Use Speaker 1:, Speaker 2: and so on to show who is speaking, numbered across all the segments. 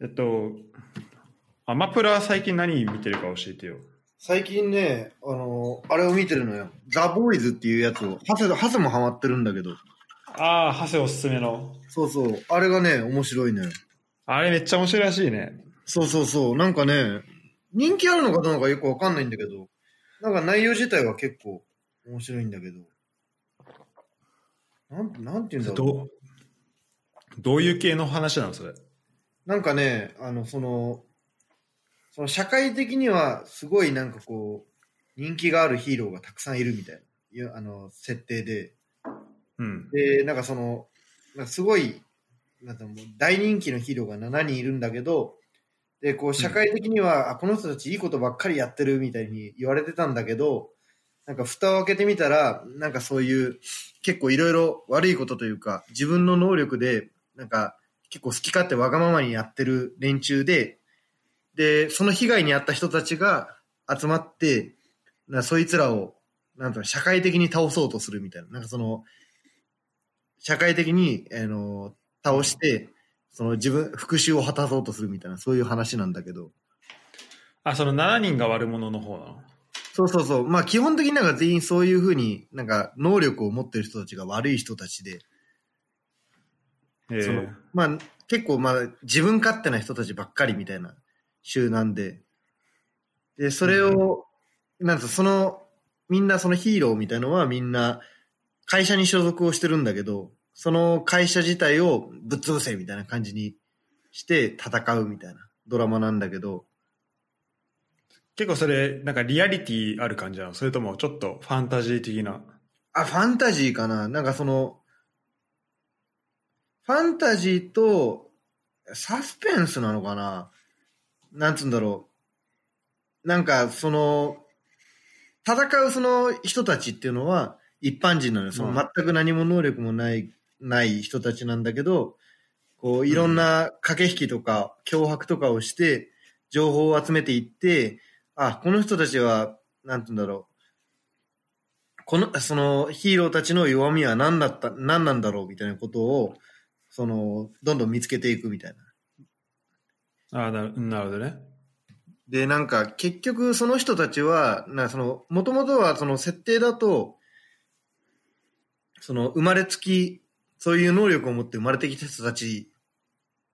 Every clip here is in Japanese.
Speaker 1: えっと、アマプラ最近何見てるか教えてよ。
Speaker 2: 最近ね、あのーあれを見てるのよ。ザ・ボーイズっていうやつを。ハセ、ハセもハマってるんだけど。
Speaker 1: ああ、ハセおすすめの。
Speaker 2: そうそう。あれがね、面白いのよ。
Speaker 1: あれめっちゃ面白いらしいね。
Speaker 2: そうそうそう。なんかね、人気あるのかどうかよくわかんないんだけど、なんか内容自体は結構面白いんだけど。なん、なんて言うんだろう。
Speaker 1: どう、どういう系の話なのそれ。
Speaker 2: なんかね、あの、その、その社会的にはすごいなんかこう、人気があるヒーローがたくさんいるみたいな、いうあの、設定で。
Speaker 1: うん。
Speaker 2: で、なんかその、なんかすごい、なんかもう大人気のヒーローが7人いるんだけど、で、こう社会的には、あこの人たちいいことばっかりやってるみたいに言われてたんだけど、なんか蓋を開けてみたら、なんかそういう結構いろいろ悪いことというか、自分の能力で、なんか結構好き勝手わがままにやってる連中で、で、その被害に遭った人たちが集まって、なそいつらを、なんと社会的に倒そうとするみたいな、なんかその、社会的に、あの倒して、その自分、復讐を果たそうとするみたいな、そういう話なんだけど。
Speaker 1: あ、その7人が悪者の方なの。
Speaker 2: そうそうそう。まあ基本的になんか全員そういうふうに、なんか能力を持ってる人たちが悪い人たちで、
Speaker 1: ええ
Speaker 2: そのまあ結構まあ自分勝手な人たちばっかりみたいな集団で、で、それを、なんとその、みんなそのヒーローみたいのはみんな会社に所属をしてるんだけど、その会社自体をぶっ潰せみたいな感じにして戦うみたいなドラマなんだけど、
Speaker 1: 結構それ、なんかリアリティある感じなのそれともちょっとファンタジー的な。
Speaker 2: あ、ファンタジーかななんかその、ファンタジーとサスペンスなのかななんつうんだろう。なんかその、戦うその人たちっていうのは一般人なのよ。その
Speaker 1: うん
Speaker 2: 全く何も能力もない、ない人たちなんだけど、こういろんな駆け引きとか脅迫とかをして、情報を集めていって、あ、この人たちは、なんて言うんだろう。この、そのヒーローたちの弱みは何だった、何なんだろうみたいなことを、その、どんどん見つけていくみたいな。
Speaker 1: ああ、なるなるほどね。
Speaker 2: で、なんか、結局その人たちは、な、その、もともとはその設定だと、その、生まれつき、そういう能力を持って生まれてきた人たち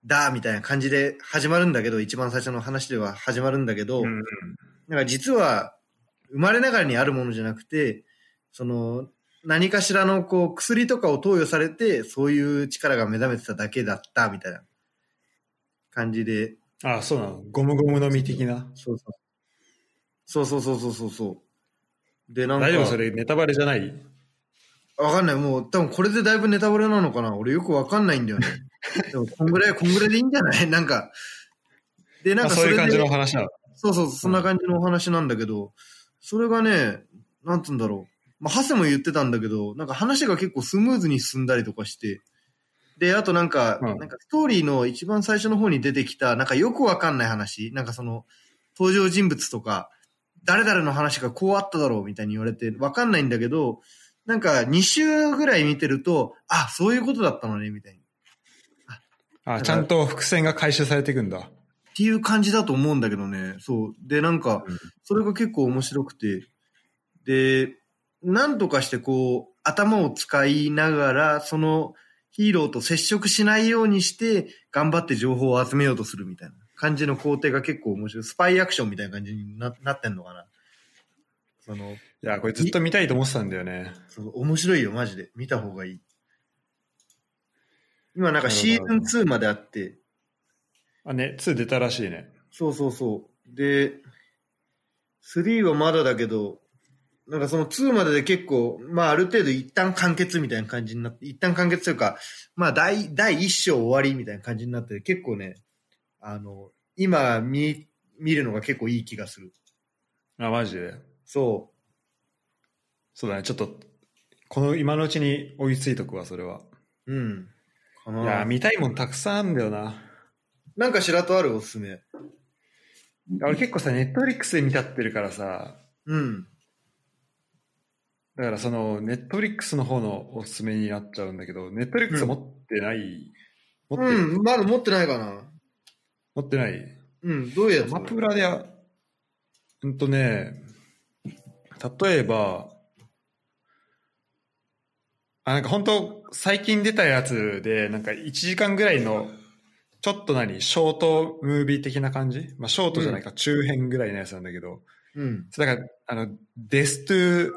Speaker 2: だ、みたいな感じで始まるんだけど、一番最初の話では始まるんだけど、
Speaker 1: うん。
Speaker 2: なんか実は生まれながらにあるものじゃなくて、その何かしらのこう薬とかを投与されて、そういう力が目覚めてただけだったみたいな感じで、
Speaker 1: ああ、そうなの。ゴムゴムの実的な。
Speaker 2: そうそうそうそうそうそうそう。で、なんか、
Speaker 1: 大丈夫それ、ネタバレじゃない
Speaker 2: わかんない。もう多分これでだいぶネタバレなのかな。俺よくわかんないんだよ ね。でもこんぐらい、こんぐらいでいいんじゃないなんか。で、なん
Speaker 1: あ
Speaker 2: か
Speaker 1: そういう感
Speaker 2: で
Speaker 1: じの話なの。
Speaker 2: そうそう、そんな感じのお話なんだけど、それがね、なんつうんだろう。まあ、ハセも言ってたんだけど、なんか話が結構スムーズに進んだりとかして、で、あとなんか、
Speaker 1: うん
Speaker 2: なんかストーリーの一番最初の方に出てきた、なんかよくわかんない話、なんかその、登場人物とか、誰々の話がこうあっただろうみたいに言われて、わかんないんだけど、なんか2週ぐらい見てると、あ、そういうことだったのね、みたいな。
Speaker 1: ああ、ちゃんと伏線が回収されていくんだ。
Speaker 2: っていう感じだと思うんだけどね。そう。で、なんか
Speaker 1: うん、
Speaker 2: それが結構面白くて。で、なんとかしてこう、頭を使いながら、そのヒーローと接触しないようにして、頑張って情報を集めようとするみたいな感じの工程が結構面白い。スパイアクションみたいな感じにななってんのかな。その、
Speaker 1: いや、これずっと見たいと思ってたんだよね。
Speaker 2: その面白いよ、マジで。見た方がいい。今なんかシ
Speaker 1: なる
Speaker 2: ー
Speaker 1: ほ
Speaker 2: ズン2まであって、
Speaker 1: あ、ね、2出たらしいね。
Speaker 2: そうそうそう。で、3はまだだけど、なんかその2までで結構、まあある程度一旦完結みたいな感じになって、一旦完結というか、まあ第、第1章終わりみたいな感じになって、結構ね、あの、今見、見るのが結構いい気がする。
Speaker 1: あ、マジで。
Speaker 2: そ
Speaker 1: そうだね、ちょっと、この今のうちに追いついとくわ、それは。
Speaker 2: う。うん。か
Speaker 1: いや、
Speaker 2: な
Speaker 1: 見たいもんたくさんあるんだよな。
Speaker 2: なんか白とあるおすすめ。
Speaker 1: 俺結構さ、ネットフリックスで見ちゃってるからさ、
Speaker 2: うん。
Speaker 1: だからその、ネットフリックスの方のおすすめになっちゃうんだけど、ネットフリックス持ってない、持って
Speaker 2: う
Speaker 1: る、
Speaker 2: ん、まだ持ってないかな。
Speaker 1: 持ってない。
Speaker 2: うん、どういうやつ
Speaker 1: マプラでや、うんとね、例えば、あ、なんか本当最近出たやつで、なんか1時間ぐらいの、ちょっと何、ショートムービー的な感じまあ、ショートじゃないか、中編ぐらいのやつなんだけど、
Speaker 2: うん。
Speaker 1: それだから、あの、デストゥ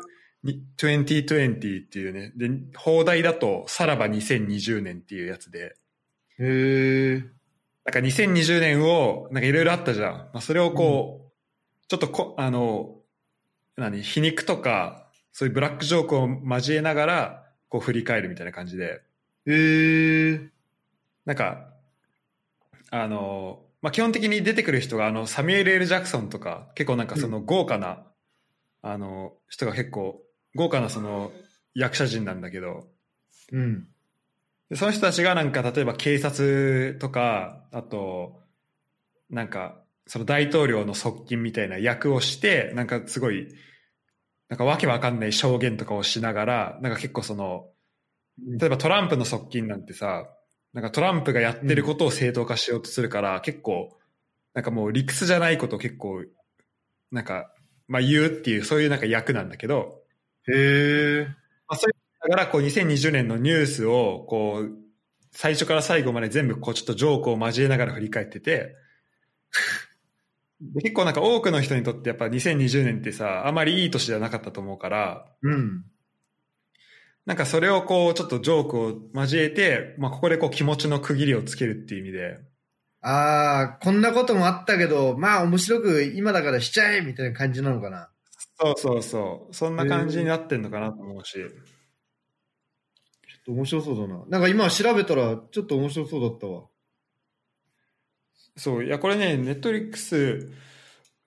Speaker 1: 2020っていうね、で、放題だと、さらば2020年っていうやつで、
Speaker 2: へえ。
Speaker 1: なんか2020年を、なんかいろいろあったじゃん。まあ、それをこう、ちょっとこ、あの、何、皮肉とか、そういうブラックジョークを交えながら、こう振り返るみたいな感じで、
Speaker 2: へえ。
Speaker 1: なんか、あの、まあ、基本的に出てくる人が、あの、サミュエル・ L ・ジャクソンとか、結構なんかその豪華な、あの、人が結構、豪華なその役者陣なんだけど、
Speaker 2: うん。
Speaker 1: でその人たちがなんか例えば警察とかあとなんかその大統領の側近みたいな役をしてなんかすごいなんかわけわかんない証言とかをしながらなんか結構その例えばトランプの側近なんてさなんかトランプがやってることを正当化しようとするから、結構なんかもう理屈じゃないことを結構なんかまあ言うっていうそういうなんか役なんだけど
Speaker 2: へえ。
Speaker 1: まあ、そういうだからこう2020年のニュースをこう最初から最後まで全部こうちょっとジョークを交えながら振り返ってて で結構なんか多くの人にとってやっぱ2020年ってさあまりいい年じゃなかったと思うから
Speaker 2: うん。
Speaker 1: なんかそれをこうちょっとジョークを交えて、まあ、ここでこう気持ちの区切りをつけるっていう意味で
Speaker 2: ああ、こんなこともあったけど、まあ面白く今だからしちゃえみたいな感じなのかな。
Speaker 1: そうそうそうそんな感じになってんのかなと思うし、
Speaker 2: ちょっと面白そうだな。なんか今調べたらちょっと面白そうだったわ。
Speaker 1: そういやこれねネットフリックス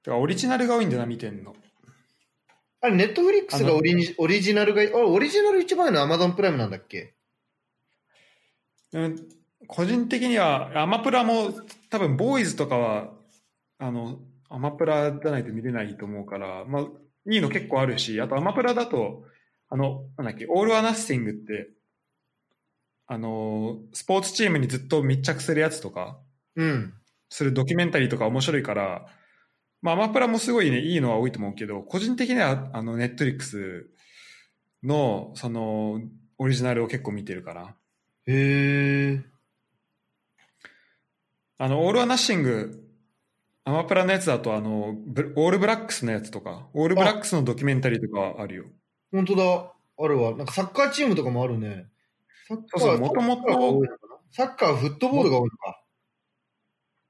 Speaker 1: オリジナルが多いんだよな見てんの
Speaker 2: あれ、ネットフリックスがオリジオリジナルが、あれ、オリジナル一番いいのアマゾンプライムなんだっけ
Speaker 1: うん個人的にはアマプラも多分ボーイズとかはあのアマプラじゃないと見れないと思うから、まあ、いいの結構あるしあとアマプラだとあのなんだっけオール・ア・ナッシングってあのスポーツチームにずっと密着するやつとか
Speaker 2: うん。
Speaker 1: するドキュメンタリーとか面白いから、まあ、アマプラもすごいねいいのは多いと思うけど個人的にはあのネットリックスのそのオリジナルを結構見てるかな。
Speaker 2: へえ。
Speaker 1: あの、オール・ア・ナッシング、アマプラのやつだと、あの、ブオール・ブラックスのやつとか、オール・ブラックスのドキュメンタリーとかあるよ。
Speaker 2: 本当だ。あるわ。なんかサッカーチームとかもあるね。サッカー
Speaker 1: そうそう元々
Speaker 2: サッカーが多いのかなサッカー、フットボールが多いのか。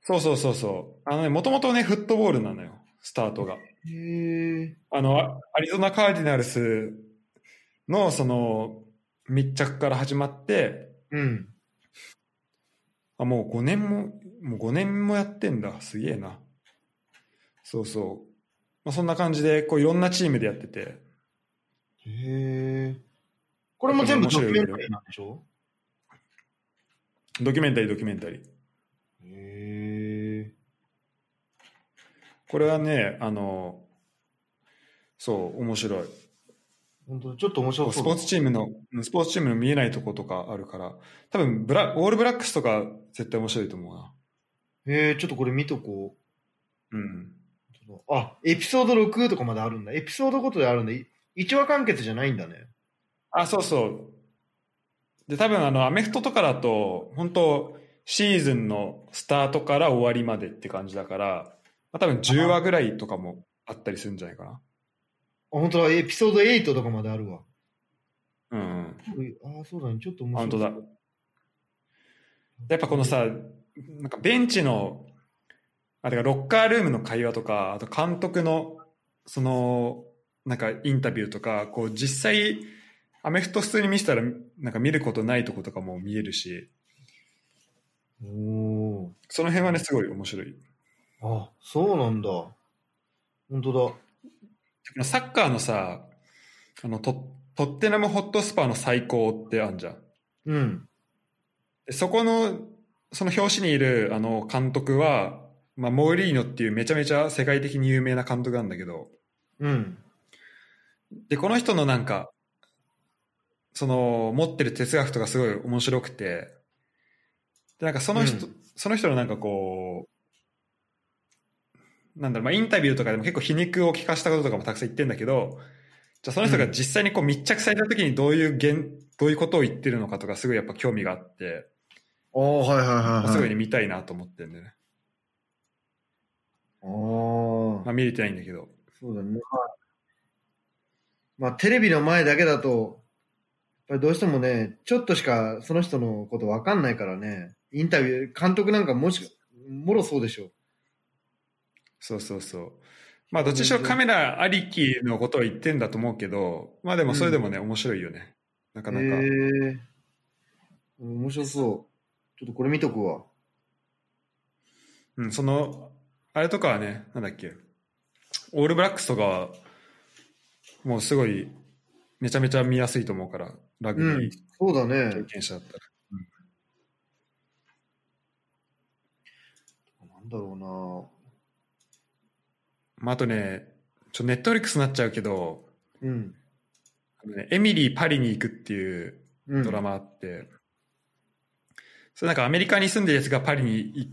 Speaker 1: そうそうそうそう。あのね、もともとね、フットボールなのよ、スタートが。
Speaker 2: へえ。
Speaker 1: あの、アアリゾナ・カーディナルスの、その、密着から始まって、
Speaker 2: うん。
Speaker 1: あ、もう5年も、もう5年もやってんだ。すげえな。そうそう。まあ、そんな感じで、こう、いろんなチームでやってて。
Speaker 2: へえ。これも全部ドキュメンタリーなんでしょ
Speaker 1: ドキュメンタリー、ドキュメンタリー。
Speaker 2: へえ。
Speaker 1: これはね、あの、そう、面白い。
Speaker 2: 本当だちょっと面白
Speaker 1: ス
Speaker 2: そう
Speaker 1: ポ
Speaker 2: だ
Speaker 1: ーツチームの、スポーツチームの見えないとことかあるから、多分ブラ、オールブラックスとか絶対面白いと思うな。
Speaker 2: へえ、ちょっとこれ見とこう。
Speaker 1: うん。
Speaker 2: あ、エピソード6とかまであるんだ。エピソードごとであるんだ。い一話完結じゃないんだね。
Speaker 1: あ、そうそう。で、多分あの、アメフトとかだと、本当シーズンのスタートから終わりまでって感じだから、まあ、多分10話ぐらいとかもあったりするんじゃないかな。
Speaker 2: あ、本当だ。エピソード8とかまであるわ。
Speaker 1: うん、うん。
Speaker 2: あ、そうだね。ちょっと面
Speaker 1: あ
Speaker 2: 白
Speaker 1: 本
Speaker 2: そ
Speaker 1: 当
Speaker 2: う。
Speaker 1: だ。やっぱこのさ、なんかベンチの、あれがロッカールームの会話とか、あと監督の、その、なんかインタビューとか、こう実際、アメフト普通に見せたら、なんか見ることないとことかも見えるし、
Speaker 2: おー
Speaker 1: その辺はね、すごい面白い。
Speaker 2: あ、そうなんだ。本当だ。
Speaker 1: サッカーのさ、あの、トトッテナムホットスパーの最高ってあるじゃん。
Speaker 2: うん。
Speaker 1: でそこの、その表紙にいるあの監督は、まあ、モーリーノっていうめちゃめちゃ世界的に有名な監督なんだけど、
Speaker 2: うん。
Speaker 1: で、この人のなんか、その、持ってる哲学とかすごい面白くて、で、なんかその人、
Speaker 2: う
Speaker 1: その人のなんかこう、なんだろう、まあ、インタビューとかでも結構皮肉を聞かしたこととかもたくさん言ってんだけど、じゃあその人が実際にこう密着された時にどういう現、どういうことを言ってるのかとかすごいやっぱ興味があって、
Speaker 2: ああ、はいはいはい、はい。
Speaker 1: すぐに見たいなと思ってんでね。
Speaker 2: あ
Speaker 1: ま
Speaker 2: あ、
Speaker 1: あ見れてないんだけど。
Speaker 2: そうだね。まあ、まあ、テレビの前だけだと、やっぱりどうしてもね、ちょっとしかその人のことわかんないからね、インタビュー、監督なんかもしか、もろそうでしょ。
Speaker 1: そうそうそう。まあどっちにしろカメラありきのことを言ってんだと思うけど、まあでもそれでもね、面白いよね。なかなか。
Speaker 2: へえ面白そう。ちょっとこれ見とくわ。
Speaker 1: うん、その、あれとかはね、なんだっけ、オールブラックスとかは、もうすごい、めちゃめちゃ見やすいと思うから、ラグビー
Speaker 2: そうだね。
Speaker 1: 経験者だったら。
Speaker 2: なんだろ
Speaker 1: まあ、あとね、ちょ、ネットフリックスになっちゃうけど、
Speaker 2: うな。うん。
Speaker 1: あのねエミリー・パリに行くっていう
Speaker 2: うん、
Speaker 1: ドラマあって、それなんかアメリカに住んでるやつがパリにい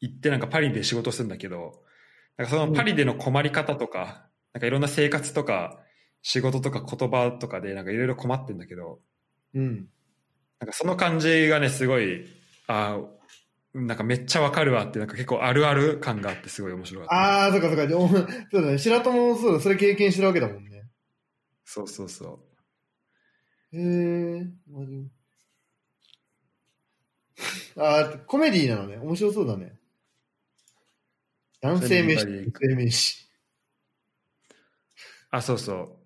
Speaker 1: 行って、なんかパリで仕事するんだけど、なんかそのパリでの困り方とか、なんかいろんな生活とか、仕事とか言葉とかで、なんかいろいろ困ってんだけど、
Speaker 2: うん。
Speaker 1: なんかその感じがね、すごい、あーなんかめっちゃわかるわって、なんか結構あるある感があって、すごい面白かった。
Speaker 2: ああ、そっかそっか。でおそうだね。白友もそうだ。それ経験してるわけだもんね。
Speaker 1: そうそうそう。
Speaker 2: へえ。まあでも あーコメディなのね。面白そうだね。男性名詞、
Speaker 1: コメディ
Speaker 2: 女性名詞。
Speaker 1: あ、そうそう。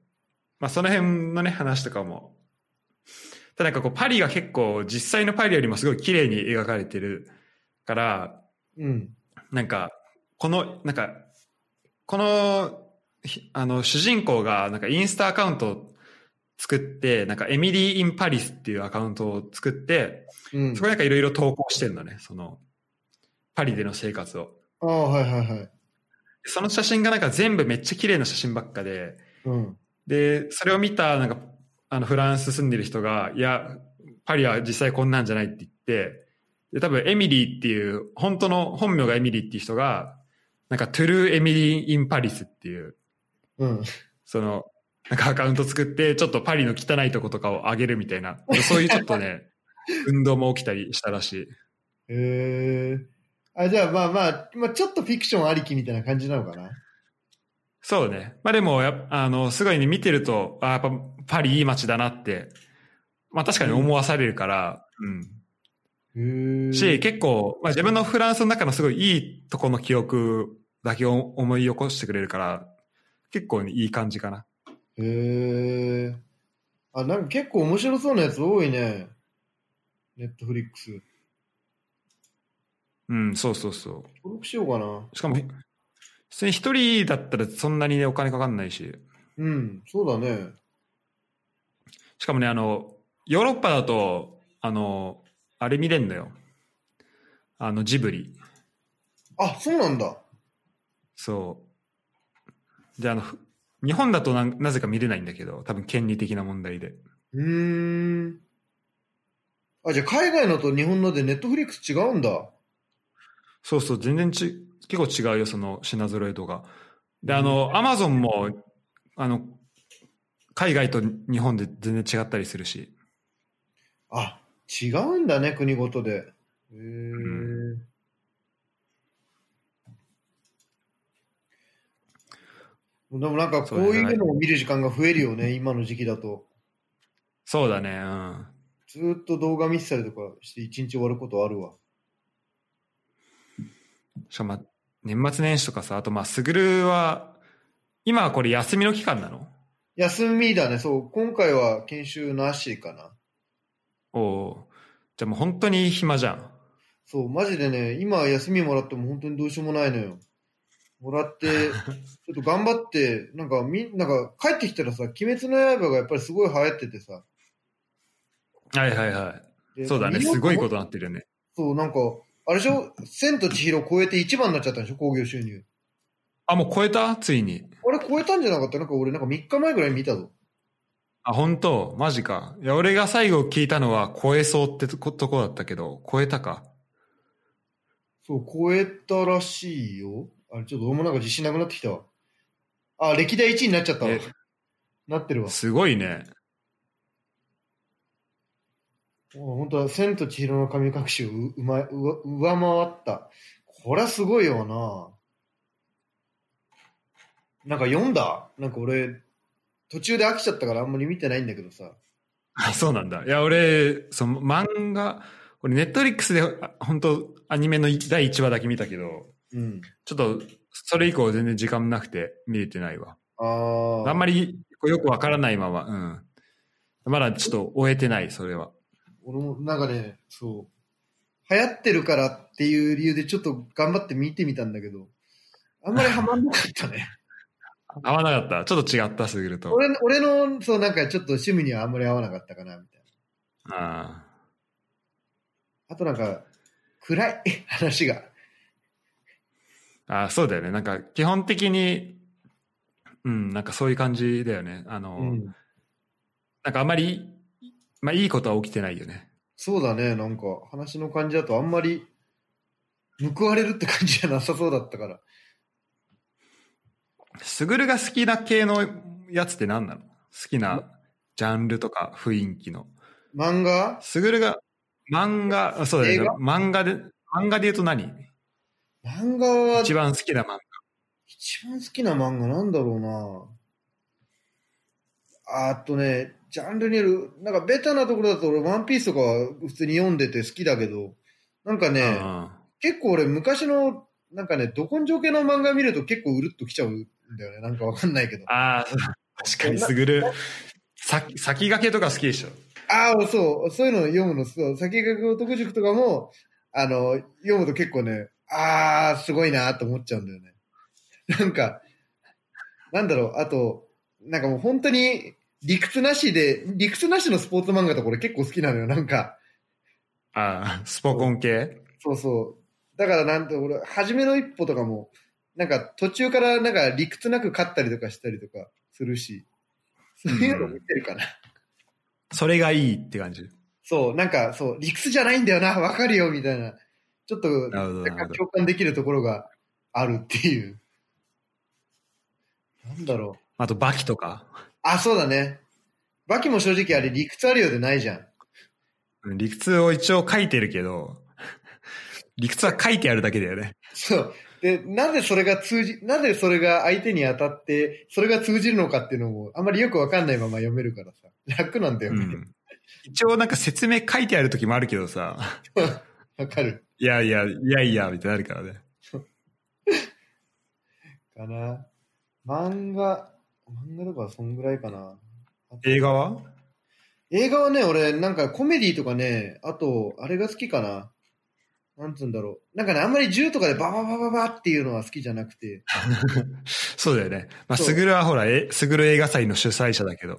Speaker 1: まあ、その辺のね、話とかも。ただなんかこう、パリが結構、実際のパリよりもすごい綺麗に描かれてるから、
Speaker 2: うん。
Speaker 1: なんか、この、なんか、この、ひあの、主人公が、なんかインスタアカウントを作って、なんかエミリー・イン・パリスっていうアカウントを作って、
Speaker 2: うん
Speaker 1: そ。こでなんかいろいろ投稿してるのね、その、パリでの生活を。
Speaker 2: ああ、はいはいはい。
Speaker 1: その写真がなんか全部めっちゃ綺麗な写真ばっかで、
Speaker 2: うん。
Speaker 1: で、それを見たなんか、あの、フランス住んでる人が、いや、パリは実際こんなんじゃないって言って、で、多分エミリーっていう、本当の本名がエミリーっていう人が、なんかトゥルー・エミリー・イン・パリスっていう、
Speaker 2: うん。
Speaker 1: その、なんかアカウント作って、ちょっとパリの汚いとことかを上げるみたいな、そういうちょっとね、運動も起きたりしたらしい。
Speaker 2: へえ。あ、じゃあまあまあ、まあちょっとフィクションありきみたいな感じなのかな。
Speaker 1: そうね。まあでもやっぱ、あの、すごいね、見てると、あやっぱパリいい街だなって、まあ確かに思わされるから、うん。
Speaker 2: へえ。
Speaker 1: し、結構、まあ自分のフランスの中のすごいいいとこの記憶だけを思い起こしてくれるから、結構ねいい感じかな。
Speaker 2: へえ。あ、なんか結構面白そうなやつ多いね。ネットフリックス。
Speaker 1: うん、そうそうそ
Speaker 2: 登録しようかな。
Speaker 1: う。しかも、普通に一人だったらそんなにね、お金かかんないし、
Speaker 2: うん、そうだね。
Speaker 1: しかもね、あの、ヨーロッパだと、あの、あれ見れんのよ。あの、ジブリ。
Speaker 2: あ、そうなんだ。
Speaker 1: そう。で、あの、ふ日本だとなんなぜか見れないんだけど、多分権利的な問題で。
Speaker 2: うーん。あ、じゃあ海外のと日本のでネットフリックス違うんだ。
Speaker 1: そうそう、全然ち、結構違うよ、その品揃えとか。で、あの、アマゾンも、あの、海外と日本で全然違ったりするし。
Speaker 2: あ、違うんだね、国ごとで。へえ。
Speaker 1: う
Speaker 2: でもなんかこういうのを見る時間が増えるよね、今の時期だと。
Speaker 1: そうだね、うん。
Speaker 2: ずーっと動画見せたりとかして一日終わることあるわ。
Speaker 1: しかも、ま年末年始とかさ、あと、まあ、スグルは、今はこれ休みの期間なの
Speaker 2: 休みだね、そう。今回は研修なしかな。
Speaker 1: おおうじゃあもう本当に暇じゃん。
Speaker 2: そう、マジでね、今休みもらっても本当にどうしようもないのよ。もら って、ちょっと頑張って、なんかみ、なんか帰ってきたらさ、鬼滅の刃がやっぱりすごい流行っててさ。
Speaker 1: はいはいは
Speaker 2: で
Speaker 1: い。そうだね、
Speaker 2: 見よ
Speaker 1: す
Speaker 2: う
Speaker 1: ごい
Speaker 2: 思
Speaker 1: こ
Speaker 2: っ
Speaker 1: とになってるよね。
Speaker 2: そう、なんか、あれでしょ千と千尋超えて一番になっちゃったんでしょ興行収入。
Speaker 1: あ、もう超えたついに。
Speaker 2: あれ超えたんじゃなかったなんか俺なんか3日前ぐらいに見たぞ。
Speaker 1: あ、本当マジか。いや、俺が最後聞いたのは、超えそうってとことこだったけど、超えたか。
Speaker 2: そう、超えたらしいよ。あれ、ちょっと俺もなんか自信なくなってきたわ。あ、歴代1位になっちゃったわ
Speaker 1: え。
Speaker 2: なってるわ。
Speaker 1: すごいね。
Speaker 2: もう本当は、千と千尋の神隠しをううまい上上回った。これはすごいよな。なんか読んだなんか俺、途中で飽きちゃったからあんまり見てないんだけどさ。
Speaker 1: あ、そうなんだ。いや、俺、その漫画、俺、ネットリックスで、あ本当アニメの第1話だけ見たけど、
Speaker 2: うん。
Speaker 1: ちょっと、それ以降全然時間なくて見れてないわ。
Speaker 2: ああ。
Speaker 1: あんまりこうよくわからないまま、うん。まだちょっと終えてない、それは。
Speaker 2: 俺もなんかね、そう。流行ってるからっていう理由でちょっと頑張って見てみたんだけど、あんまりハマんなかったね。
Speaker 1: 合わなかった。ちょっと違った、すぐると。
Speaker 2: 俺の俺の、そう、なんかちょっと趣味にはあんまり合わなかったかな、みたいな。
Speaker 1: あ
Speaker 2: あとなんか、暗い話が。
Speaker 1: ーあー、そうだよね。なんか、基本的に、うん、なんかそういう感じだよね。あの、
Speaker 2: うん
Speaker 1: なんかあまり、まあ、いいことは起きてないよね。
Speaker 2: そうだね、なんか話の感じだとあんまり報われるって感じじゃなさそうだったから。
Speaker 1: すぐるが好きな系のやつって何なの好きなジャンルとか雰囲気の。
Speaker 2: 漫画
Speaker 1: すぐるが、漫画、あそうだ
Speaker 2: 映
Speaker 1: よね
Speaker 2: 画。
Speaker 1: 漫画で、漫画で言うと何
Speaker 2: 漫画は
Speaker 1: 一番好きな漫画。
Speaker 2: 一番好きな漫画なんだろうなあーっとね、ジャンルによる、なんかベタなところだと俺ワンピースとかは普通に読んでて好きだけど、なんかね、
Speaker 1: うん
Speaker 2: 結構俺昔の、なんかね、ど根性系の漫画見ると結構うるっときちゃうんだよね。なんかわかんないけど。
Speaker 1: ああ、確かに、すぐる。先、先駆けとか好きでしょ。
Speaker 2: ああ、そう、そういうの読むの、そう、先駆け男塾とかも、あの、読むと結構ね、ああ、すごいなと思っちゃうんだよね。なんか、なんだろう、あと、なんかもう本当に理屈なしで、理屈なしのスポーツ漫画とか俺結構好きなのよ、なんか。
Speaker 1: ああ、スポコン系
Speaker 2: そうそう。だからなんて、俺、初めの一歩とかも、なんか途中からなんか理屈なく勝ったりとかしたりとかするし、そういうの見てるかな。
Speaker 1: それがいいって感じ。
Speaker 2: そう、なんか、そう、理屈じゃないんだよな、わかるよ、みたいな。ちょっと、
Speaker 1: なるほど、な
Speaker 2: 若
Speaker 1: る
Speaker 2: 干
Speaker 1: ほど。
Speaker 2: 共感できるところがあるっていう。なんだろう。
Speaker 1: あと、バキとか。
Speaker 2: あ、そうだね。バキも正直あれ理屈あるようでないじゃん。
Speaker 1: うん理屈を一応書いてるけど、理屈は書いてあるだけだよね。
Speaker 2: そう。で、なぜそれが通じ、なぜそれが相手に当たって、それが通じるのかっていうのも、あんまりよくわかんないまま読めるからさ。楽なんだよ
Speaker 1: う
Speaker 2: ね。
Speaker 1: ん。一応なんか説明書いてある時もあるけどさ、
Speaker 2: わかる。
Speaker 1: いやいや、いやいや、みたいになるからね。
Speaker 2: かな。漫画、漫画とかはそんぐらいかな。
Speaker 1: 映画は
Speaker 2: 映画はね、俺、なんかコメディとかね、あと、あれが好きかな。なんつうんだろう。なんかね、あんまり銃とかでバババババっていうのは好きじゃなくて。
Speaker 1: そうだよね。まあ、
Speaker 2: そう
Speaker 1: すぐるはほら、え、すぐる映画祭の主催者だけど。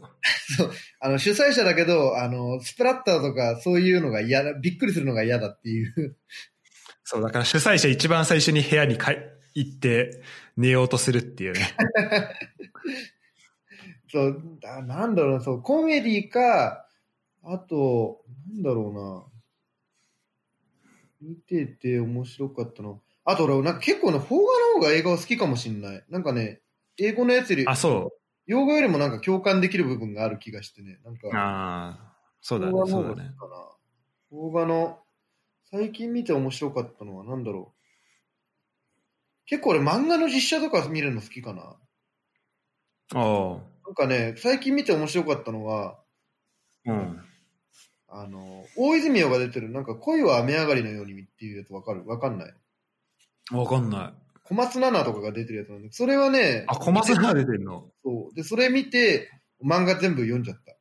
Speaker 2: あの、主催者だけど、あの、スプラッターとかそういうのが嫌だ、びっくりするのが嫌だっていう。
Speaker 1: そう、だから主催者一番最初に部屋にか行って寝ようとするっていうね。
Speaker 2: そう、あなんだろうな、そう、コメディか、あと、なんだろうな。見てて面白かったの。あと俺、なんか結構ね、邦画の方が映画は好きかもしんない。なんかね、英語のやつより
Speaker 1: あ、そ
Speaker 2: 用語よりもなんか共感できる部分がある気がしてね。なんか、
Speaker 1: う。ああ、そうだね
Speaker 2: 邦画、の
Speaker 1: そ
Speaker 2: 方
Speaker 1: う
Speaker 2: が
Speaker 1: だ
Speaker 2: 好きか
Speaker 1: ね
Speaker 2: な。。邦画の、最近見て面白かったのは何だろう。結構俺漫画の実写とか見るの好きかな。
Speaker 1: おう。
Speaker 2: なんかね、最近見て面白かったのは、
Speaker 1: うん。
Speaker 2: あの、大泉洋が出てる、なんか恋は雨上がりのようにっていうやつわかるわかんない。
Speaker 1: わかんない。
Speaker 2: 小松菜奈とかが出てるやつなんで、それはね、
Speaker 1: あ、小松菜出てんの。
Speaker 2: そう。で、それ見て、漫画全部読んじゃった。っ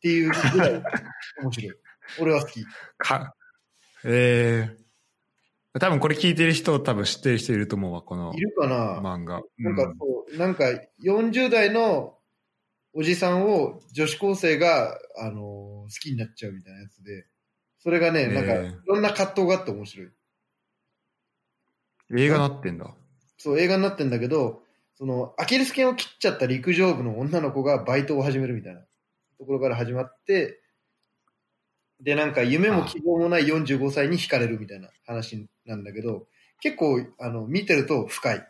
Speaker 2: ていうぐらい 面白い。俺は好き。
Speaker 1: か、ええ多分これ聞いてる人、多分知ってる人いると思うわ、この
Speaker 2: いるかな
Speaker 1: 漫画。
Speaker 2: なんか
Speaker 1: うん
Speaker 2: そう、なんか40代のおじさんを女子高生が、あのー好きになっちゃうみたいなやつで、それがね、
Speaker 1: えー
Speaker 2: なんかいろんな葛藤があって面白い。
Speaker 1: 映画なってんだ。
Speaker 2: そう、映画になってんだけど、その、アキレス腱を切っちゃった陸上部の女の子がバイトを始めるみたいなところから始まって、で、なんか夢も希望もない45歳に惹かれるみたいな話なんだけど、結構、あの、見てると深い。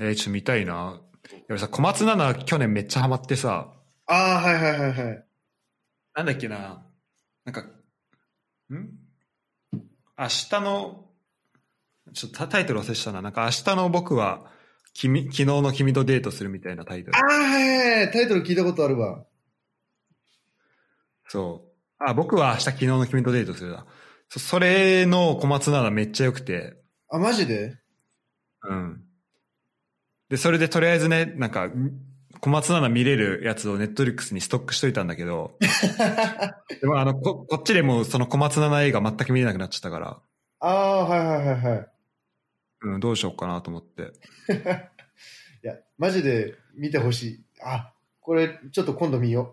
Speaker 1: えーちょっと見たいな。いや俺さ、小松菜奈去年めっちゃハマってさ、
Speaker 2: ああ、はいはいはいはい。
Speaker 1: なんだっけな、なんか、ん明日の、ちょっとタタイトル忘れしたな、なんか明日の僕は、君、昨日の君とデートするみたいなタイトル
Speaker 2: あ。あ、はいはいはい。タイトル聞いたことあるわ。
Speaker 1: そう。あ、僕は明日昨日の君とデートするだ。そそれの小松菜奈めっちゃ良くて、
Speaker 2: あ、マジで
Speaker 1: うん。で、それでとりあえずね、なんか、小松菜奈見れるやつをネットリックスにストックしといたんだけど、でもあの、こ、こっちでもうその小松菜奈映画全く見れなくなっちゃったから、
Speaker 2: ああ、はいはいはいはい。
Speaker 1: うん、どうしようかなと思って。
Speaker 2: いや、マジで見てほしい。あ、これ、ちょっと今度見よ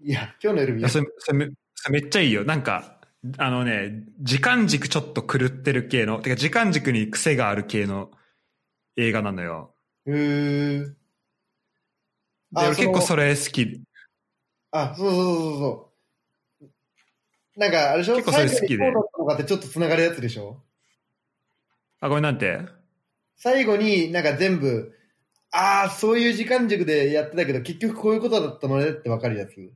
Speaker 2: う。 いや、今日の夜見
Speaker 1: いや、
Speaker 2: よう。
Speaker 1: それ、それめそれめっちゃいいよ。なんか、あのね、時間軸ちょっと狂ってる系の、てか時間軸に癖がある系の映画なのよ。
Speaker 2: うーん。
Speaker 1: で、俺結構
Speaker 2: そ
Speaker 1: それ好き。
Speaker 2: のあ、そうそうそうそう。なんか、あれでしょ
Speaker 1: 結構それ好きで
Speaker 2: 最後にこうだったのかってちょっと繋がるやつでしょ
Speaker 1: あ、ごめんなんて。
Speaker 2: 最後になんか全部、ああ、そういう時間軸でやってたけど、結局こういうことだったのねってわかるやつ。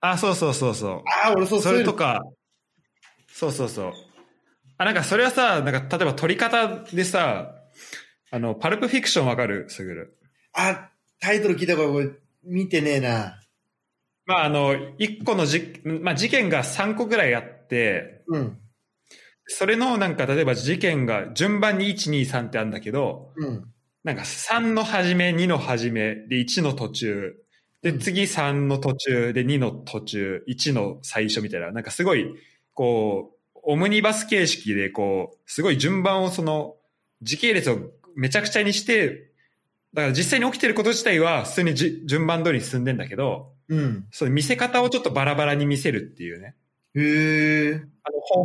Speaker 1: あ、そうそうそうそう。
Speaker 2: ああ、俺そう、
Speaker 1: そ
Speaker 2: そうい
Speaker 1: れ
Speaker 2: うの
Speaker 1: とか、そうそうそう。あ、なんかそれはさ、なんか例えば撮り方でさ、あの、パルプフィクションわかるすぐる。
Speaker 2: あ、タイトル聞いたからこれ見てねえな。
Speaker 1: まああの、一個のじ、まあ事件が3個ぐらいあって、
Speaker 2: うん、
Speaker 1: それのなんか例えば事件が順番に1、2、3ってあるんだけど、
Speaker 2: うん、
Speaker 1: なんか3の始め、2の始め、で1の途中、で
Speaker 2: うん
Speaker 1: 次3の途中、で2の途中、1の最初みたいな、なんかすごい、こう、オムニバス形式で、こう、すごい順番をその、時系列をめちゃくちゃにして、だから実際に起きてること自体は普通にじ順番通りに進んでんだけど、
Speaker 2: うん。
Speaker 1: そう見せ方をちょっとバラバラに見せるっていうね。
Speaker 2: へえ、
Speaker 1: あの方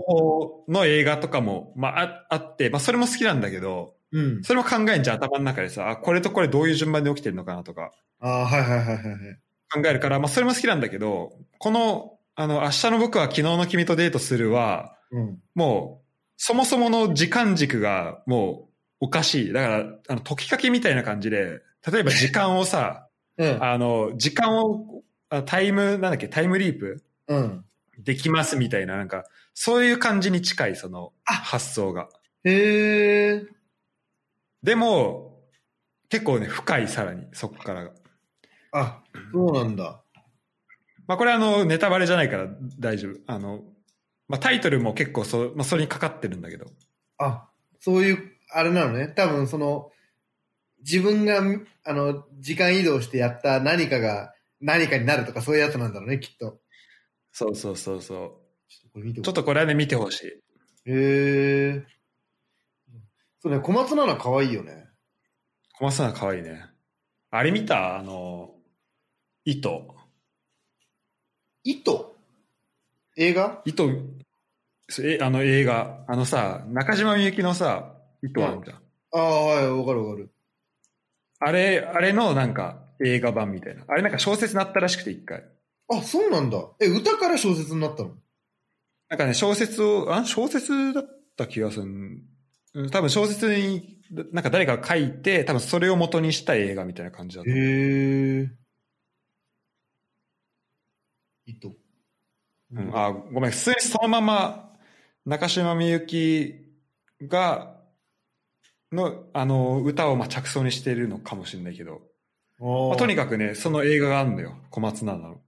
Speaker 1: 法の映画とかも、まあ、ああって、まあ、それも好きなんだけど、
Speaker 2: うん。
Speaker 1: それも考えんじゃん、頭の中でさ、あ、これとこれどういう順番で起きてるのかなとか
Speaker 2: ああ、はいはいはいはいはい。
Speaker 1: 考えるから、まあそれも好きなんだけど、この、あの、明日の僕は昨日の君とデートするは、
Speaker 2: うん。
Speaker 1: もう、そもそもの時間軸がもうおかしい。だから、あの、解きかけみたいな感じで、例えば時間をさ、
Speaker 2: うん。
Speaker 1: あの、時間を、あタイム、なんだっけ、タイムリープ
Speaker 2: うん。
Speaker 1: できますみたいな、なんか、そういう感じに近い、その、
Speaker 2: あ
Speaker 1: 発想が。
Speaker 2: へえ。
Speaker 1: でも、結構ね、深い、さらに、そこからが。
Speaker 2: あ、そうなんだ。
Speaker 1: まあ、これはあの、ネタバレじゃないから大丈夫。あの、まあ、タイトルも結構そう、まあ、それにかかってるんだけど。
Speaker 2: あ、そういう、あれなのね。多分その、自分が、あの、時間移動してやった何かが何かになるとかそういうやつなんだろうね、きっと。
Speaker 1: そうそうそうそ
Speaker 2: ちょっとこれ見て
Speaker 1: う。
Speaker 2: お
Speaker 1: ちょっ
Speaker 2: こ
Speaker 1: とこれはね、見てほしい。
Speaker 2: う。へえ。そうね、小松菜奈可愛いよね。
Speaker 1: 小松菜奈可愛いね。あれ見たあの、糸。
Speaker 2: 糸映画
Speaker 1: 糸、そえ、あの映画。あのさ、中島みゆきのさ、糸あるじゃん。
Speaker 2: ああ、はい、わかるわかる。
Speaker 1: あれ、あれのなんか映画版みたいな。あれなんか小説になったらしくて一回。
Speaker 2: あ、そうなんだ。え、歌から小説になったの
Speaker 1: なんかね、小説を、あ小説だった気がするん。うん多分小説に、なんか誰かが書いて、多分それを元にした映画みたいな感じだった。
Speaker 2: へえ。糸。
Speaker 1: うん、あ、ごめん、普通にそのまま、中島みゆきが、の、あの、歌をまあ着想にしてるのかもしれないけど、まあ、とに
Speaker 2: か
Speaker 1: かくね、その映画があるのよ、小松菜奈の。
Speaker 2: く、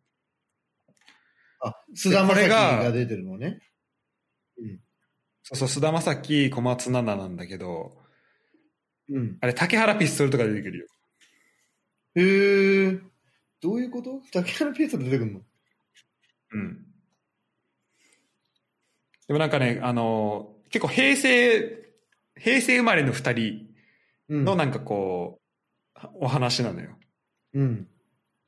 Speaker 2: あ、菅田将暉
Speaker 1: これ
Speaker 2: が
Speaker 1: が
Speaker 2: 出てるのね。
Speaker 1: そうそう、菅田将暉、小松菜奈なんだけど、
Speaker 2: うん。
Speaker 1: あれ、竹原ピストルとか出てくるよ。
Speaker 2: へえ。どういうこと竹原ピエトロ出てくるの
Speaker 1: うん。でもなんかね、あのー結構平成、平成生まれの二人
Speaker 2: うん。
Speaker 1: のなんかこう、お話なのよ。
Speaker 2: うん。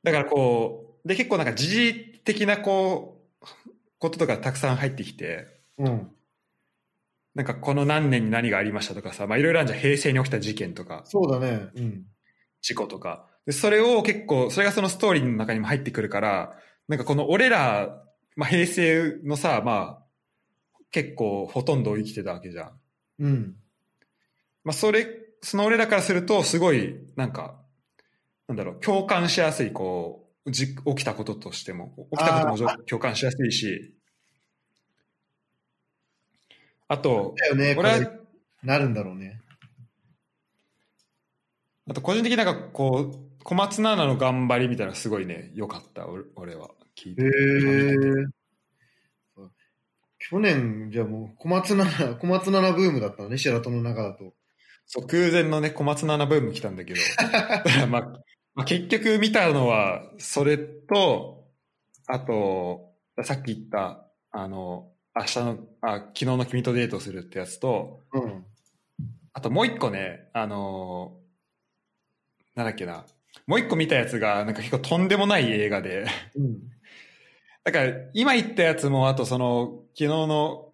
Speaker 1: だからこう、で結構なんか時事的なこう、こととかたくさん入ってきて、
Speaker 2: うん。
Speaker 1: なんかこの何年に何がありましたとかさ、まあいろいろあるじゃん。平成に起きた事件とか、
Speaker 2: そうだね。うん。
Speaker 1: 事故とか。で、それを結構、それがそのストーリーの中にも入ってくるから、なんかこの俺ら、まあ平成のさ、まあ、結構ほとんど生きてたわけじゃん。
Speaker 2: うん。
Speaker 1: まあ、それ、その俺らからすると、すごい、なんか、なんだろう、共感しやすい、こう、じ起きたこととしても、起きたこともじょ共感しやすいし、あと、
Speaker 2: だよね、こ
Speaker 1: 俺は
Speaker 2: れ、なるんだろうね。
Speaker 1: あと個人的になんかこう、小松菜奈の頑張りみたいなのがすごいね、良かった、俺俺は。聞い
Speaker 2: へ
Speaker 1: て。
Speaker 2: え。去年、じゃあもう、小松菜奈、小松菜奈ブームだったのね、白戸の中だと。
Speaker 1: そう、空前のね、小松菜奈ブーム来たんだけど、まあ、まあ、結局見たのは、それと、あと、さっき言った、あの、明日の、あ、昨日の君とデートするってやつと、
Speaker 2: うん。
Speaker 1: あともう一個ね、あのーなんだっけな、もう一個見たやつが、なんか結構とんでもない映画で、
Speaker 2: うん。
Speaker 1: だから今言ったやつも、あとその、昨日の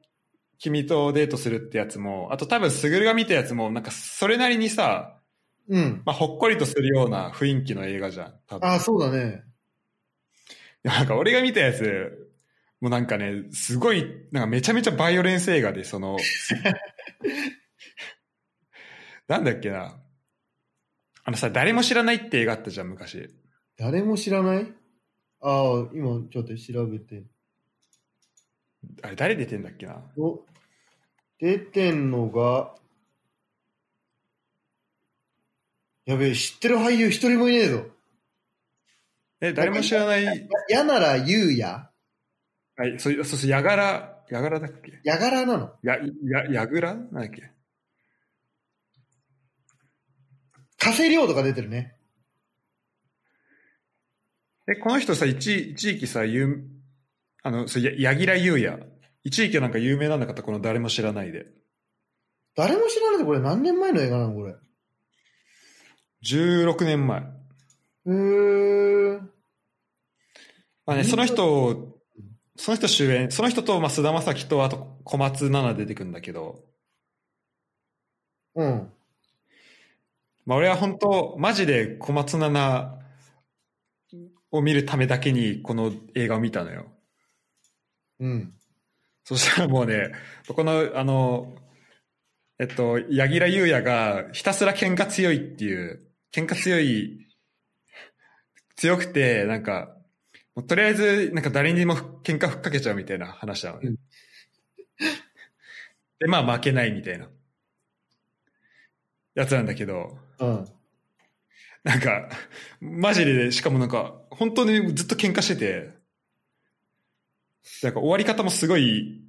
Speaker 1: 君とデートするってやつも、あと多分、すぐるが見たやつも、なんかそれなりにさ、
Speaker 2: うん。
Speaker 1: まあ、ほっこりとするような雰囲気の映画じゃん、多分。
Speaker 2: ああ、そうだね。
Speaker 1: いやなんか俺が見たやつ、もうなんかね、すごい、なんかめちゃめちゃバイオレンス映画で、その、 なんだっけな。あのさ、誰も知らないって映画あったじゃん、昔。
Speaker 2: 誰も知らないああ、今、ちょっと調べて。
Speaker 1: あれ、誰出てんだっけな。
Speaker 2: お、出てんのが、やべえ、知ってる俳優一人もいねえぞ。
Speaker 1: え、誰も知らない、
Speaker 2: やならゆうや
Speaker 1: はい、そう、そうそう、やがら、やがらだっけ
Speaker 2: やがらなの
Speaker 1: や、や、やぐらなんだっけ
Speaker 2: 加瀬亮とか出てるね。
Speaker 1: え、この人さ、一、一時期さ、有名、あの、そう、や、やぎらゆうや。一時期なんか有名なんだかった、この誰も知らないで。
Speaker 2: 誰も知らないでこれ何年前の映画なのこれ。へ
Speaker 1: 16年前。
Speaker 2: ー。
Speaker 1: まあ
Speaker 2: う
Speaker 1: ね、
Speaker 2: ん
Speaker 1: その人、その人主演、その人と、まあ、菅田将暉と、あと小松菜奈出てくるんだけど、
Speaker 2: うん。
Speaker 1: まあ、俺は本当、マジで小松菜奈を見るためだけに、この映画を見たのよ。
Speaker 2: うん。
Speaker 1: そしたらもうね、この、あの、えっと、柳楽優弥がひたすら喧嘩強いっていう、喧嘩強い、強くて、なんか、もうとりあえず、なんか誰にも喧嘩ふっかけちゃうみたいな話なのね。
Speaker 2: うん
Speaker 1: で、まあ負けないみたいな、やつなんだけど、
Speaker 2: うん。
Speaker 1: なんか、マジで、しかもなんか、本当にずっと喧嘩してて、なんか終わり方もすごい、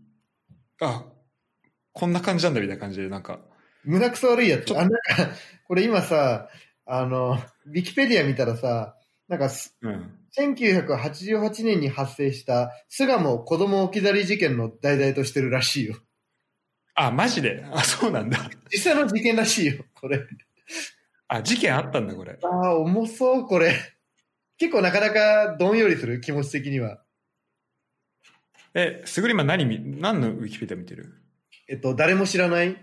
Speaker 1: あ、こんな感じなんだみたいな感じで、なんか、
Speaker 2: 胸くそ悪いや
Speaker 1: ち
Speaker 2: つ。
Speaker 1: ょ
Speaker 2: あ、なんか、これ今さ、あの、ウィキペディア見たらさ、なんかす、
Speaker 1: うん。
Speaker 2: 1988年に発生した、巣鴨子供置き去り事件の題材としてるらしいよ。
Speaker 1: あ、マジで あ、そうなんだ。
Speaker 2: 実際の事件らしいよ、これ。
Speaker 1: あ、事件あったんだ、これ。
Speaker 2: ああ、重そう、これ。結構なかなかどんよりする、気持ち的には。
Speaker 1: え、すぐり今何見、何のウィキペディア見てる
Speaker 2: えっと、誰も知らない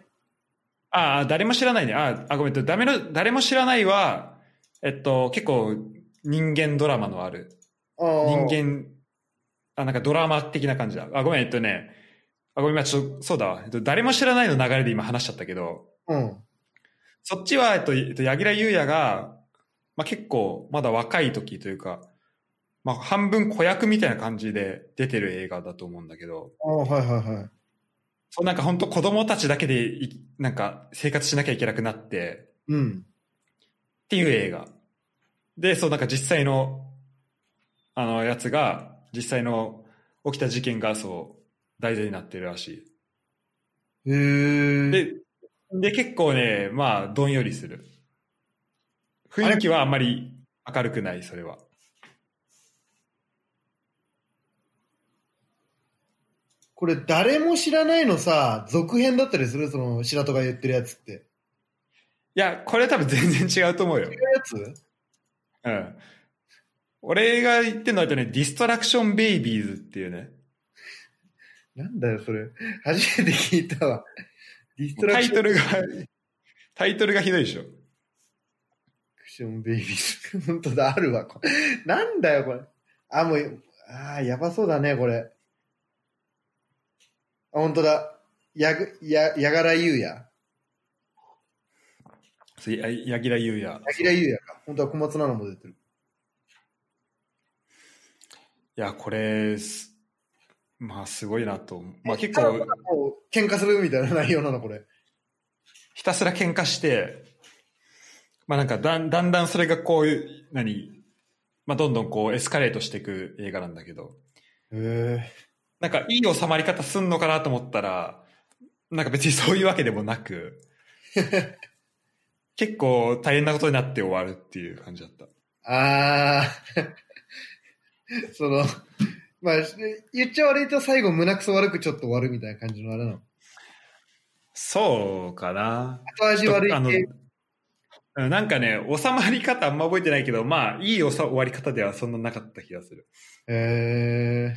Speaker 1: ああ、誰も知らないね。ああ、ごめん、ダメの、誰も知らないは、えっと、結構人間ドラマのある
Speaker 2: あー
Speaker 1: 人間、あ、なんかドラマ的な感じだ。あ、ごめん、えっとね、あ、ごめん、今ちょっと、そうだわ。えっと、誰も知らないの流れで今話しちゃったけど、
Speaker 2: うん。
Speaker 1: そっちは、えっと、えっと柳楽優弥が、まあ、結構、まだ若い時というか、まあ、半分子役みたいな感じで出てる映画だと思うんだけど、
Speaker 2: ああ、はいはいはい。
Speaker 1: そうなんか本当子供たちだけでい、なんか生活しなきゃいけなくなって、
Speaker 2: うん。
Speaker 1: っていう映画。で、そうなんか実際の、あの、やつが、実際の起きた事件が、そう、題材になってるらし
Speaker 2: へえ。
Speaker 1: い。で、で、結構ね、まあ、どんよりする。雰囲気はあんまり明るくない、それは。
Speaker 2: これ、誰も知らないのさ、続編だったりするその、白戸が言ってるやつって。
Speaker 1: いや、これは多分全然違うと思うよ
Speaker 2: 違。うやつ
Speaker 1: うん。俺が言ってんのは、えっとね、ディストラクションベイビーズっていうね、
Speaker 2: なんだよ、それ。初めて聞いたわ。ディストラ
Speaker 1: タ
Speaker 2: ク
Speaker 1: イ
Speaker 2: ショ
Speaker 1: トルが、タイトルがひどいでしょ。
Speaker 2: ンベイビーズ。 本当だ、あるわ。これなんだよ、これ。あ、もう、ああ、やばそうだね、これ。あ、本当だ。やぐ、や、やがらゆうや。
Speaker 1: そうや柳楽優弥。
Speaker 2: 柳楽優弥か。本当は小松菜奈も出てる。
Speaker 1: いや、これす、まあすごいなと思う。まあ結
Speaker 2: も
Speaker 1: 構、
Speaker 2: う喧嘩するみたいな内容なの、これ。
Speaker 1: ひたすら喧嘩して、まあなんかだんだんだんそれがこういう、何、まあどんどんこうエスカレートしていく映画なんだけど、
Speaker 2: へ
Speaker 1: なんかいい収まり方すんのかなと思ったら、なんか別にそういうわけでもな く、結構大変なことになって終わるっていう感じだった。
Speaker 2: え。あー。 その、まあ、言っちゃ悪いと最後胸くそ悪くちょっと終わるみたいな感じのあれなの。
Speaker 1: そうかな。
Speaker 2: 後味悪い
Speaker 1: あの
Speaker 2: 系。
Speaker 1: うんなんかね、収まり方あんま覚えてないけど、まあ、いい収終わり方ではそんななかった気がする。
Speaker 2: へえ。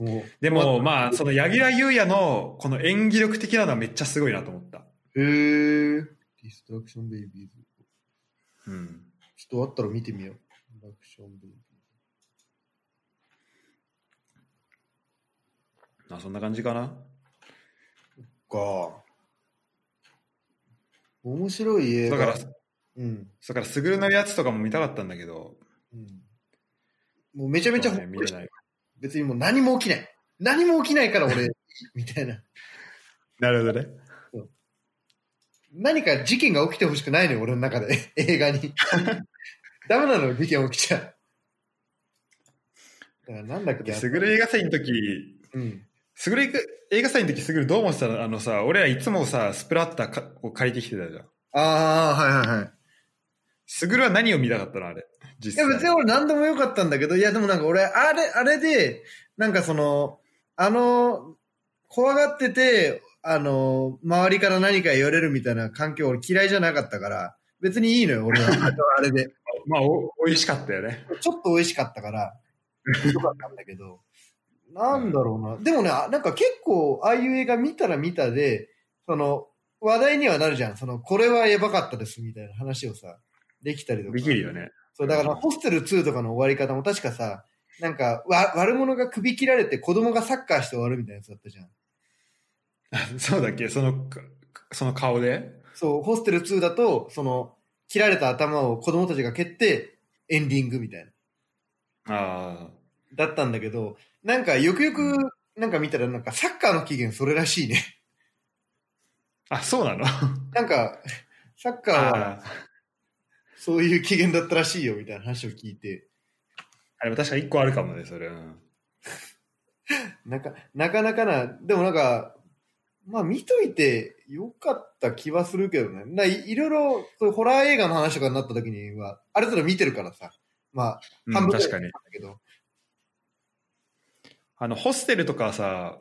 Speaker 2: もう。
Speaker 1: でも、まあ、その柳楽優弥のこの演技力的なのはめっちゃすごいなと思った。
Speaker 2: へえ。ディストラクションベイビーズ。
Speaker 1: うん。
Speaker 2: ちょっとあったら見てみよう。ディストラクションベイビーズ。
Speaker 1: まあ、そんな感じかな。
Speaker 2: か。面白い映
Speaker 1: だ
Speaker 2: 画。
Speaker 1: から、
Speaker 2: うん。
Speaker 1: だから、すぐるのやつとかも見たかったんだけど、
Speaker 2: うん。もうめちゃめちゃほっ
Speaker 1: ね、見
Speaker 2: こり
Speaker 1: れ
Speaker 2: した、
Speaker 1: ない。
Speaker 2: 別にもう何も起きない。何も起きないか ら俺、みたいな。
Speaker 1: なるほどね。
Speaker 2: 何か事件が起きてほしくないのよ、俺の中で。 映 画に。ダメなのよ、事件起きちゃう。だからなんだっけ、
Speaker 1: すぐる映画祭の時、
Speaker 2: うん。
Speaker 1: すぐる映画祭の時、すぐるどう思ってたのあのさ、俺らいつもさ、スプラッターかを借りてきてたじゃん。
Speaker 2: ああ、はいはいはい。
Speaker 1: すぐるは何を見たかったのあれ。
Speaker 2: い
Speaker 1: 実
Speaker 2: や、
Speaker 1: 際。
Speaker 2: 別に俺何でもよかったんだけど、いや、でもなんか俺、あれ、あれで、なんかその、あの、怖がってて、あの、周りから何か言われるみたいな環境俺嫌いじゃなかったから、別にいいのよ、俺は。 あれで。
Speaker 1: まあ、お美味しかったよね。
Speaker 2: ちょっと美味しかったから、よかったんだけど、なんだろうな。でもね、あなんか結構、ああいう映画見たら見たで、その、話題にはなるじゃん。その、これはやばかったです、みたいな話をさ、できたりとか。
Speaker 1: できるよね。
Speaker 2: そう、だから、ホステル2とかの終わり方も確かさ、なんか、わ、悪者が首切られて子供がサッカーして終わるみたいなやつだったじゃん。
Speaker 1: そうだっけその、かその顔で
Speaker 2: そう、ホステル2だと、その、切られた頭を子供たちが蹴って、エンディングみたいな。
Speaker 1: ああ。
Speaker 2: だったんだけど、なんか、よくよく、なんか見たら、なんか、サッカーの起源それらしいね。
Speaker 1: あ、そうなの
Speaker 2: なんか、サッカーは
Speaker 1: あー
Speaker 2: そういう起源だったらしいよ、みたいな話を聞いて。
Speaker 1: あれも確か一個あるかもね、それ。うん
Speaker 2: なかなかなかな、でもなんか、まあ見といてよかった気はするけどね。ないいろいろ、そういうホラー映画の話とかになった時には、あれぞれ見てるからさ。まあ、
Speaker 1: うん
Speaker 2: 半分ぐらい
Speaker 1: 確かに。
Speaker 2: だけど。
Speaker 1: あの、ホステルとかさ、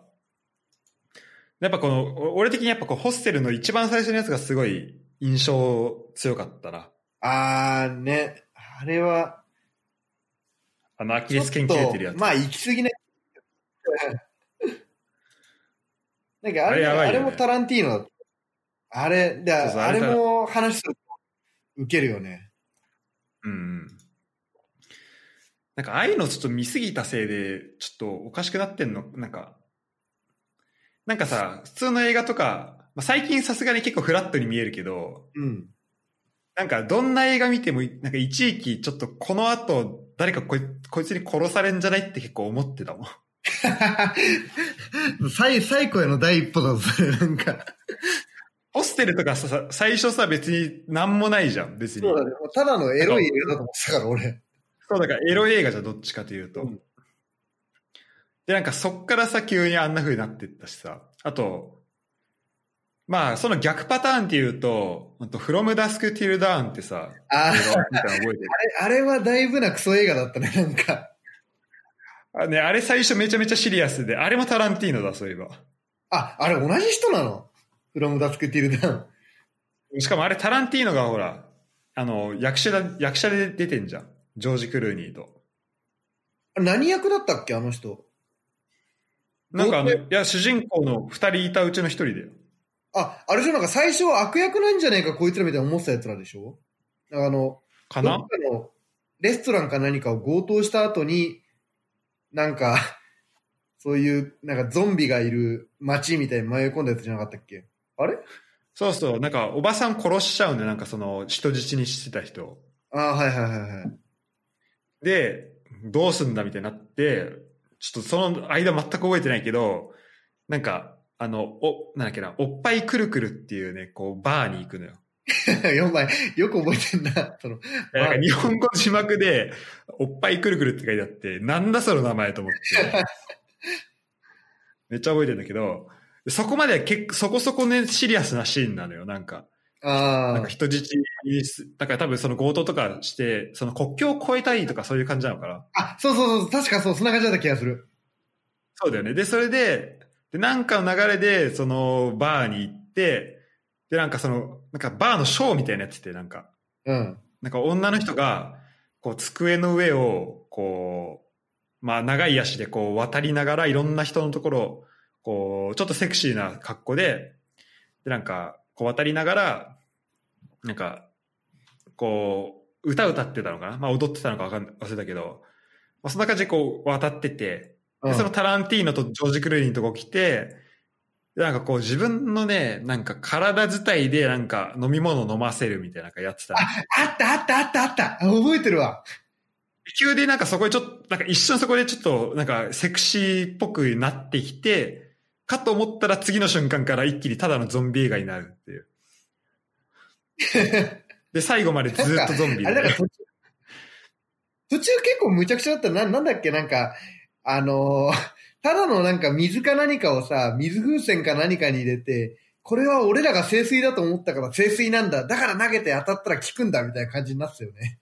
Speaker 1: やっぱこの、お俺的にやっぱこうホステルの一番最初のやつがすごい印象強かったな。
Speaker 2: あーね、あれは、
Speaker 1: あの、アキ
Speaker 2: ち
Speaker 1: レ
Speaker 2: ょっ
Speaker 1: ス腱切れてるや
Speaker 2: と、
Speaker 1: つ。
Speaker 2: まあ行き過ぎない。 なんかあ
Speaker 1: あれ
Speaker 2: れ
Speaker 1: やばいよね
Speaker 2: あれもタランティーノだった。あれ、で
Speaker 1: そうそう
Speaker 2: あ
Speaker 1: あれ
Speaker 2: れ
Speaker 1: タラ
Speaker 2: も話すると受けるよね。
Speaker 1: うんうん。なんか、ああいうのちょっと見すぎたせいで、ちょっとおかしくなってんの、なんか、なんかさ、普通の映画とか、まあ、最近さすがに結構フラットに見えるけど、
Speaker 2: うん。
Speaker 1: なんか、どんな映画見ても、なんか一時期、ちょっとこの後、誰かこいこいつに殺されんじゃないって結構思ってたもん。
Speaker 2: サイ 最高への第一歩だぞ、それ、なんか。
Speaker 1: ホステルとかさ、さ最初さ、別になんもないじゃん、別に。
Speaker 2: そうだね。もうただのエロい映画だと思ってたから、俺。
Speaker 1: そうだからエロ映画じゃんどっちかというと。
Speaker 2: うん
Speaker 1: で、なんかそっからさ、急にあんな風になってったしさ。あと、まあ、その逆パターンっていうと、あと、from dusk till dawn ってさ、
Speaker 2: あ
Speaker 1: 映
Speaker 2: ー
Speaker 1: 画みたいなの覚えてる。
Speaker 2: あれはだいぶなクソ映画だったね、なんか。
Speaker 1: あね、あれ最初めちゃめちゃシリアスで、あれもタランティーノだ、そういえば。
Speaker 2: あ、あれ同じ人なのフロムダスクティルダウン。
Speaker 1: しかもあれタランティーノがほら、あの、役者だ、役者で出てんじゃん。ジョージ・クルーニーと。
Speaker 2: あ何役だったっけ、あの人。
Speaker 1: なんかあの、
Speaker 2: ど
Speaker 1: いや、主人公の二人いたうちの一人だよ。
Speaker 2: あ、あれじゃなんか最初は悪役なんじゃねえか、こいつらみたいな思ってたやつらでしょなんかあの、
Speaker 1: か
Speaker 2: ど
Speaker 1: な
Speaker 2: っかのレストランか何かを強盗した後に、なんか、 そういう、なんかゾンビがいる街みたいに迷い込んだやつじゃなかったっけあれ
Speaker 1: そうそう、なんかおばさん殺しちゃうんで、なんかその人質にしてた人。
Speaker 2: ああ、はいはいはいはい。
Speaker 1: で、どうすんだみたいになって、ちょっとその間全く覚えてないけど、なんか、あの、お、なんだっけな、おっぱいくるくるっていうね、こう、バーに行くのよ。
Speaker 2: 4枚、よく覚えてんな。その
Speaker 1: えなんか日本語字幕で、おっぱいくるくるって書いてあって、なんだその名前と思って。めっちゃ覚えてるんだけど、そこまで結構そこそこね、シリアスなシーンなのよ、なんか。なん
Speaker 2: あ
Speaker 1: か人質にす、だから多分その強盗とかして、その国境を越えたいとかそういう感じなのかな。
Speaker 2: あ。あ、そうそうそう、確かそう、そんな感じだった気がする。
Speaker 1: そうだよね。で、それで、で、なんかの流れで、その、バーに行って、で、なんかその、なんかバーのショーみたいなやつって、なんか、
Speaker 2: うん。
Speaker 1: なんか女の人が、こう、机の上を、こう、まあ、長い足でこう、渡りながら、いろんな人のところを、こう、ちょっとセクシーな格好で、で、なんか、こう、渡りながら、なんか、こう、歌歌ってたのかなまあ、踊ってたのかわかん忘れたけど、まあ、そんな感じでこう、渡ってて、
Speaker 2: う
Speaker 1: で
Speaker 2: ん、
Speaker 1: そのタランティーノとジョージ・クルーニーのとこ来て、でなんかこう自分のね、なんか体伝いでなんか飲み物飲ませるみたいなのがやってたの。
Speaker 2: あったあったあったあった。あ覚えてるわ。
Speaker 1: 急でなんかそこでちょっと、なんか一瞬そこでちょっとなんかセクシーっぽくなってきて、かと思ったら次の瞬間から一気にただのゾンビ映画になるっていう。で、最後までずっとゾンビ
Speaker 2: あれだ
Speaker 1: で
Speaker 2: から途中、途中結構むちゃくちゃだったな。なんだっけ、なんか、あのー ただのなんか水か何かをさ、水風船か何かに入れて、これは俺らが清水だと思ったから清水なんだ。だから投げて当たったら効くんだみたいな感じになってたよね。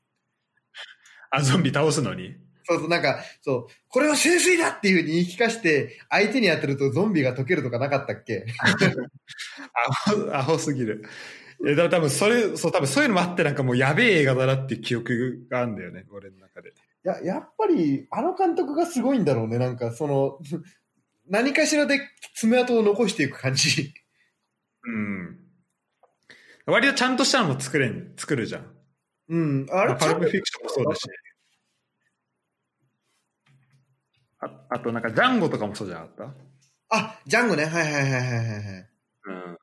Speaker 1: あ、ゾンビ倒すのに。
Speaker 2: そうそう、なんか、そう、これは清水だっていうふうに言い聞かして、相手に当てるとゾンビが溶けるとかなかったっけ
Speaker 1: アホ、アホすぎる。いやだから多分それ、そう、多分そういうのもあってなんかもうやべえ映画だなっていう記憶があるんだよね、俺の中で。
Speaker 2: や、やっぱり、あの監督がすごいんだろうね。なんか、その、 何かしらで爪痕を残していく感じ。
Speaker 1: うん。割とちゃんとしたのも作れん、作るじゃん。
Speaker 2: うん、あれ、
Speaker 1: パルプフィクションもそうだし。ああとなんかジャンゴとかもそうじゃなかっ
Speaker 2: あ、ジャンゴね。はいはいはいはいはいはい。
Speaker 1: たうん。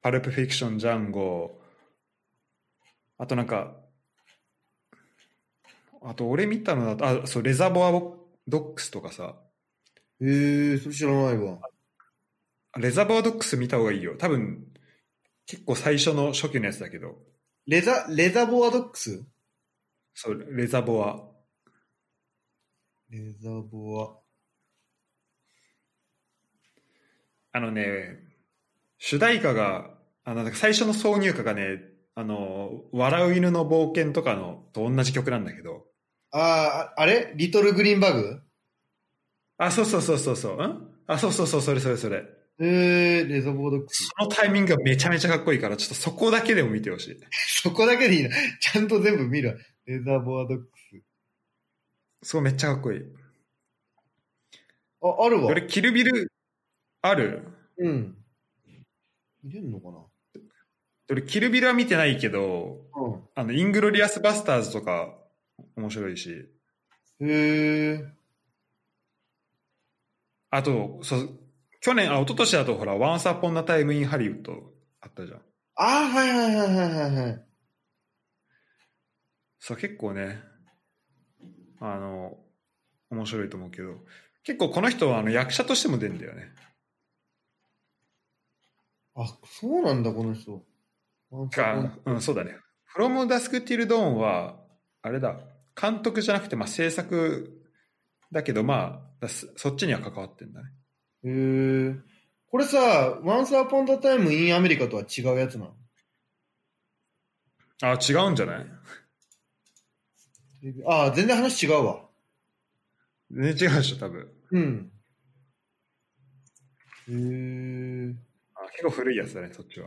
Speaker 1: パルプフィクション、ジャンゴ。あとなんか、あと俺見たのだと、あ、そう、レザボアドックスとかさ、
Speaker 2: えー、それ知らないわ。
Speaker 1: レザボアドックス見た方がいいよ。多分、結構最初の初期のやつだけど、
Speaker 2: レザ、レザボアドックス
Speaker 1: そう、レザボア。
Speaker 2: レザボア。
Speaker 1: あのね、主題歌が、あの、なんか最初の挿入歌がね、あの、笑う犬の冒険とかのと同じ曲なんだけど、
Speaker 2: あー、ああれリトルグリーンバグ
Speaker 1: あ、そうそうそうそうそう、んあ、そうそうそう、それそれそれ。
Speaker 2: えー、レザボアドックス。
Speaker 1: そのタイミングがめちゃめちゃかっこいいから、ちょっとそこだけでも見てほしい。
Speaker 2: そこだけでいいな。ちゃんと全部見るわ。レザボアドック
Speaker 1: そう、めっちゃかっこいい。
Speaker 2: ス。あ、あるわ。
Speaker 1: 俺、キルビル、ある
Speaker 2: うん。見れるのかな
Speaker 1: 俺、キルビルは見てないけど、
Speaker 2: う
Speaker 1: あの、イングロリアスバスターズとか、面白いし、
Speaker 2: ん。へー。
Speaker 1: あと、そう、去年、あ、一昨年だとほら、ワンサポンナタイムインハリウッドあったじゃん。
Speaker 2: あー、はいはいはいはいはいはい。
Speaker 1: そう結構ねあの面白いと思うけど結構この人はあの役者としても出るんだよね
Speaker 2: あ、そうなんだ、この人。なん
Speaker 1: か、うん、そうだね「From Dusk Till Dawn」はあれだ監督じゃなくて、まあ、制作だけどまあだそそっちには関わってんだね
Speaker 2: へー。これさ、Once Upon a Time in America とは違うやつなの
Speaker 1: あ違うんじゃない
Speaker 2: ああ、全然話違うわ。
Speaker 1: 全然違うでしょ多分
Speaker 2: うん。へえ。
Speaker 1: あ結構古いやつだねそっちは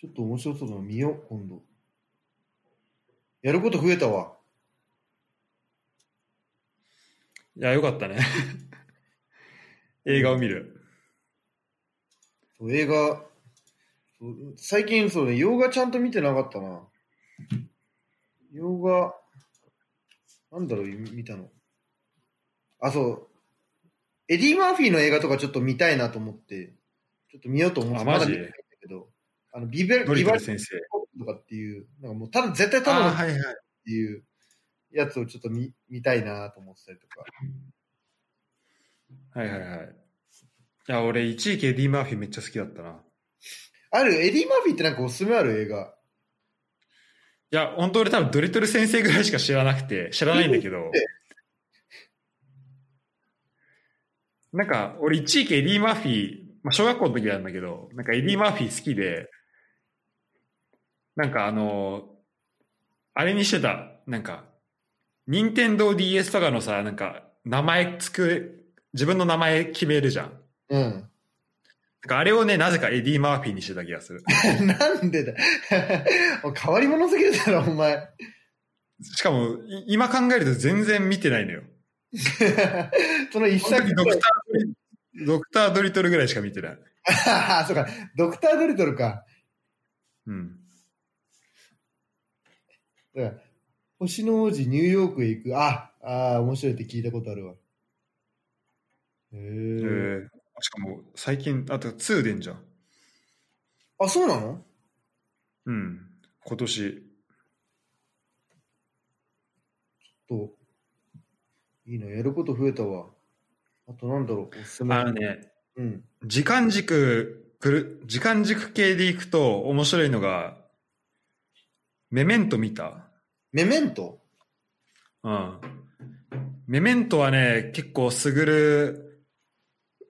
Speaker 2: ちょっと面白そうだな。見よう、今度。やること増えたわ。
Speaker 1: いやよかったね映画を見る
Speaker 2: そう映画、そう最近そうね、洋画ちゃんと見てなかったな。洋画、なんだろう、み見たの。あ、そう。エディ・マーフィーの映画とかちょっと見たいなと思って。ちょっと見ようと思って
Speaker 1: あ
Speaker 2: ま
Speaker 1: マ
Speaker 2: だ
Speaker 1: ジ
Speaker 2: 見てないんだけど、あの、ビベ
Speaker 1: ド
Speaker 2: ビ
Speaker 1: リ
Speaker 2: バ
Speaker 1: ト
Speaker 2: リ
Speaker 1: ル
Speaker 2: ー
Speaker 1: 先生。
Speaker 2: とかっていう、なんかもう、ただ、絶対ただ
Speaker 1: あ
Speaker 2: の
Speaker 1: あ、はいはい。
Speaker 2: っていうやつをちょっと見見たいなと思ってたりとか。
Speaker 1: はいはいはい。いや、俺、一位エディ・マーフィーめっちゃ好きだったな。い
Speaker 2: ある、エディ・マーフィーってなんかおすすめある映画。
Speaker 1: や、本当俺多分ドリトル先生ぐらいしか知らなくて、知らないんだけど。なんか、俺一位エディ・マーフィー、まあ、小学校の時なんだけど、なんかエディ・マーフィー好きで、なんかあのあれにしてた、なんか、任天堂 d s とかのさ、なんか、名前つく、自分の名前決めるじゃん。
Speaker 2: うん。
Speaker 1: なんかあれをね、なぜかエディ・マーフィーにしてた気がする。
Speaker 2: なんでだお変わり者すぎるだろ、お前。
Speaker 1: しかも、い今考えると全然見てないのよ。
Speaker 2: その一
Speaker 1: その
Speaker 2: 作
Speaker 1: 時ドクター、ドクタードリトルぐらいしか見てない。
Speaker 2: ああ、そうか。ドクター・ドリトルか。
Speaker 1: うん。
Speaker 2: だから星の王子、ニューヨークへ行く。あ、あー面白いって聞いたことあるわ。へ
Speaker 1: え
Speaker 2: え。
Speaker 1: ー、しかも、最近、あと2でんじゃん。
Speaker 2: あ、そうなの
Speaker 1: うん。今年。
Speaker 2: と。いいな、やること増えたわ。あとなんだろう、おすすめ。
Speaker 1: あのね、
Speaker 2: うん。
Speaker 1: 時間軸、くる、時間軸系でいくと面白いのが、メメント見た
Speaker 2: メメント
Speaker 1: うん。メメントはね、結構すぐる、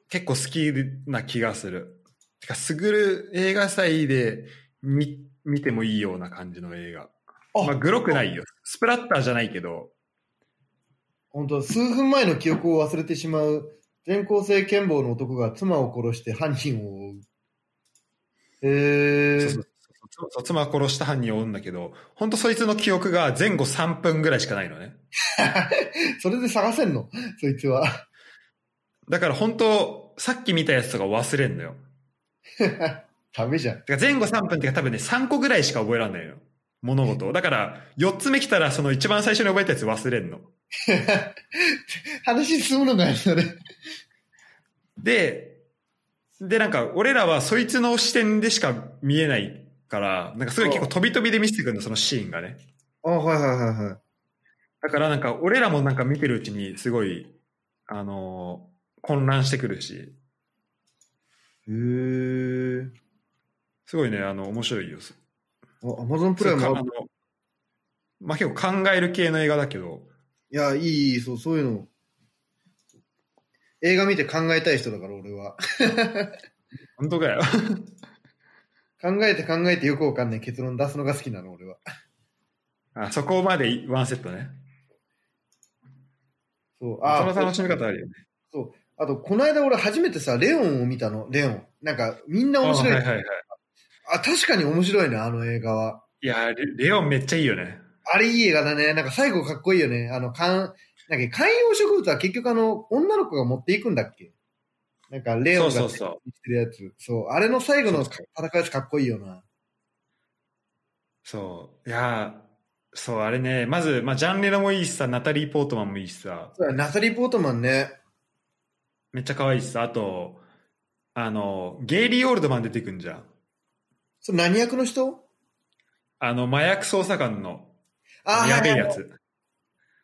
Speaker 1: 結構好きな気がする。てか、すぐる映画祭で見見てもいいような感じの映画。
Speaker 2: あ
Speaker 1: まあ、グロくないよ。スプラッターじゃないけど、
Speaker 2: 本当だ数分前の記憶を忘れてしまう全校生剣謀の男が妻を殺して犯人を追う。へえ
Speaker 1: そうそうそうそう妻を殺した犯人を追うんだけど、本当そいつの記憶が前後3分ぐらいしかないのね。
Speaker 2: それで探せんの そいつは。
Speaker 1: だから本当、さっき見たやつとか忘れんのよ。
Speaker 2: ダメじゃん。
Speaker 1: てか前後3分っていうか多分ね、3個ぐらいしか覚えらんないのよ。物事を。だから、4つ目来たらその一番最初に覚えたやつ忘れんの。
Speaker 2: 話進むのかよ、それ。
Speaker 1: で、で、なんか、俺らはそいつの視点でしか見えないから、なんかすごい結構飛び飛びで見せてくるの、そのシーンがね。
Speaker 2: あ、はいはいはいはい。
Speaker 1: だからなんか、俺らもなんか見てるうちに、すごい、あのー混乱してくるし、
Speaker 2: へー
Speaker 1: すごいね、あの、面白いよ。
Speaker 2: あ、アマゾンプライム
Speaker 1: そうか
Speaker 2: あ
Speaker 1: あ
Speaker 2: る
Speaker 1: のまあ、結構考える系の映画だけど、
Speaker 2: いや、いい、いい、そう、そういうの。映画見て考えたい人だから、俺は。
Speaker 1: 本当かよ。
Speaker 2: 考えて考えてよくわかんない結論出すのが好きなの、俺は。
Speaker 1: あ、そこまでワンセットね。
Speaker 2: そう、
Speaker 1: そ
Speaker 2: あ
Speaker 1: の楽しみ方あるよね。
Speaker 2: あと、この間俺初めてさ、レオンを見たの、レオン。なんか、みんな面白い。あ,、
Speaker 1: あはいはいはい。
Speaker 2: 確かに面白いね、あの映画は。
Speaker 1: いやーレ、レオンめっちゃいいよね。
Speaker 2: あれいい映画だね。なんか最後かっこいいよね。あの、かん、なんか観葉植物は結局あの、女の子が持っていくんだっけなんか、レオ
Speaker 1: そ
Speaker 2: ン
Speaker 1: う
Speaker 2: が
Speaker 1: そう
Speaker 2: 持って
Speaker 1: そう。
Speaker 2: るやつ。そうあれの最後の
Speaker 1: そう
Speaker 2: 戦いやつかっこいいよな。
Speaker 1: そう。いやーそう、あれね、まず、まあ、ジャンレノもいいしさ、ナタリー・ポートマンもいいしさ、
Speaker 2: そうだナサリーポートマンね。
Speaker 1: めっちゃ可愛いしさ、あと、あの、ゲイリー・オールドマン出てくんじゃん。
Speaker 2: それ何役の人
Speaker 1: あの、麻薬捜査官の、
Speaker 2: ああ、
Speaker 1: やべえや
Speaker 2: はいはい
Speaker 1: つ。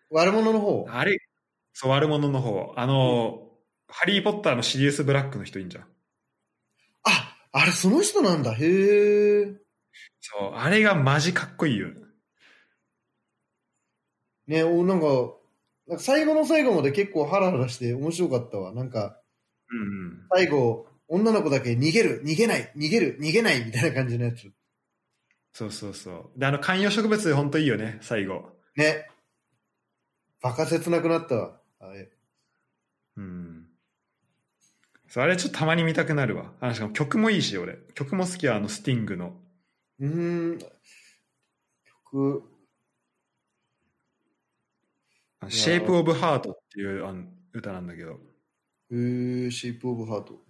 Speaker 2: 悪者の方。
Speaker 1: あれ、そう、悪者の方。あの、ハリー・ポッターのシリウス・ブラックの人いいんじゃん。
Speaker 2: あ、あれその人なんだ。へえ。
Speaker 1: そう、あれがマジかっこいいよ。
Speaker 2: ね、おなんか、なんか最後の最後まで結構ハラハラして面白かったわ。なんか、
Speaker 1: うんうん。
Speaker 2: 最後、女の子だけ逃げる、逃げない、逃げる、逃げないみたいな感じのやつ。
Speaker 1: そうそうそう。で、あの、観葉植物、ほんといいよね、最後。
Speaker 2: ね。バカ切なくなったわ。あれ
Speaker 1: うん。そう、あれちょっとたまに見たくなるわ。あの、しかも曲もいいし、俺。曲も好きや、あの、スティングの。
Speaker 2: うーん。曲、
Speaker 1: あの
Speaker 2: いやー
Speaker 1: シェイプオブハートっていうあの歌なんだけど、
Speaker 2: えー、シェイプオブハート。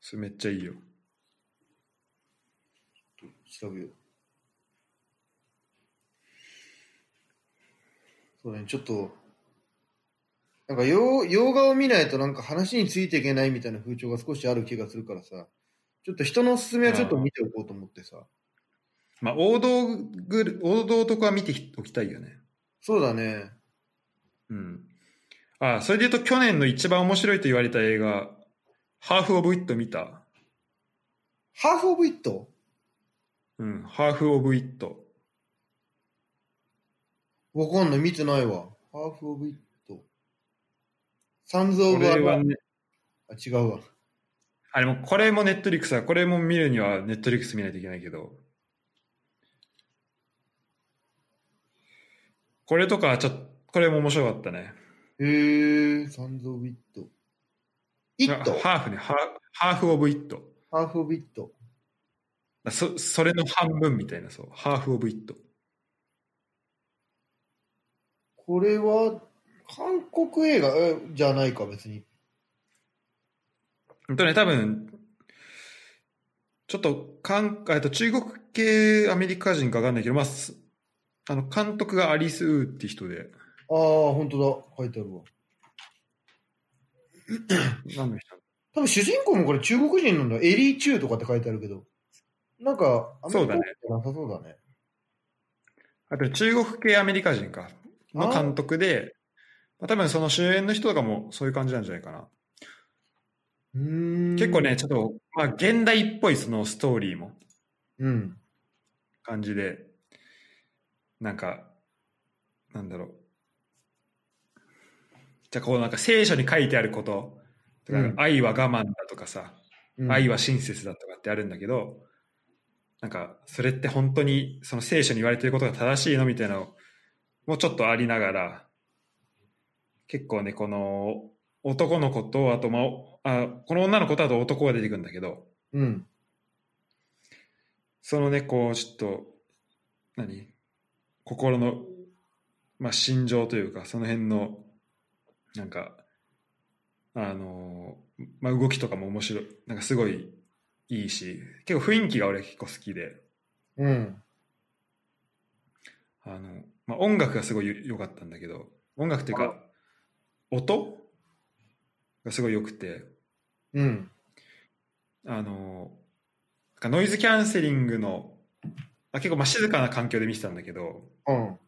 Speaker 1: それめっちゃいいよ。
Speaker 2: 調べよう。そうね、ちょっと、なんか洋洋画を見ないとなんか話についていけないみたいな風潮が少しある気がするからさ、ちょっと人のおすすめはちょっと見ておこうと思ってさ。
Speaker 1: まあ、王道ぐる、王道とかは見ておきたいよね。
Speaker 2: そうだね。
Speaker 1: うん。あそれで言うと去年の一番面白いと言われた映画、ハーフ・オブ・イット見た。
Speaker 2: ハーフオブイット
Speaker 1: うん、ハーフ・オブ・イット。
Speaker 2: わかんない、見てないわ。ハーフオブイット。サンズオ
Speaker 1: こ
Speaker 2: ブア
Speaker 1: れ
Speaker 2: ラ
Speaker 1: は
Speaker 2: あ、
Speaker 1: ね、
Speaker 2: 違うわ。
Speaker 1: あれも、これもネットリックスだ。これも見るにはネットリックス見ないといけないけど。これとかはちょっと、これも面白かったね。
Speaker 2: へー、サンズオブイット。イット
Speaker 1: あハーフね、ハーハーフ・オブ・イット。
Speaker 2: ハーフオブイット。
Speaker 1: そそれの半分みたいな、そう。ハーフ・オブ・イット。
Speaker 2: これは、韓国映画えじゃないか、別に。
Speaker 1: うんとね、多分、ちょっと、韓、えっと、中国系アメリカ人かわかんないけど、まあ、すあの、監督がアリス・ウーって人で、
Speaker 2: ああ、本当だ。書いてあるわ。
Speaker 1: 何の人
Speaker 2: 多分主人公もこれ中国人なんだ。エリー・チューとかって書いてあるけど。なんか、あんま
Speaker 1: そ
Speaker 2: り
Speaker 1: うだね
Speaker 2: なさそうだね。
Speaker 1: あと、中国系アメリカ人か、の監督で、まあ、多分その主演の人とかもそういう感じなんじゃないかな。
Speaker 2: うーん。
Speaker 1: 結構ね、。ちょっと、まあ、現代っぽいそのストーリーも
Speaker 2: うん。
Speaker 1: 感じで、なんか、なんだろう。じゃあ、こうなんか聖書に書いてあること、とか
Speaker 2: うん
Speaker 1: 愛は我慢だとかさ、
Speaker 2: うん
Speaker 1: 愛は親切だとかってあるんだけど、なんかそれって本当にその聖書に言われてることが正しいのみたいなのもちょっとありながら結構ねこの男の子とあと、まあ、あこの女の子とあと男が出てくるんだけど
Speaker 2: うん。
Speaker 1: そのねこうちょっと何心の、まあ、心情というかその辺のなんかあの、まあ、動きとかも面白いなんかすごいいいし結構雰囲気が俺結構好きで
Speaker 2: うん。
Speaker 1: あの、まあ、音楽がすごい良かったんだけど音楽っていうか音がすごい良くて
Speaker 2: うん。
Speaker 1: あのなんかノイズキャンセリングの、まあ、結構まあ静かな環境で見てたんだけど
Speaker 2: うん。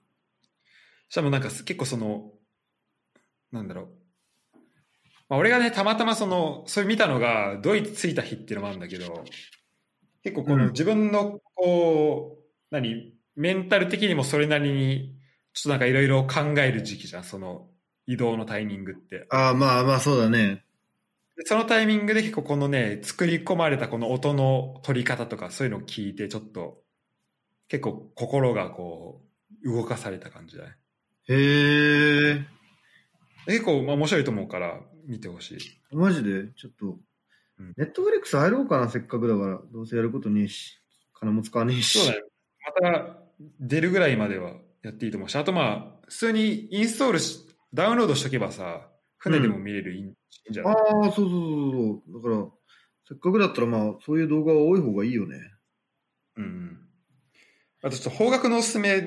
Speaker 1: しかもなんかす結構そのなんだろう、まあ、俺がねたまたまそのそれ見たのがドイツ着いた日っていうのもあるんだけど結構こ
Speaker 2: うん
Speaker 1: の自分のこう、何メンタル的にもそれなりにちょっとなんかいろいろ考える時期じゃんその移動のタイミングって
Speaker 2: ああ、まあまあ、そうだね。
Speaker 1: でそのタイミングで結構このね作り込まれたこの音の取り方とかそういうのを聞いてちょっと結構心がこう動かされた感じだね
Speaker 2: へえ。
Speaker 1: 結構まあ面白いと思うから見てほしい
Speaker 2: マジでちょっと
Speaker 1: うん、
Speaker 2: ネットフリックス入ろうかな、せっかくだから。どうせやることねえし、金も使わねえし。
Speaker 1: そうだよ。また出るぐらいまではやっていいと思うし、あとまあ、普通にインストールし、ダウンロードしとけばさ、船でも見れるいいんじゃない、
Speaker 2: ああ、そうそうそうそう。だから、せっかくだったら、まあ、そういう動画は多い方がいいよね。
Speaker 1: うん、あとちょっと方角のおすすめ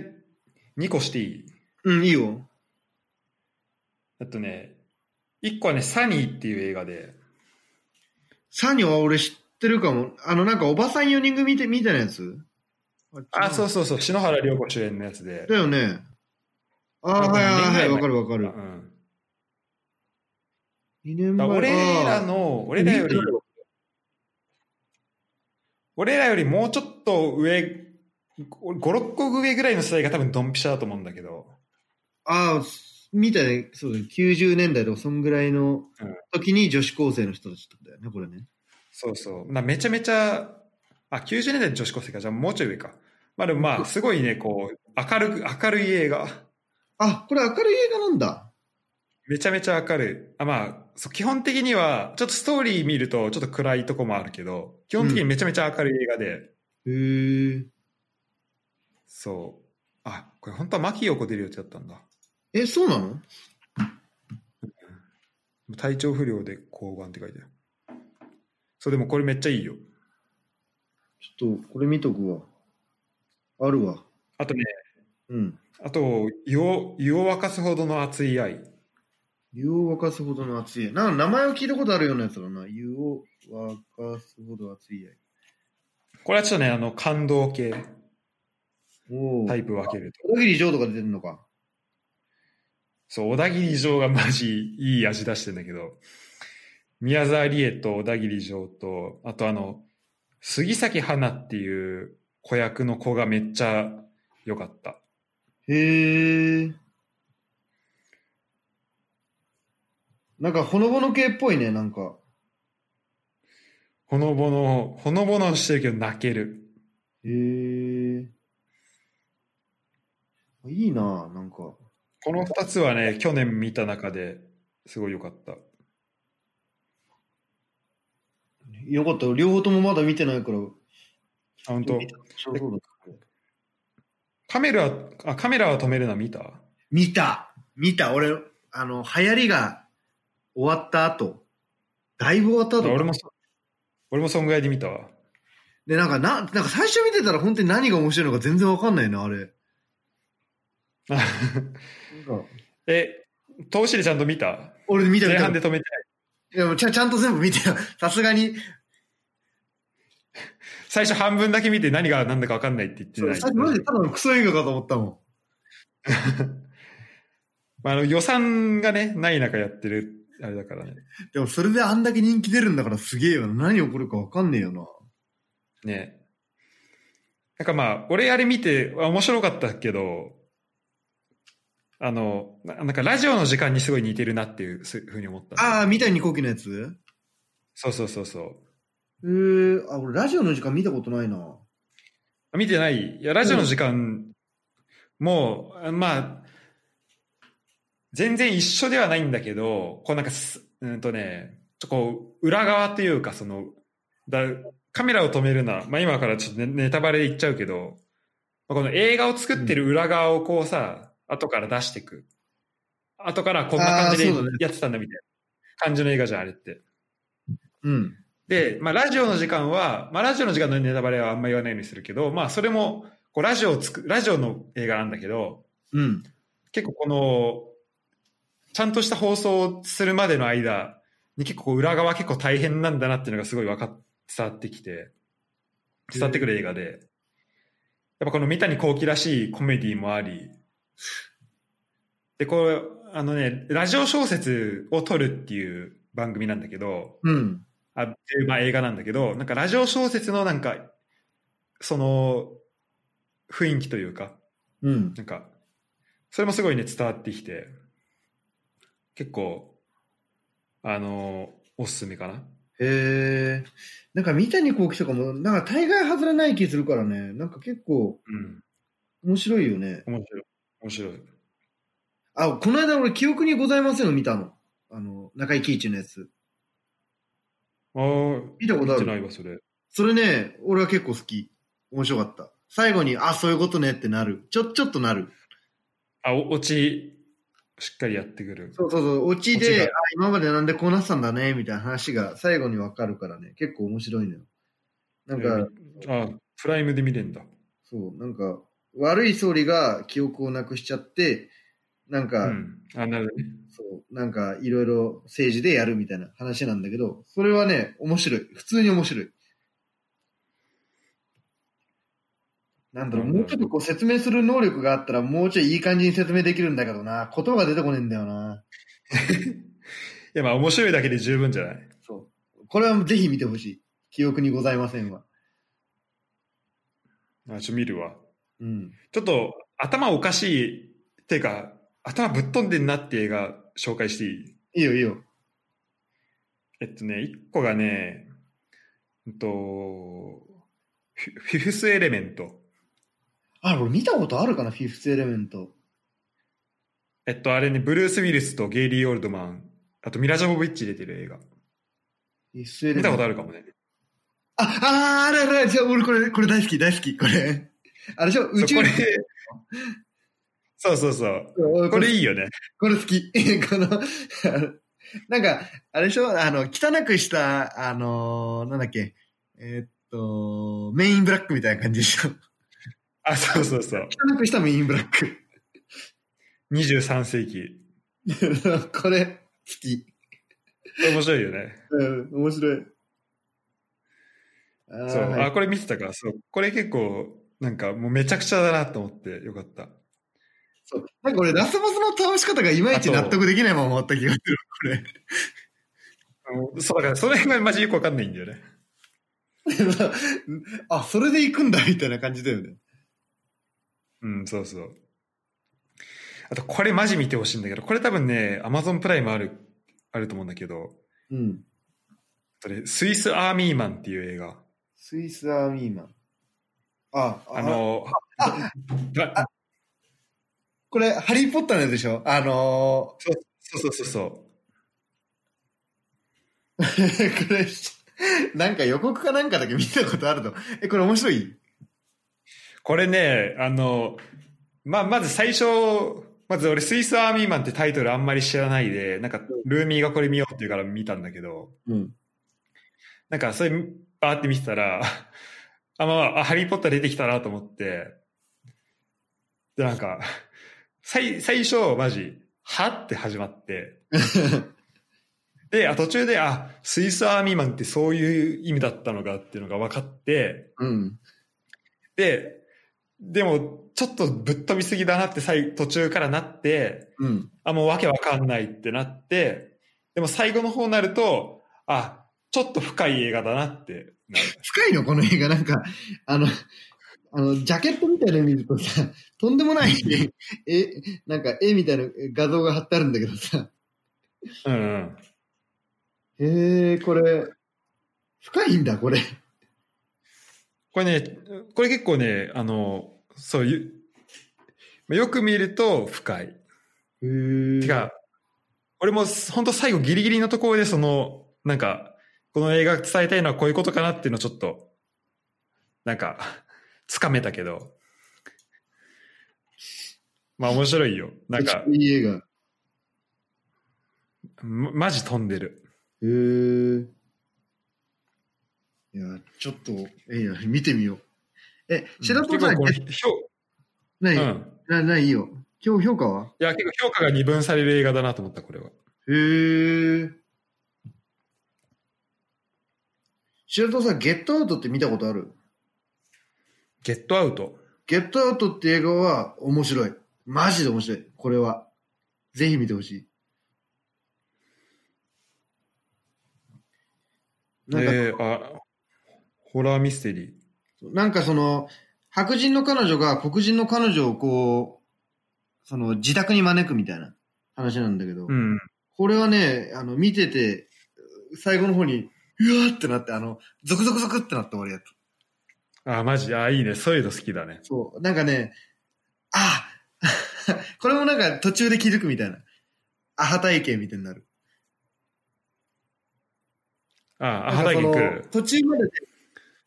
Speaker 1: 2個していい
Speaker 2: うん、いいよ。
Speaker 1: あとね、1個はね、サニーっていう映画で、
Speaker 2: サニーは俺知ってるかも。あの、なんか、おばさん4人組てみたいなやつ
Speaker 1: あ、そう
Speaker 2: う。
Speaker 1: そうそう、篠原涼子主演のやつで、
Speaker 2: だよね。ああ、
Speaker 1: あ
Speaker 2: はいはいはい、
Speaker 1: 二年
Speaker 2: わか
Speaker 1: 前
Speaker 2: るわか
Speaker 1: う
Speaker 2: る。
Speaker 1: ん、
Speaker 2: 2年
Speaker 1: だ
Speaker 2: 前
Speaker 1: から俺らの、俺らより、俺らよりもうちょっと上、5、6個上ぐらいの世代が多分ドンピシャだと思うんだけど、
Speaker 2: ああ、みたいね。そうだね。90年代とか、そんぐらい
Speaker 1: う
Speaker 2: の
Speaker 1: ん
Speaker 2: 時に女子高生の人たちってことだよね、これね。
Speaker 1: そうそう。なめちゃめちゃ、あ、90年代の女子高生か、じゃあもうちょい上か。まあでもまあ、すごいね、こう、明るく、明るい映画。
Speaker 2: あ、これ明るい映画なんだ。
Speaker 1: めちゃめちゃ明るい。あまあ、そう基本的には、ちょっとストーリー見るとちょっと暗いとこもあるけど、基本的にめちゃめちゃ明るい映画で、
Speaker 2: へえ。
Speaker 1: そう。あ、これ本当は牧陽子出る予定だったんだ。
Speaker 2: え、そうなの
Speaker 1: 体調不良で抗がんって書いてある。そう、でもこれめっちゃいいよ。
Speaker 2: ちょっと、これ見とくわ。あるわ。
Speaker 1: あとね、
Speaker 2: うん。
Speaker 1: あと、湯を、湯を沸かすほどの熱い愛。
Speaker 2: 湯を沸かすほどの熱い。なんか名前を聞いたことあるようなやつだな。湯を沸かすほど熱い愛。
Speaker 1: これはちょっとね、あの、感動系
Speaker 2: おお。
Speaker 1: タイプ分けると。
Speaker 2: 小田切城とか出てるのか。
Speaker 1: そう、小田切城がマジいい味出してんだけど、宮沢りえと小田切城と、あとあの、杉咲花っていう子役の子がめっちゃ良かった。
Speaker 2: へえ。なんかほのぼの系っぽいね、なんか。
Speaker 1: ほのぼの、ほのぼのしてるけど泣ける。
Speaker 2: へえ。いいな、なんか。
Speaker 1: この二つはね、去年見た中ですごい良かった。
Speaker 2: よかった。両方ともまだ見てないから。
Speaker 1: あ、本当
Speaker 2: 見たそうそうだ
Speaker 1: カメラ、あ、カメラは止めるの見た
Speaker 2: 見た見た俺、あの、流行りが終わった後、だいぶ終わった後。
Speaker 1: 俺もそ、俺もそんぐらいで見たわ。
Speaker 2: で、なんか、な、なんか最初見てたら本当に何が面白いのか全然わかんないな、あれ。なんか、
Speaker 1: え、投資でちゃんと見た
Speaker 2: 俺見た見
Speaker 1: 前
Speaker 2: た。
Speaker 1: 半
Speaker 2: い
Speaker 1: で止めてない。
Speaker 2: やもうちゃちゃんと全部見て よ。さすがに。
Speaker 1: 最初半分だけ見て何が何だか分かんないって言ってない。
Speaker 2: 最初マジでただのクソ映画かと思ったもん。
Speaker 1: まあ、あの予算がね、ない中やってる、あれだからね。
Speaker 2: でもそれであんだけ人気出るんだからすげえよな。何起こるかわかんねえよな。
Speaker 1: ね。なんかまあ、俺あれ見て、あ面白かったけど、あの、ななんかラジオの時間にすごい似てるなっていうすふうに思った。
Speaker 2: ああ、三谷幸喜のやつ
Speaker 1: そうそうそうそう。
Speaker 2: えー、あ、俺ラジオの時間見たことないな。
Speaker 1: あ見てないいや、ラジオの時間、もう、あまあ、全然一緒ではないんだけど、こうなんかす、うんとね、ちょこう、裏側というか、その、だカメラを止めるな、まあ今からちょっとネネタバレ言っちゃうけど、まあこの映画を作ってる裏側をこうさ、後から出してく。後からこんな感じで
Speaker 2: あーそうだね
Speaker 1: やってたんだみたいな感じの映画じゃん、あれって。
Speaker 2: うん。
Speaker 1: で、まあ、ラジオの時間は、まあ、ラジオの時間のネタバレはあんま言わないようにするけど、まあ、それも、こう、ラジオをつく、ラジオの映画なんだけど、
Speaker 2: うん。
Speaker 1: 結構この、ちゃんとした放送をするまでの間に結構こう裏側結構大変なんだなっていうのがすごい分かっ伝わってきて、伝わってくる映画で、やっぱこの三谷幸喜らしいコメディもあり、で、こう、あのね、ラジオ小説を撮るっていう番組なんだけど、
Speaker 2: うん。
Speaker 1: あっていうまあ映画なんだけどなんかラジオ小説のなんかその雰囲気というか
Speaker 2: うん。
Speaker 1: なんかそれもすごいね伝わってきて結構あのおすすめかな
Speaker 2: へえ。なんか三谷幸喜とかも、なんか大概外れない気するからね。なんか結構
Speaker 1: うん
Speaker 2: 面白いよね。
Speaker 1: 面白い面白い
Speaker 2: あ、この間俺記憶にございませんの見たの。あの、中井貴一のやつ。
Speaker 1: あー
Speaker 2: 見たことあ
Speaker 1: 見
Speaker 2: る
Speaker 1: てないわそれ
Speaker 2: それね、俺は結構好き。面白かった。最後に、あ、そういうことねってなる。ちょ、ちょっとなる。
Speaker 1: あお落ちしっかりやってくる
Speaker 2: そうそうそう。オチ
Speaker 1: オチが
Speaker 2: で、あ、今までなんでこうなってたんだね、みたいな話が最後にわかるからね。結構面白いのよ。なんか、
Speaker 1: えーあプライムで見れんだ
Speaker 2: そう、なんか、悪い総理が記憶をなくしちゃって、なん
Speaker 1: う
Speaker 2: か、
Speaker 1: んあなるほどね
Speaker 2: そう、なんかいろいろ政治でやるみたいな話なんだけど、それはね、面白い。普通に面白い。なんだろう、
Speaker 1: うん
Speaker 2: もうちょっとこう説明する能力があったら、もうちょいいい感じに説明できるんだけどな、言葉が出てこねえんだよな。
Speaker 1: いやまあ面白いだけで十分じゃない
Speaker 2: そう。これはぜひ見てほしい。記憶にございませんわ。
Speaker 1: あちょ見るわ
Speaker 2: うん。
Speaker 1: ちょっと頭おかしいっていうか頭ぶっ飛んでんなって映画紹介していい
Speaker 2: いいよいいよ。
Speaker 1: えっとね1個がねうんとフィフィフスエレメント
Speaker 2: あ、これ見たことあるかな、フィフスエレメント。
Speaker 1: えっとあれねブルース・ウィルスとゲイリー・オールドマンあとミラ・ジョボビッチ出てる映画
Speaker 2: フィフスエレ
Speaker 1: 見
Speaker 2: メン
Speaker 1: た
Speaker 2: ト。
Speaker 1: ことあるかもね
Speaker 2: あ、あーあるあるある。じゃあ俺これ、これ大好き、大好き、これ。あれでしょ宇宙
Speaker 1: そうこれそうそうそう
Speaker 2: 俺
Speaker 1: これいいよね
Speaker 2: これ好き。この、 なんか、あれでしょあの、汚くした、あのーなんだっけ、えーっと、メインブラックみたいな感じでしょ
Speaker 1: あそうそうそう
Speaker 2: 汚くしたメインブラッ
Speaker 1: 23世紀
Speaker 2: ク。 これ、好き。
Speaker 1: 面白いよね
Speaker 2: うん、面白い。あ
Speaker 1: そう、
Speaker 2: はい
Speaker 1: あ、これ見てたから、そう、これ結構、なんかもうめちゃくちゃだなと思ってよかった。
Speaker 3: そうなんか俺、ラスボスの倒し方がいまいち納得できないまま終わった 気がする、これ。
Speaker 1: そう、だからそれがマジよくわかんないんだよね。
Speaker 3: あ、それで行くんだ、みたいな感じだよね。
Speaker 1: うん、そうそう。あと、これマジ見てほしいんだけど、これ多分ね、Amazon プライムある、あると思うんだけど、
Speaker 2: うん。
Speaker 1: それ、スイスアーミーマンっていう映画。
Speaker 2: スイスアーミーマン。あ、あ
Speaker 1: あの、だ
Speaker 3: これ、ハリー・ポッターのやつでしょあの
Speaker 1: そうそうそうそ。
Speaker 3: ー、 これ、なんか予告かなんかだけ見たことあるの。え、これ面白いう
Speaker 1: これね、あの、まあ、まず最初、まず俺、スイスアーミーマンってタイトルあんまり知らないで、なんか、ルーミーがこれ見ようっていうから見たんだけど、
Speaker 2: うん。
Speaker 1: なんか、それ、バーって見てたら、 あ、まあまあ、あハリー・ポッター出てきたなと思って、で、なんか、最、最初、マジ、はって始まって、で、あ途中で、あ、スイスアーミーマンってそういう意味だったのかっていうのが分かって、
Speaker 3: うん。
Speaker 1: で、でも、ちょっとぶっ飛びすぎだなって最、途中からなって、
Speaker 3: うん。
Speaker 1: あ、もうわけわかんないってなって、でも最後の方になると、あ、ちょっと深い映画だなってなる。
Speaker 3: 深いのこの映画。なんか、あの、あの、ジャケットみたいなの見るとさ、とんでもない、え、なんか絵みたいな画像が貼ってあるんだけどさ。
Speaker 1: うんうん。
Speaker 3: へえ、これ、深いんだ、これ。
Speaker 1: これね、これ結構ね、あの、そういう、まあよく見ると深い。
Speaker 2: へ
Speaker 1: てか、俺も本当最後ギリギリのところでその、なんか、この映画伝えたいのはこういうことかなっていうのをちょっと、なんか、つかめたけど。まあ面白いよ。なんか、
Speaker 3: いい映画。へ
Speaker 1: まマジ飛んでる。
Speaker 3: え。いや、ちょっと、えいや、見てみよう。え、白
Speaker 1: 結
Speaker 3: 鳥
Speaker 1: 構
Speaker 3: さん、
Speaker 1: これ、評
Speaker 3: な
Speaker 1: う
Speaker 3: い、
Speaker 1: ん。
Speaker 3: なないよ。今日評価はい
Speaker 1: や、結構評価が二分される映画だなと思った、これは。
Speaker 3: へえ。
Speaker 2: 白戸さん、ゲットアウトって見たことある
Speaker 1: ゲットアウト。
Speaker 2: ゲットアウトって映画は面白い。マジで面白い。これは。
Speaker 3: ぜひ見てほしい。
Speaker 2: なんか、
Speaker 1: えーあ、ホラーミステリー。
Speaker 2: なんかその、白人の彼女が黒人の彼女をこう、その自宅に招くみたいな話なんだけど、
Speaker 1: うん。
Speaker 2: これはね、あの、見てて、最後の方に、うわーってなって、あの、ゾクゾクゾクってなって終わるやつ。
Speaker 1: あ、マジ、あ、いいね。そういうの好きだね。
Speaker 2: そう。なんかね、あ これもなんか途中で気づくみたいな。アハ体験みたいになる。
Speaker 1: あ、あ、
Speaker 2: なんか
Speaker 1: 肌
Speaker 2: そ
Speaker 1: に
Speaker 2: の
Speaker 1: 来る。
Speaker 2: 途中までで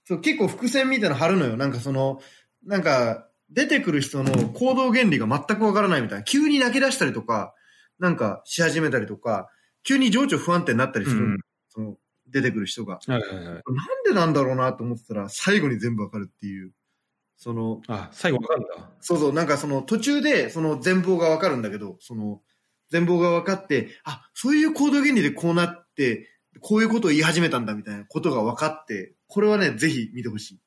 Speaker 2: そう、結構伏線みたいなの貼るのよ。なんかその、なんか、出てくる人の行動原理が全くわからないみたいな。急に泣き出したりとか、なんかし始めたりとか、急に情緒不安定になったりする。
Speaker 1: うん
Speaker 2: その、出てくる人が。
Speaker 1: はいはいはい。
Speaker 2: なんでなんだろうなと思ってたら、最後に全部わかるっていう。その、
Speaker 1: あ、最後わかるんだ。
Speaker 2: そうそう、なんかその途中でその全貌がわかるんだけど、その全貌が分かって、あ、そういう行動原理でこうなって、こういうことを言い始めたんだみたいなことが分かって、これはね、ぜひ見てほしい。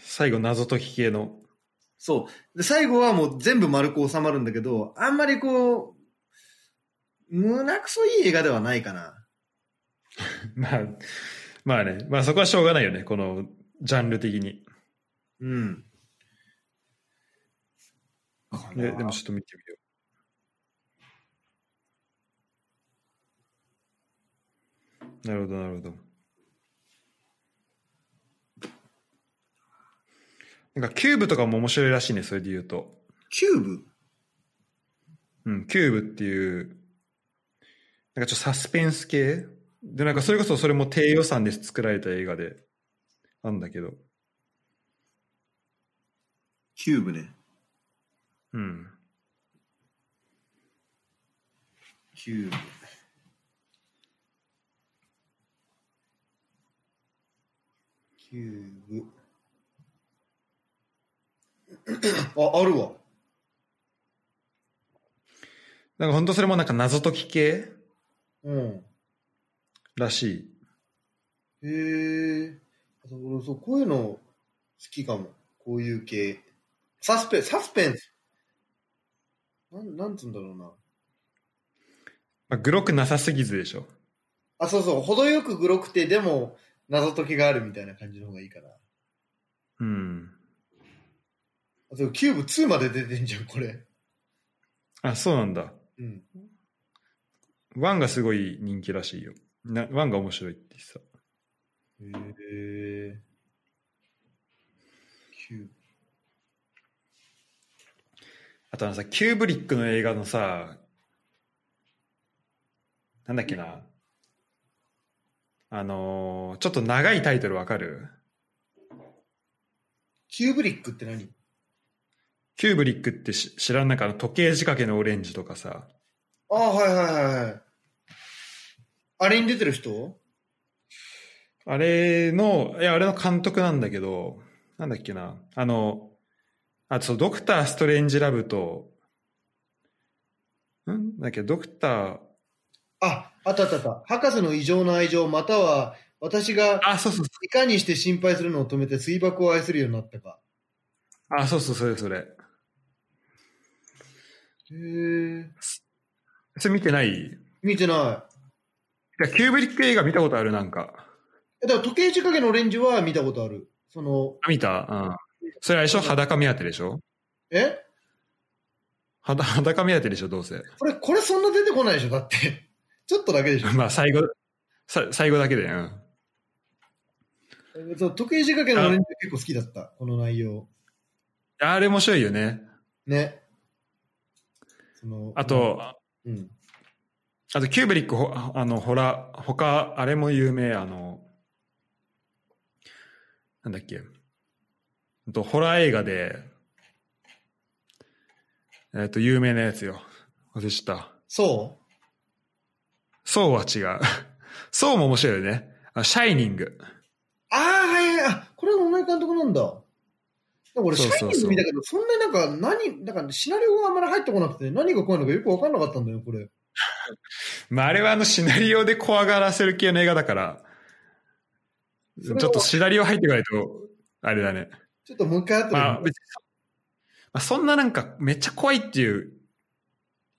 Speaker 1: 最後、謎解き系の。
Speaker 2: そう。で、最後はもう全部丸く収まるんだけど、あんまりこう、胸くそいい映画ではないかな。
Speaker 1: まあ、まあね。まあそこはしょうがないよね。この、ジャンル的に。
Speaker 2: うん。
Speaker 1: ででもちょっと見てみよう。なるほど、なるほど。なんかキューブとかも面白いらしいね、それで言うと。
Speaker 2: キューブ
Speaker 1: うん、キューブっていう、なんかちょっとサスペンス系で、なんかそれこそそれも低予算で作られた映画で、あんだけど。
Speaker 2: キューブね。
Speaker 1: うん。
Speaker 2: キューブ。キューブ。あ、あるわ。
Speaker 1: なんか本当それもなんか謎解き系
Speaker 2: うん。
Speaker 1: らしい。
Speaker 2: へえ。俺そう、こういうの好きかも。こういう系。サスペン、サスペンス。なん、なんつうんだろうな。
Speaker 1: まあ、グロくなさすぎずでしょ。
Speaker 2: あ、そうそう。程よくグロくて、でも、謎解きがあるみたいな感じの方がいいかな。
Speaker 1: うん。
Speaker 2: あ、そう、キューブ2まで出てんじゃん、これ。
Speaker 1: あ、そうなんだ。
Speaker 2: うん。
Speaker 1: ワンがすごい人気らしいよ。なワンが面白いって言ってた。
Speaker 2: へえ。キューブ。
Speaker 1: あとあのさ、キューブリックの映画のさ、なんだっけな。あのーちょっと長いタイトルわかる
Speaker 2: キューブリックって何
Speaker 1: キューブリックってし知らんなんかあの時計仕掛けのオレンジとかさ。
Speaker 2: ああ、はいはいはいはい。あれに出てる人
Speaker 1: あれの、いや、あれの監督なんだけど、なんだっけな。あの、あとそう、ドクター・ストレンジ・ラブと、んだっけ、ドクター、
Speaker 2: あ、あったあったあった。博士の異常な愛情、または、私が
Speaker 1: あ、そうそうそう
Speaker 2: いかにして心配するのを止めて水爆を愛するようになったか。
Speaker 1: あ、そうそう、それそれ。
Speaker 2: へえ。
Speaker 1: それ見てないい
Speaker 2: 見てない。
Speaker 1: や、キューブリック映画見たことある、なんか。
Speaker 2: えだから時計仕掛けのオレンジは見たことある。その、
Speaker 1: あ見たうん。それあれでしょ裸目当てでしょ
Speaker 2: え
Speaker 1: はだ裸目当てでしょどうせ。
Speaker 2: これ、これそんな出てこないでしょだって。ちょっとだけ でしょ
Speaker 1: まあ、最後、さ最後だけで、うん。
Speaker 2: そう時計仕掛けのオレンジは結構好きだった。この内容。
Speaker 1: あれ面白いよね。
Speaker 2: ね。その
Speaker 1: あ、と、
Speaker 2: うん。
Speaker 1: あと、キューブリックほ、あの、ほら、他、あれも有名、あの、なんだっけ、うんと、ホラー映画で、えっ、と、有名なやつよ。忘れちゃった。
Speaker 2: そ
Speaker 1: そうは違う。 そうも面白いよね。あシャイニング。
Speaker 2: うああ、はいはい。あ、これは同じ監督なんだ。でも俺、
Speaker 1: そう
Speaker 2: シ
Speaker 1: そう
Speaker 2: ャ
Speaker 1: そう
Speaker 2: イニング見たけど、そんなになんか、何、なんかシナリオがあんまり入ってこなくて、何が怖いのかよくわかんなかったんだよ、これ。
Speaker 1: まあ、あれはあの、シナリオで怖がらせる系の映画だから、ち
Speaker 2: それ
Speaker 1: ょ
Speaker 2: は
Speaker 1: っとシナリオ入ってこないと、あれだね。
Speaker 2: ちょっともう一回後で見る。
Speaker 1: まあ、別にそ、まあ、そんななんか、めっちゃ怖いっていう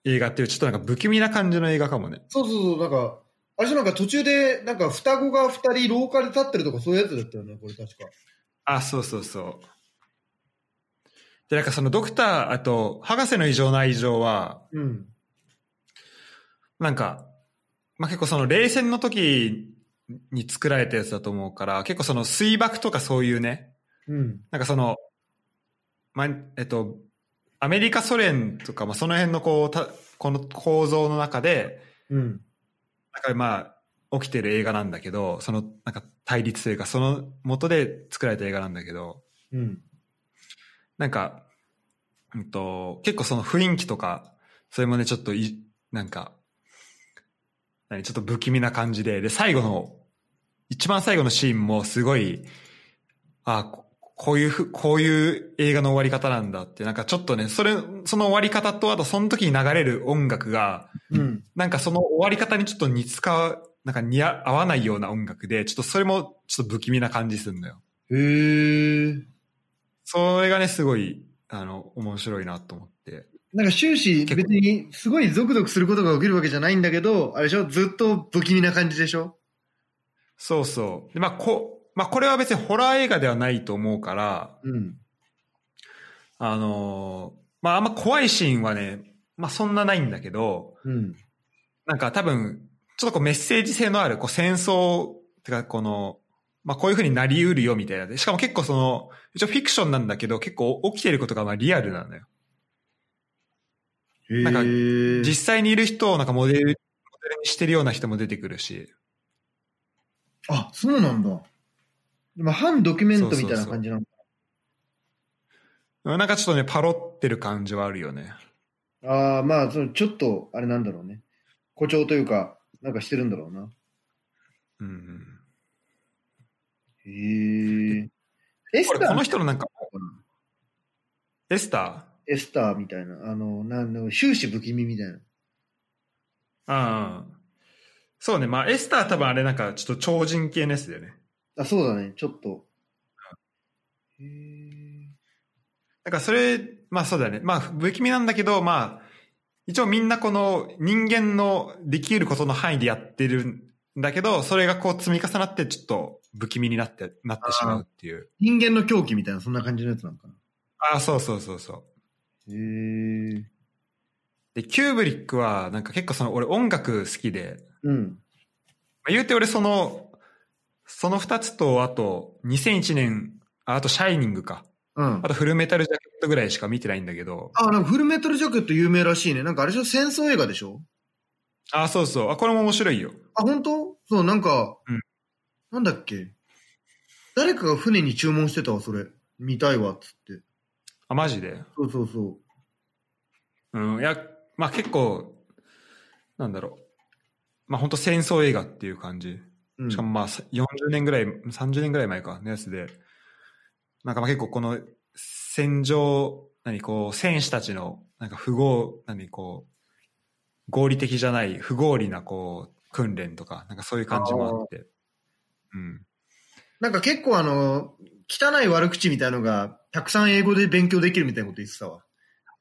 Speaker 1: 映画っていう、ちょっとなんか不気味な感じの映画かもね。
Speaker 2: そうそうそう、なんか、あれじゃなんか途中で、なんか双子が二人廊下で立ってるとかそういうやつだったよね、これ確か。
Speaker 1: あ、そうそうそう。で、なんかそのドクター、あと、博士の異常な異常は、
Speaker 2: うん。
Speaker 1: なんか、まあ、結構その冷戦の時に作られたやつだと思うから、結構その水爆とかそういうね、
Speaker 2: うん。
Speaker 1: なんかその、まあ、えっと、アメリカ、ソ連とか、まあ、その辺のこう、たこの構造の中で、
Speaker 2: うん。
Speaker 1: なんかまあ、起きてる映画なんだけど、その、なんか対立というか、その元で作られた映画なんだけど、
Speaker 2: うん。
Speaker 1: なんか、うんと、結構その雰囲気とか、それもね、ちょっとい、なんか、何、ちょっと不気味な感じで、で、最後の、一番最後のシーンもすごい、あここういうふ、こういう映画の終わり方なんだって、なんかちょっとね、それ、その終わり方と、あとその時に流れる音楽が、
Speaker 2: うん。
Speaker 1: なんかその終わり方にちょっと似つか、なんか似合合わないような音楽で、ちょっとそれもちょっと不気味な感じするんだよ。
Speaker 2: へえ。
Speaker 1: それがね、すごい、あの、面白いなと思って。
Speaker 2: なんか終始別にすごいゾクゾクすることが起きるわけじゃないんだけど、あれでしょずっと不気味な感じでしょ
Speaker 1: そうそう。で、まあ、こ、まあ、これは別にホラー映画ではないと思うから、
Speaker 2: うん。
Speaker 1: あのーまあ、あんま怖いシーンはね、まあ、そんなないんだけど、
Speaker 2: うん。
Speaker 1: なんか多分、ちょっとこうメッセージ性のある、こう戦争、てかこの、まあ、こういう風になりうるよみたいな。でしかも結構その、一応フィクションなんだけど、結構起きてることがまあリアルなのよ。
Speaker 2: へえ。
Speaker 1: なんか実
Speaker 2: 実
Speaker 1: 際にいる人をなんかモデル、モデルにしてるような人も出てくるし。
Speaker 2: あ、そうなんだ。まあ、反ドキュメントみたいな感じなの。
Speaker 1: なんかちょっとね、パロってる感じはあるよね。
Speaker 2: ああ、まあ、そのちょっと、あれなんだろうね。誇張というか、なんかしてるんだろうな。
Speaker 1: うんうん。
Speaker 2: へえ。エス
Speaker 1: 俺
Speaker 2: タ
Speaker 1: こ
Speaker 2: ー
Speaker 1: の人のなんか、エスター
Speaker 2: エスターみたいな、あの、なんでも終始不気味みたいな。
Speaker 1: ああ。そうね。まあ、エスターは多分あれなんか、ちょっと超人系のやつだよね。
Speaker 3: あ、そうだね、ちょっと。
Speaker 2: へー
Speaker 1: だからそれ、まあそうだね。まあ不気味なんだけど、まあ、一応みんなこの人間のできることの範囲でやってるんだけど、それがこう積み重なってちょっと不気味になって、なってしまうっていう。
Speaker 3: 人間の狂気みたいな、そんな感じのやつなのかな。
Speaker 1: ああ、そうそうそうそう。
Speaker 3: へえ。
Speaker 1: で、キューブリックはなんか結構その俺音楽好きで、
Speaker 3: うん。
Speaker 1: まあ、言うて俺その、その二つとあと2001年、ああとシャイニングか。
Speaker 3: うん
Speaker 1: あ。とフルメタルジャケットぐらいしか見てないんだけど。
Speaker 3: あ、なんかフルメタルジャケット有名らしいね。なんかあれでしょ戦争映画でしょ
Speaker 1: ああ、そうそう。あ、これも面白いよ。
Speaker 3: あ、本当そう、なんか、
Speaker 1: うん
Speaker 3: なんだっけ。誰かが船に注文してたわ、それ。見たいわ、つって。
Speaker 1: あ、マジで。
Speaker 3: そうそうそう。
Speaker 1: うん、いや、まあ結構、なんだろう。まあ本当戦争映画っていう感じ。
Speaker 3: うん、
Speaker 1: しかもまあさ40年ぐらい、30年ぐらい前か、のやつで、なんかまあ結構この戦場、何こう、戦士たちの、なんか不合、何こう、合理的じゃない、不合理なこう、訓練とか、なんかそういう感じもあって。うん。
Speaker 3: なんか結構あの、汚い悪口みたいのが、たくさん英語で勉強できるみたいなこと言ってたわ。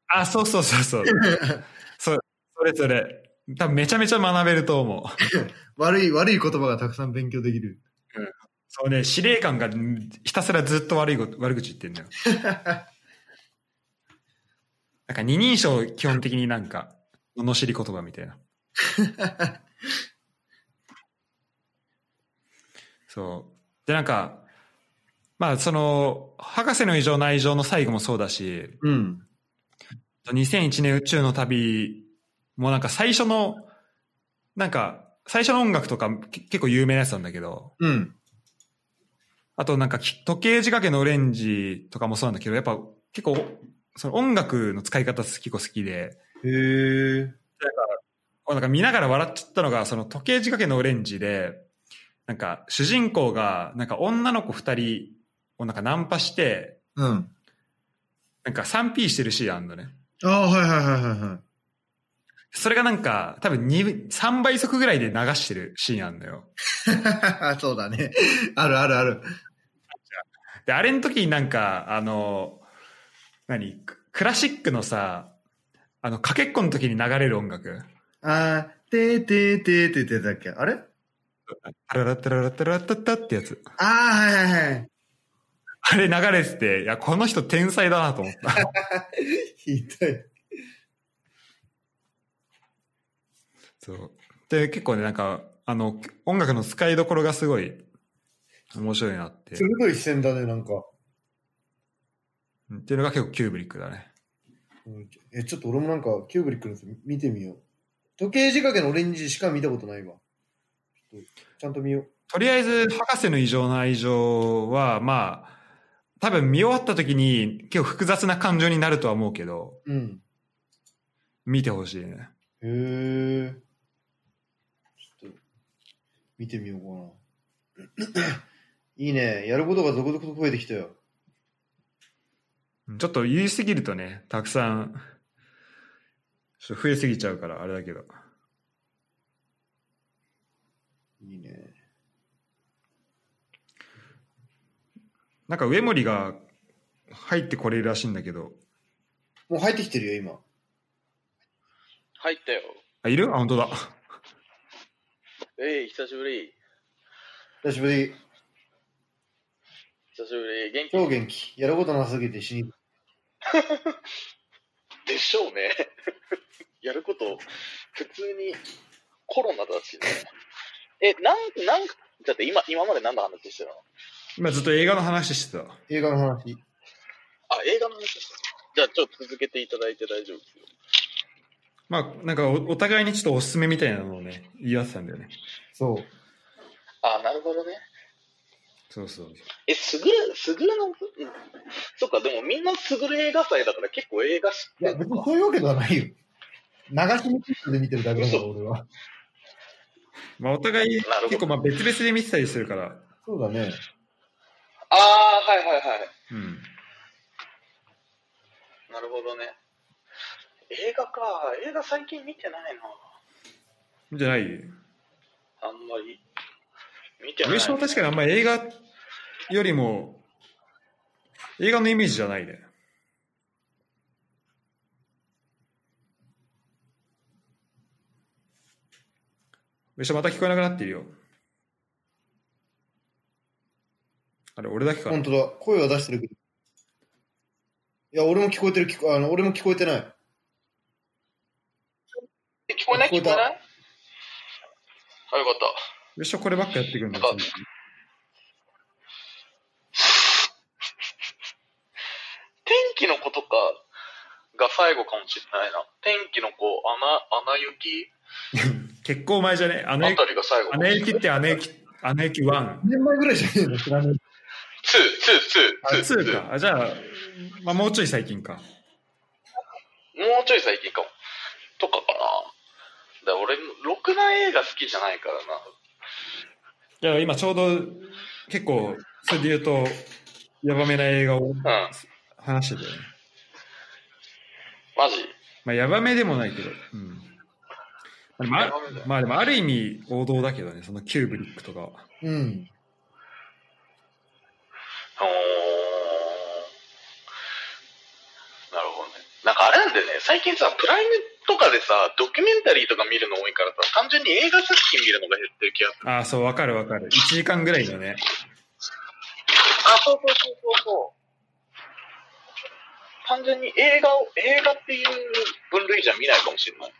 Speaker 1: あ、そうそうそうそう。 そう、それぞれ。多分めちゃめちゃ学べると思う。
Speaker 3: 悪い、悪い言葉がたくさん勉強できる。
Speaker 1: そうね、司令官がんひたすらずっと悪いこと悪口言ってんだよ。なんか二人称基本的になんか、罵り言葉みたいな。そう。で、なんか、まあその、博士の異常内情の最後もそうだし、
Speaker 3: うん。
Speaker 1: 2001年宇宙の旅もなんか最初の、なんか最初の音楽とかけ結構有名なやつなんだけど、
Speaker 3: うん。
Speaker 1: あとなんかき時計仕掛けのオレンジとかもそうなんだけど、やっぱ結構その音楽の使い方結構好きで、
Speaker 2: へえ。
Speaker 1: おなんか見ながら笑っちゃったのが、その時計仕掛けのオレンジで、なんか主人公がなんか女の子二人をなんかナンパして、
Speaker 3: うん。
Speaker 1: なんか 3P してるシーンあんのね。
Speaker 3: ああ、はいはいはいはいはい。
Speaker 1: それがなんか多分2 3倍速ぐらいで流してるシーンあんのよ。
Speaker 3: そうだね。あるあるある。
Speaker 1: で、あれの時になんか、あの、何ククラシックのさ、あの、かけっこの時に流れる音楽。
Speaker 3: あー、てーてーてーてーてーだっけあれあ
Speaker 1: タララタララタラタタってやつ。
Speaker 3: あー、はいはいはい。
Speaker 1: あれ流れてて、いや、この人天才だなと思った。
Speaker 3: ひどい。
Speaker 1: そう。で、結構ね、なんか、あの、音楽の使いどころがすごい面白いなって。っ
Speaker 2: 鋭い視線だね、なんか。
Speaker 1: ていうのが結構キューブリックだね。
Speaker 2: うんえ、ちょっと俺もなんか、キューブリックのやつ見てみよう。時計仕掛けのオレンジしか見たことないわ。ちょっとちゃんと見よう。
Speaker 1: とりあえず、博士の異常な愛情は、まあ、多分見終わった時に結構複雑な感情になるとは思うけど、
Speaker 2: うん。
Speaker 1: 見てほしいね。
Speaker 2: へえ。ちょっと、見てみようかな。 いいね。やることが続々と増えてきたよ。
Speaker 1: ちょっと言いすぎるとね、たくさん、ちょっと増えすぎちゃうから、あれだけど。
Speaker 2: いいね。
Speaker 1: なんか上森が入ってこれるらしいんだけど、
Speaker 2: もう入ってきてるよ、今。
Speaker 4: 入ったよ。
Speaker 1: あ、いるあ、本当だ。
Speaker 4: えい、久しぶり。
Speaker 2: 久しぶり。
Speaker 4: 久しぶり。元
Speaker 2: 超元気。やることなさすぎて死に。
Speaker 4: 気でしょうね。 やること、普通にコロナだしね。え、なん、なん、だって今、今まで何の話してたの
Speaker 1: 今ずっと映画の話してた。
Speaker 2: 映画の話。
Speaker 4: あ、映画の話してたじゃあ、ちょっと続けていただいて大丈夫ですよ。
Speaker 1: まあ、なんかおお互いにちょっとおすすめみたいなのをね、言い合ってたんだよね。
Speaker 2: そう。
Speaker 4: あ、なるほどね。
Speaker 1: そうそう。
Speaker 4: え、すぐる、すぐるの、うん、そっか、でもみんなすぐる映画祭だから結構映画知
Speaker 2: い
Speaker 4: って
Speaker 2: や、
Speaker 4: る
Speaker 2: 別
Speaker 4: の
Speaker 2: に
Speaker 4: か。
Speaker 2: そういうわけではないよ。流し見テストで見てるだけだから、
Speaker 4: 嘘
Speaker 2: 俺は。
Speaker 1: まあ、お互い
Speaker 4: なるほど
Speaker 1: 結構まあ別々で見てたりするから、
Speaker 2: そうだね。
Speaker 4: ああ、はいはいはい。
Speaker 1: うん。
Speaker 4: なるほどね。映画か。映画最近見てないな。
Speaker 1: じゃない
Speaker 4: あんまり見てない。
Speaker 1: 上島は確かにあんま映画よりも、映画のイメージじゃないね。よし、また聞こえなくなってるよ。あれ、俺だけかな
Speaker 2: 本当だ。声は出してるけど。いや、俺も聞こえてる。聞こあの俺も聞こえてない。
Speaker 4: え聞こえない
Speaker 2: 聞こ
Speaker 4: 聞こ
Speaker 2: え
Speaker 4: え
Speaker 2: た
Speaker 4: ないあ、よかった。
Speaker 1: よし、こればっかやってくるんだ。
Speaker 4: なんか天気の子とかが最後かもしれないな。天気の子、穴、穴雪
Speaker 1: 結構前じゃね
Speaker 4: あ
Speaker 1: 姉
Speaker 4: たりが最後かもしれ
Speaker 1: 姉
Speaker 4: ない。
Speaker 1: 駅って姉駅、姉駅1。
Speaker 3: 年前ぐらいじゃねえの知らない。
Speaker 4: ツ
Speaker 1: あ、
Speaker 4: ー、ツー、ツー、ツー。
Speaker 1: 2か。あじゃあ、まあ、もうちょい最近か。
Speaker 4: もうちょい最近かも。とかかな。だから俺、ろくな映画好きじゃないから
Speaker 1: い
Speaker 4: な。
Speaker 1: や、今ちょうど、結構、それで言うと、やばめな映画を
Speaker 4: うん、
Speaker 1: 話してたよね。
Speaker 4: マジ。
Speaker 1: まあ、やばめでもないけど。うん。まあ
Speaker 4: やばめだ、よ
Speaker 1: まあ、でもある意味王道だけどね、そのキューブリックとかは。
Speaker 2: うん。
Speaker 4: おーなるほどね。なんかあれなんだよね、最近さ、プライムとかでさ、ドキュメンタリーとか見るの多いからさ、単純に映画作品見るのが減ってる気がする。
Speaker 1: ああ、そう、わかるわかる。1時間ぐらいのね。
Speaker 4: あ、そうそうそうそうそう。単純に映画を、映画っていう分類じゃ見ないかもしれない。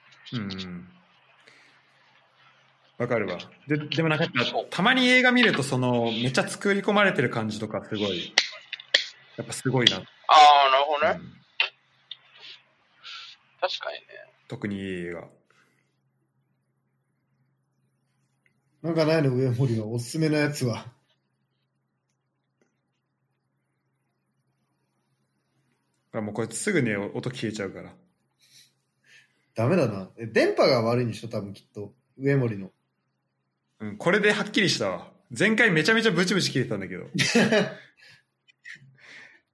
Speaker 1: うん。わかるわ。で、でもなんか、たまに映画見ると、その、めっちゃ作り込まれてる感じとか、すごい、やっぱすごいな。
Speaker 4: ああ、なるほど
Speaker 1: う
Speaker 4: ね。
Speaker 1: ん
Speaker 4: 確かにね。
Speaker 1: 特にいい映画。
Speaker 2: なんかないの、上森は。おすすめのやつは。
Speaker 1: あもうこれすぐね、音消えちゃうから。
Speaker 2: ダメだな。え電波が悪いんでしょ、多分きっと。上森の。
Speaker 1: うん、これではっきりしたわ。前回めちゃめちゃブチブチ切れてたんだけど。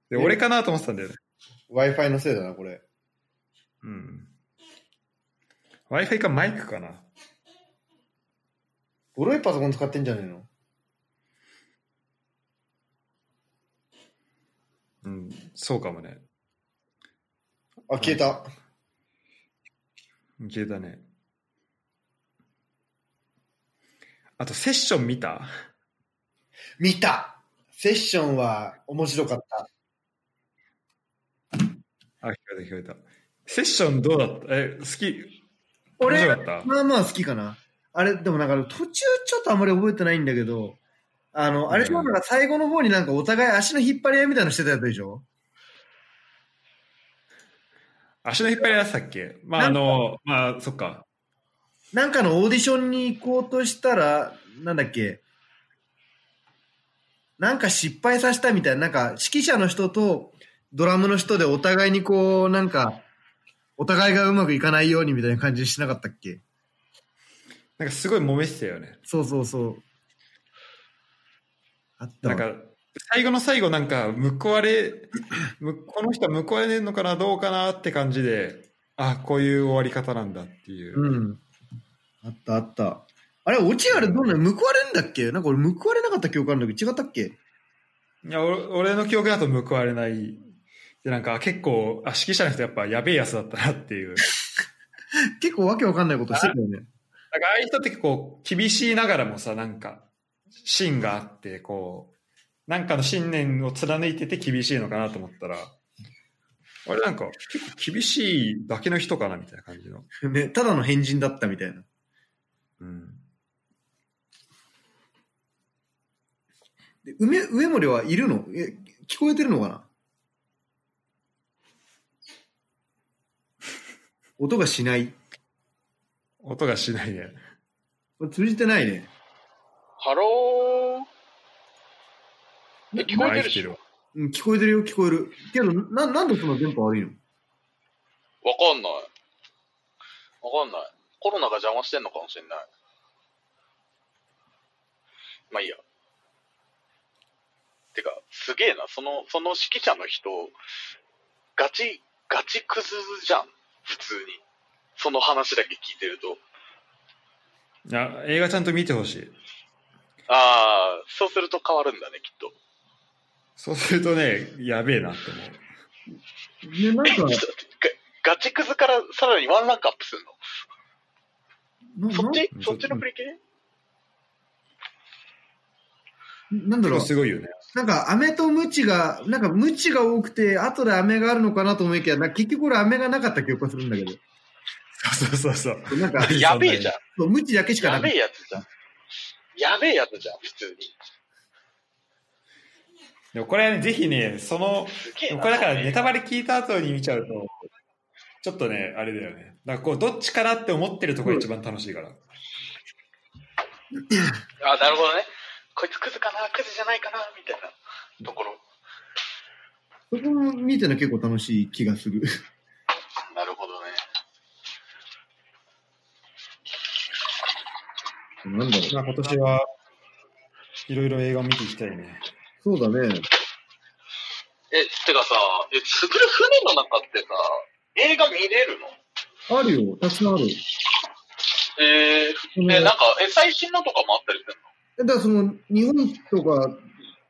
Speaker 1: で、俺かなと思ってたんだよね。
Speaker 2: Wi-Fi のせいだな、これ。
Speaker 1: うん。Wi-Fi かマイクかな。
Speaker 2: ボロいパソコン使ってんじゃねえの
Speaker 1: うん、そうかもね。
Speaker 2: あ、消えた。
Speaker 1: 消えたね。あと、セッション見た
Speaker 2: 見たセッションは面白かった。
Speaker 1: あ、聞こえた聞こえた。セッションどうだったえ、好き面
Speaker 2: 俺
Speaker 1: 白かった
Speaker 2: まあまあ好きかな。あれ、でもなんか途中ちょっとあんまり覚えてないんだけど、あの、あれ
Speaker 1: うん
Speaker 2: なんか最後の方になんかお互い足の引っ張り合いみたいなのしてたやつでしょ
Speaker 1: 足の引っ張り出したっけまあ、あの、まあ、そっか。
Speaker 2: なんかのオーディションに行こうとしたら、なんだっけ、なんか失敗させたみたいな、なんか指揮者の人とドラムの人でお互いにこう、なんか、お互いがうまくいかないようにみたいな感じにしなかったっけ
Speaker 1: なんかすごい揉めてたよね。
Speaker 2: そうそうそう。あった
Speaker 1: なん
Speaker 2: わ
Speaker 1: か、最後の最後、なんか、報われ、むこの人は報われるのかな、どうかなって感じで、あ、こういう終わり方なんだっていう。
Speaker 2: うん。あったあった。あれ、落ちあれどんなの報われるんだっけなんか俺報われなかった記憶あるんだけど、違ったっけ
Speaker 1: いや俺俺の記憶だと報われない。で、なんか、結構、あ、指揮者の人やっぱやべえやつだったなっていう。
Speaker 2: 結構わけわかんないことしてたよ
Speaker 1: な
Speaker 2: ね。
Speaker 1: んかああいう人って結構厳しいながらもさ、なんか、芯があって、こう、なんかの信念を貫いてて厳しいのかなと思ったら、あれなんか、結構厳しいだけの人かなみたいな感じの。
Speaker 2: ね、ただの変人だったみたいな。
Speaker 1: うん。
Speaker 2: で梅上森はいるのえ聞こえてるのかな音がしない。
Speaker 1: 音がしないね。
Speaker 2: これ通じてないね。
Speaker 4: ハロー。え、聞こえて
Speaker 1: 生き
Speaker 4: るで
Speaker 1: て
Speaker 4: し
Speaker 1: る
Speaker 4: ょ
Speaker 1: わ
Speaker 2: うん、聞こえてるよ、聞こえる。けど、な、なんでその電波悪いの
Speaker 4: わかんない。わかんない。コロナが邪魔してんのかもしれない。まあいいや。てか、すげえな。その、その指揮者の人、ガチ、ガチクズじゃん。普通に。その話だけ聞いてると。
Speaker 1: いや、映画ちゃんと見てほしい。
Speaker 4: ああ、そうすると変わるんだね、きっと。
Speaker 1: そうするとね、やべえなって思う。
Speaker 2: で、なんか、
Speaker 4: ちょっとガガチクズからさらにワンランクアップする
Speaker 2: な
Speaker 4: のそっち
Speaker 1: うん
Speaker 4: そっちのプリキュ
Speaker 2: ななんだ
Speaker 1: そ
Speaker 2: ろう
Speaker 1: れ、すごいよね。
Speaker 2: なんか、飴とムチが、なんか、ムチが多くて、後で飴があるのかなと思いきや、なんか結局俺飴がなかった記憶がするんだけど。
Speaker 1: そうそうそうそう。
Speaker 2: なんか、
Speaker 4: アやべえじゃん。
Speaker 2: そうムチだけしか
Speaker 4: や
Speaker 2: なか
Speaker 4: べ
Speaker 2: っ
Speaker 4: えやつじゃん。やべえやつじゃん、普通に。
Speaker 1: でもこれはね、ぜひね、その、
Speaker 4: すげ
Speaker 1: で
Speaker 4: え
Speaker 1: も
Speaker 4: な。
Speaker 1: これだからネタバレ聞いた後に見ちゃうと、ちょっとね、あれだよね。だからこう、どっちかなって思ってるとこが一番楽しいから。
Speaker 4: あ、なるほどね。こいつクズかな、クズじゃないかな、みたいなところ。
Speaker 2: た。そこも見てるの結構楽しい気がする。
Speaker 4: なるほどね。
Speaker 2: なんだろう。
Speaker 1: まあ今年はいろいろ映画見ていきたいね。
Speaker 2: そうだね。
Speaker 4: え、てかさ、え、すぐる船の中ってさ、映画見れるの
Speaker 2: あるよ。たくさんある。
Speaker 4: えー、え、なんか、え、最新のとかもあったりする
Speaker 2: だからその、日本とか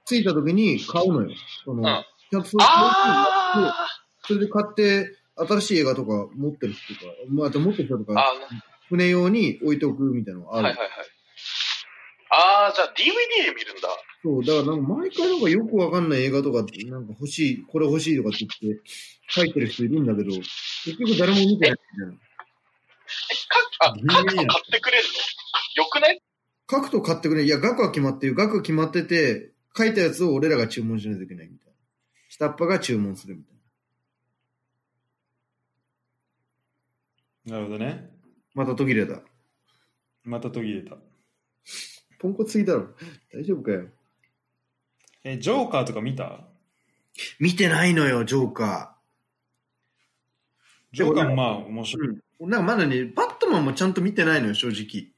Speaker 2: 着いた時に買うのよ。その、
Speaker 4: ん
Speaker 2: 客層
Speaker 4: のあ
Speaker 2: それで買って、新しい映画とか持ってる人とか、まあ、あと持ってる人と
Speaker 4: ー
Speaker 2: か、
Speaker 4: あー
Speaker 2: 船用に置いておくみたいなのがあ
Speaker 4: はい
Speaker 2: る。
Speaker 4: はいはい。あー、じゃあ DVD で見るんだ。
Speaker 2: そう、だからなんか毎回なんかよくわかんない映画とか、なんか欲しい、これ欲しいとかって言って書いてる人いるんだけど、結局誰も見てないみたいな。
Speaker 4: え、か、あ、各個買ってくれるのよくない
Speaker 2: 書くと買ってくれない。いや、額は決まってる。額は決まってて、書いたやつを俺らが注文しないといけないみたいな。下っ端が注文するみたいな。
Speaker 1: なるほどね。
Speaker 2: また途切れた。
Speaker 1: また途切れた。
Speaker 2: ポンコツすぎだろ。大丈夫かよ。
Speaker 1: え、ジョーカーとか見た
Speaker 2: 見てないのよ、ジョーカ
Speaker 1: ジョーカーもまあ面
Speaker 2: ー。
Speaker 1: 白い。
Speaker 2: うん。なんかまだね、バットマンもちゃんと見てないのよ、正直。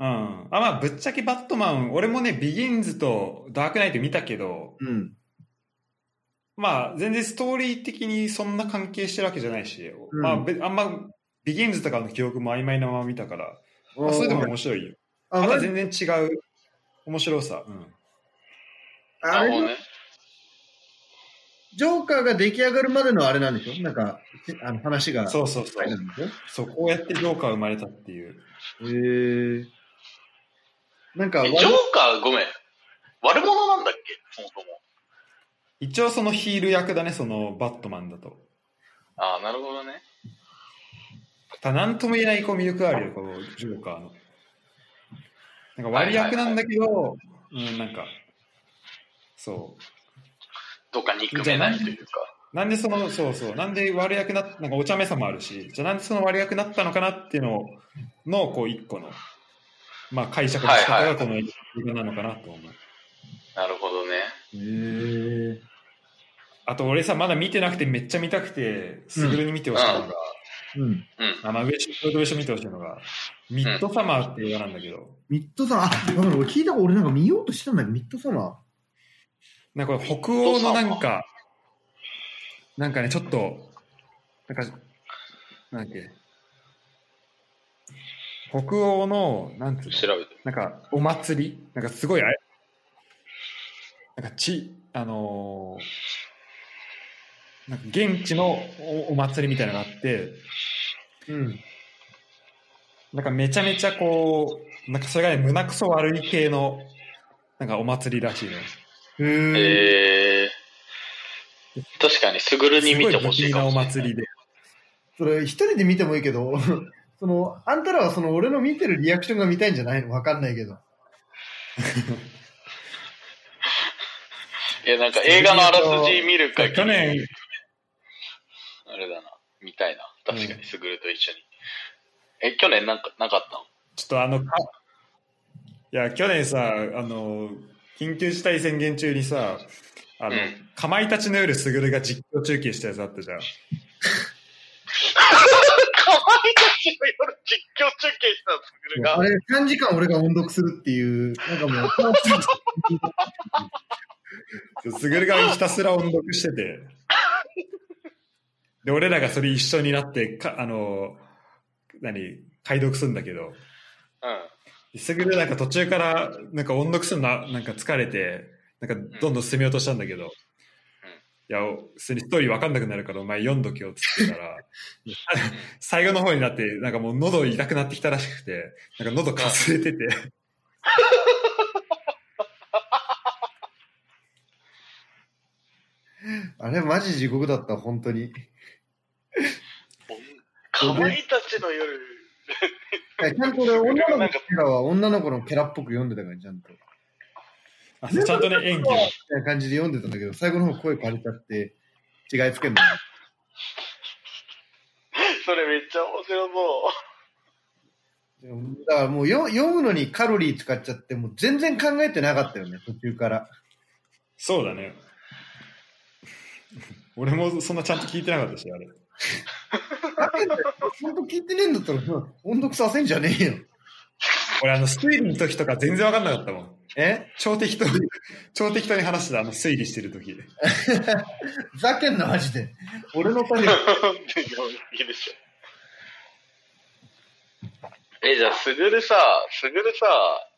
Speaker 1: うん。あ、まあぶっちゃけバットマン、俺もね、ビギンズとダークナイト見たけど、
Speaker 2: うん。
Speaker 1: まあ全然ストーリー的にそんな関係してるわけじゃないし、
Speaker 2: うん
Speaker 1: まあべあんまビギンズとかの記憶も曖昧なまま見たから、まあ、それでも面白いよ。
Speaker 2: あ、
Speaker 1: ま
Speaker 2: ま
Speaker 1: た
Speaker 2: ず
Speaker 1: 全然違う面白さ。うん
Speaker 2: あ
Speaker 4: なるほど
Speaker 2: れ、
Speaker 4: ね。
Speaker 2: ジョーカーが出来上がるまでのあれなんでしょなんか、あの話が。
Speaker 1: そうそうそ
Speaker 2: あれな
Speaker 1: う。
Speaker 2: んでしょ
Speaker 1: そう、こうやってジョーカー生まれたっていう。
Speaker 2: へえー。なんか、
Speaker 4: え
Speaker 2: わ
Speaker 4: ジョーカー、ごめん。悪者なんだっけそもそも。
Speaker 1: 一応そのヒール役だね、そのバットマンだと。
Speaker 4: ああ、なるほどね。
Speaker 1: ただなんとも言えないこう魅力があるよ、このジョーカーの。なんか割役なんだけど、うん、なんか、そ
Speaker 4: どっか憎めないというか。
Speaker 1: う。なんでその、そうそう、なんで悪役なっなんかお茶目さもあるし、じゃあなんでその悪役になったのかなっていうのをの、こう一個の、まあ解釈の仕方がこの映画なのかなと思う。
Speaker 4: なるほどね。
Speaker 2: へえー。
Speaker 1: あと俺さ、まだ見てなくてめっちゃ見たくて、すぐるに見てほしいのが、
Speaker 2: うん。
Speaker 4: うん。
Speaker 1: あ、まあ、上し、上と上し見てほしいのが、ミッドサマーっていう映画なんだけど、
Speaker 2: ミッドサマー、あ、わかる。俺聞いたこと、俺なんか見ようとしてたんだけど、ミッドサマ
Speaker 1: なんかこれ北欧のなんか、なんかね、ちょっと、なんか、なんだっけ、北欧の、なんつうの
Speaker 4: 調、べて。
Speaker 1: なんか、お祭りなんかすごいあれ、なんかち、あのーなんか現地のおお祭りみたいなのがあって、
Speaker 2: ー。うん。
Speaker 1: なんかめちゃめちゃこう、なんかそれがね、胸くそ悪い系の、なんかお祭りらしいね。
Speaker 2: へえ
Speaker 4: えー、確かに、すぐるに見てほしい
Speaker 1: すご
Speaker 4: か
Speaker 1: い不気味なお
Speaker 4: もしれない。
Speaker 1: 祭りで。
Speaker 2: それ、一人で見てもいいけど、 その、あんたらはその、俺の見てるリアクションが見たいんじゃないのわかんないけど。
Speaker 4: いや、なんか映画のあらすじ見るか、
Speaker 1: 去年、
Speaker 4: あれだな。見たいな。確かに、すぐると一緒に。え、去年なんか、なかったの
Speaker 1: ちょっとあの、かいや、去年さ、あの、緊急事態宣言中にさ、あの、
Speaker 4: うん
Speaker 1: かまいたちの夜すぐるが実況中継したやつあったじゃん。
Speaker 4: かわいたちの夜実況中継したすぐるが
Speaker 2: あ。れ、3時間俺が音読するっていう、なん かもう、
Speaker 1: すぐるがひたすら音読してて。で、俺らがそれ一緒になって、かあの、何、解読するんだけど、
Speaker 4: うん。
Speaker 1: すぐるなんか途中から、なんか音読するの、なんか疲れて、なんかどんどん進めようとしたんだけど、いや、お普通にストーリーわかんなくなるからお前読んどけよっつってたら、最後の方になって、なんかもう喉痛くなってきたらしくて、なんか喉かすれてて、
Speaker 2: あれマジ地獄だった、本当に。
Speaker 4: ぼんかまいたちの夜。
Speaker 2: ちゃんと俺、女の子のキャラは女の子のキャラっぽく読んでたから、ちゃんと。み
Speaker 1: あそうちゃんとね、演技を。
Speaker 2: たいな感じで読んでたんだけど、最後の方声枯れちゃって、違いつけんの。
Speaker 4: それめっちゃ面白そう。
Speaker 2: だからもうよ読むのにカロリー使っちゃって、もう全然考えてなかったよね、途中から。
Speaker 1: そうだね。俺もそんなちゃんと聞いてなかったし、あれ。
Speaker 2: 本当聞いてねえんだったら、音読させんじゃねえよ。
Speaker 1: 俺、あの、推理の時とか全然わかんなかったもん。
Speaker 2: え
Speaker 1: 超適当に、超適当に話してた、あの、推理してる時。
Speaker 2: ふざけんな、マジで。俺のために。
Speaker 4: いいでしょ。え、じゃあ、すぐるさ、すぐるさ、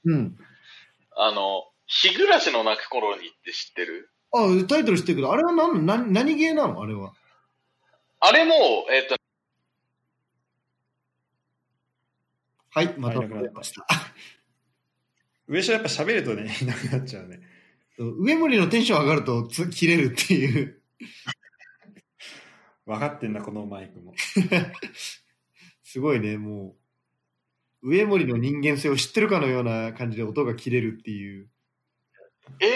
Speaker 2: うん。
Speaker 4: あの、日暮らしの泣く頃にって知ってる
Speaker 2: あ、タイトル知ってるけど、あれは何、何、何ゲーなのあれは。
Speaker 4: あれも、えっ、と、
Speaker 2: はい、また
Speaker 1: はいなくなった
Speaker 2: 戻りました。
Speaker 1: 上昇やっぱ喋るとね、いなくなっちゃうね。
Speaker 2: 上森のテンション上がるとつ切れるっていう。
Speaker 1: 分かってんだ、このマイクも。
Speaker 2: すごいね、もう。上森の人間性を知ってるかのような感じで音が切れるっていう。
Speaker 4: え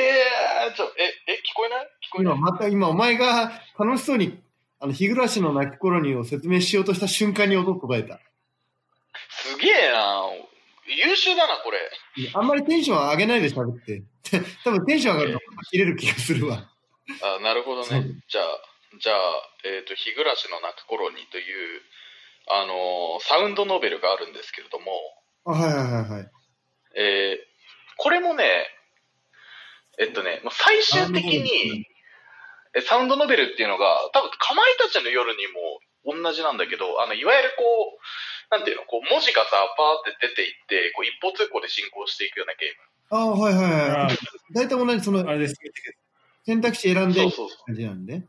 Speaker 4: ー、ちょ、え、え、聞こえない聞こえな
Speaker 2: 今、
Speaker 4: い
Speaker 2: また今、お前が楽しそうに、あの、日暮らしの泣き頃にを説明しようとした瞬間に音を答えた。
Speaker 4: すげえな優秀だな、これ。
Speaker 2: あんまりテンション上げないで喋って。 多分テンション上がると音が切れる気がするわ。
Speaker 4: あなるほど
Speaker 1: そう
Speaker 4: ね。じゃあ、じゃあ、えっ、と、日暮らしの泣く頃にという、あのーサウンドノベルがあるんですけれども、
Speaker 2: あ、はいはいはいはい。
Speaker 4: えーこれもね、えっとね、もう最終的に、えサウンドノベルっていうのが、多分かまいたちの夜にも同じなんだけど、あのいわゆるこう、なんていうの、こう文字がさ、パーって出ていって、こう一方通行で進行していくようなゲ
Speaker 2: ああ、はいはい
Speaker 1: あ
Speaker 2: はい。大体同じ、その
Speaker 1: あれです。
Speaker 2: 選択肢選んで
Speaker 4: ー
Speaker 2: る
Speaker 4: ム。そうそうそう。
Speaker 2: 感じなんで。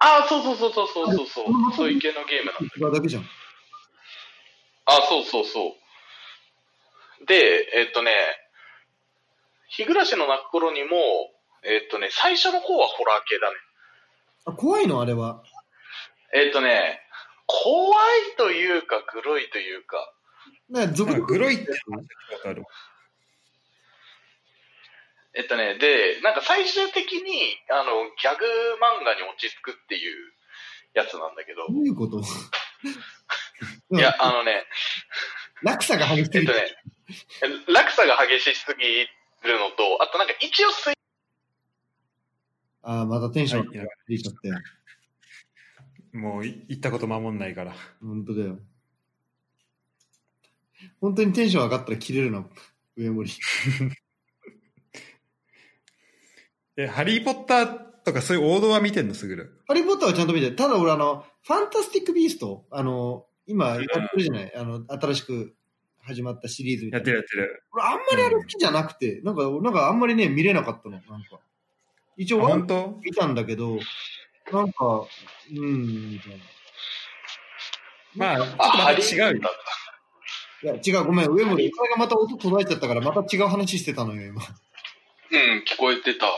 Speaker 4: ああ、そうそうそうそうそうそうそう
Speaker 2: あれま。た
Speaker 4: そういう系のゲームなんだ
Speaker 2: 一番だけじゃん。
Speaker 4: あ、そうそうそう。で、えっとね、日暮らしの泣く頃にも、えっとね、最初の方はホラー系だね。
Speaker 2: あ、怖いのあれは。
Speaker 4: えっとね、怖いというか、グロいというか、
Speaker 2: なんか
Speaker 1: な
Speaker 2: 続
Speaker 1: んか
Speaker 2: 々
Speaker 1: グロいって話聞いたことある
Speaker 4: えっとね、で、なんか最終的に、あの、ギャグ漫画に落ち着くっていうやつなんだけど、
Speaker 2: どういうこと
Speaker 4: いや、あのね、
Speaker 2: 落差が激し
Speaker 4: えっ
Speaker 2: い
Speaker 4: と。ね、落差が激しすぎるのと、あとなんか一応推
Speaker 2: ああ、またテンション上がりちゃったよ。
Speaker 1: もうい、言ったこと守んないから。
Speaker 2: 本当だよ。本当にテンション上がったら切れるの、上森。
Speaker 1: え、ハリー・ポッターとかそういう王道は見てんの、すぐる。
Speaker 2: ハリー・ポッターはちゃんと見てる、ただ俺あの、ファンタスティック・ビースト、あの、今やってるじゃない、あの、新しく始まったシリーズみた
Speaker 1: やっ
Speaker 2: い
Speaker 1: て
Speaker 2: な。
Speaker 1: るやってる。
Speaker 2: 俺あんまりあれ好きじゃなくて、なんか、なんかあんまりね、見れなかったの、なんか。一
Speaker 1: あ
Speaker 2: 応、ワ
Speaker 1: 本
Speaker 2: ン
Speaker 1: 当
Speaker 2: 見たんだけど、なんか、うん、みたいな。
Speaker 1: まあ、ちょっと
Speaker 4: あ、ハ
Speaker 1: ま
Speaker 4: リ
Speaker 1: た違う
Speaker 4: ー
Speaker 1: よ。
Speaker 2: いや、違う、ごめん、上森、これがまた音届いちゃったから、また違う話してたのよ、今。
Speaker 4: うん、聞こえてた。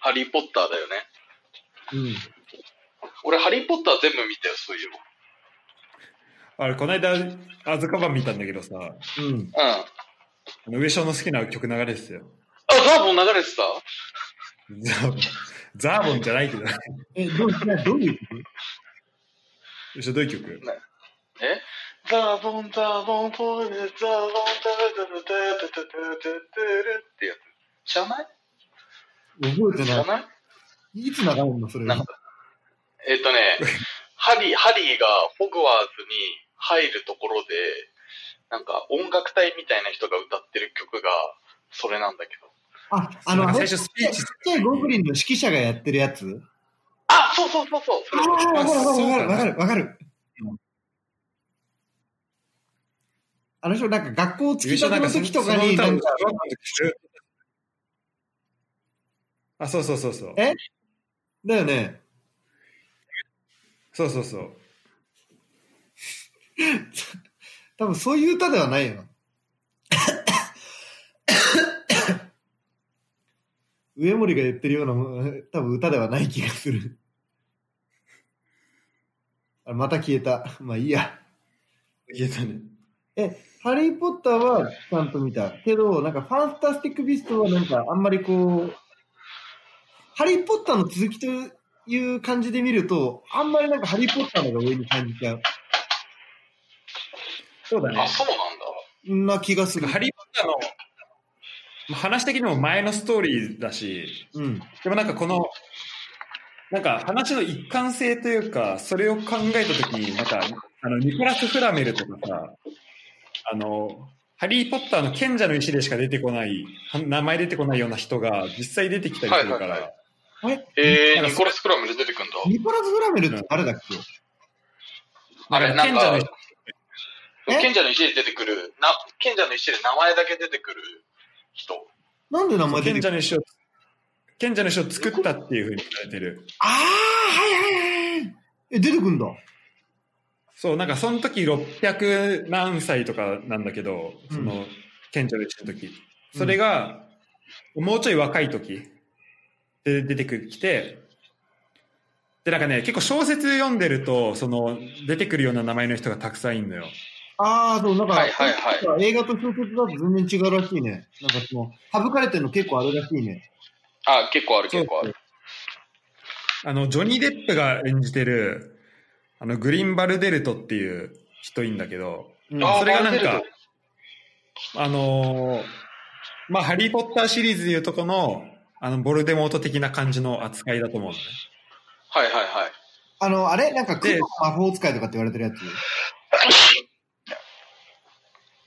Speaker 4: ハリー・ポッターだよね。
Speaker 2: うん。
Speaker 4: 俺、ハリー・ポッター全部見たよ、そういう
Speaker 1: あれ、この間、アズカバン見たんだけどさ、
Speaker 2: うん。
Speaker 4: うん。あ、
Speaker 1: あの上昇の好きな曲流れてたよ。
Speaker 4: ザーボン流れてた
Speaker 1: ザーボン。ザーボンじゃないけど。
Speaker 2: え、どう、いやどういうこと
Speaker 1: 上昇どういう曲
Speaker 4: えザーボン、ザーボン、ポーネ、ザーボン、タタタタタタタタルってやつ。知らない
Speaker 2: 覚え
Speaker 4: 知
Speaker 2: て
Speaker 4: ら
Speaker 2: ない。
Speaker 4: ない
Speaker 2: いつ流れるの、それ
Speaker 4: な
Speaker 2: は
Speaker 4: ん。えっとね、ハリー、ハリーがホグワーツに入るところで、なんか音楽隊みたいな人が歌ってる曲が、それなんだけど。
Speaker 2: あ、あ
Speaker 1: なん
Speaker 2: の、
Speaker 1: か
Speaker 2: 最
Speaker 1: 最
Speaker 2: 初、
Speaker 1: 初
Speaker 2: ち
Speaker 1: スピ
Speaker 2: っ
Speaker 1: ーチ
Speaker 2: ちゃいゴブリンの指揮者がやってるやつ
Speaker 4: あ、そうそうそうそう、そ
Speaker 2: あ
Speaker 4: れそれ
Speaker 2: あ、わかるわ
Speaker 1: そうだね
Speaker 2: かるわかるわかる。あの人、なんか学校を突き
Speaker 1: 上昇
Speaker 2: 立て
Speaker 1: なん
Speaker 2: の
Speaker 1: かその
Speaker 2: 時と
Speaker 1: そ
Speaker 2: か
Speaker 1: の
Speaker 2: に、
Speaker 1: 歌
Speaker 2: な
Speaker 1: を
Speaker 2: んか、
Speaker 1: 小学校の時ずっあ、そうそうそうそう。
Speaker 2: えだよね。
Speaker 1: そうそうそう。
Speaker 2: 多分そういう歌で はないよ。上森が言ってるようなもの、多分歌ではない気がする。あまた消えた。まあいいや。
Speaker 1: 言えたね。
Speaker 2: え、ハリー・ポッターはちゃんと見た。けど、なんかファンスタスティック・ビーストはなんかあんまりこう、ハリー・ポッターの続きという感じで見ると、あんまりなんかハリー・ポッターの方が上に感じちゃう。そうだ
Speaker 4: あ、
Speaker 2: ね。
Speaker 4: そうなんだ。
Speaker 2: な気がする。
Speaker 1: ハリー・ポッターのまあ話的にも前のストーリーだし、
Speaker 2: うん。
Speaker 1: でもなんかこの、なんか話の一貫性というか、それを考えたときに、また、あの、ニコラス・フラメルとかさ、あの、ハリー・ポッターの賢者の石でしか出てこない、は名前出てこないような人が実際出てきたりするか
Speaker 4: はいはいは
Speaker 1: ら、
Speaker 4: え
Speaker 1: なん
Speaker 4: ー、
Speaker 1: か
Speaker 4: ニコラス・クラムで出てくんだ。
Speaker 2: ニコラス・フラメルって誰だっけ
Speaker 4: あれ、なん
Speaker 1: 賢者の
Speaker 4: か
Speaker 1: 石、
Speaker 2: え
Speaker 4: 賢者の石で出てくる、な賢者の石で名前だけ出てくる人。
Speaker 2: なんで名前出て
Speaker 1: 賢
Speaker 2: くる
Speaker 1: 者の石を、賢者の石を作ったっていうふうに言われてる。
Speaker 2: ああ、はいはいはいはい。え、出てくんだ。
Speaker 1: そう、なんかその時600何歳とかなんだけど、その、賢者の石の時。それが、もうちょい若い時で出てくきて、で、なんかね、結構小説読んでると、その、出てくるような名前の人がたくさんいるのよ。
Speaker 2: ああ、そう、なんか、
Speaker 4: はいはいはい
Speaker 2: なんか映画と小説だと全然違うらしいね。なんかその、省かれてるの結構あるらしいね。
Speaker 4: あ、結構ある、結構ある。
Speaker 1: あの、ジョニー・デップが演じてる、あの、グリン・バルデルトっていう人いんだけど、
Speaker 2: うん
Speaker 4: あー
Speaker 1: それがなん
Speaker 4: バルデル
Speaker 1: か、あのーまあ、ハリー・ポッターシリーズでいうとこの、あの、ボルデモート的な感じの扱いだと思うのね。
Speaker 4: はいはいはい。
Speaker 2: あの、あれなんか、
Speaker 1: で
Speaker 2: 雲の魔法使いとかって言われてるやつ。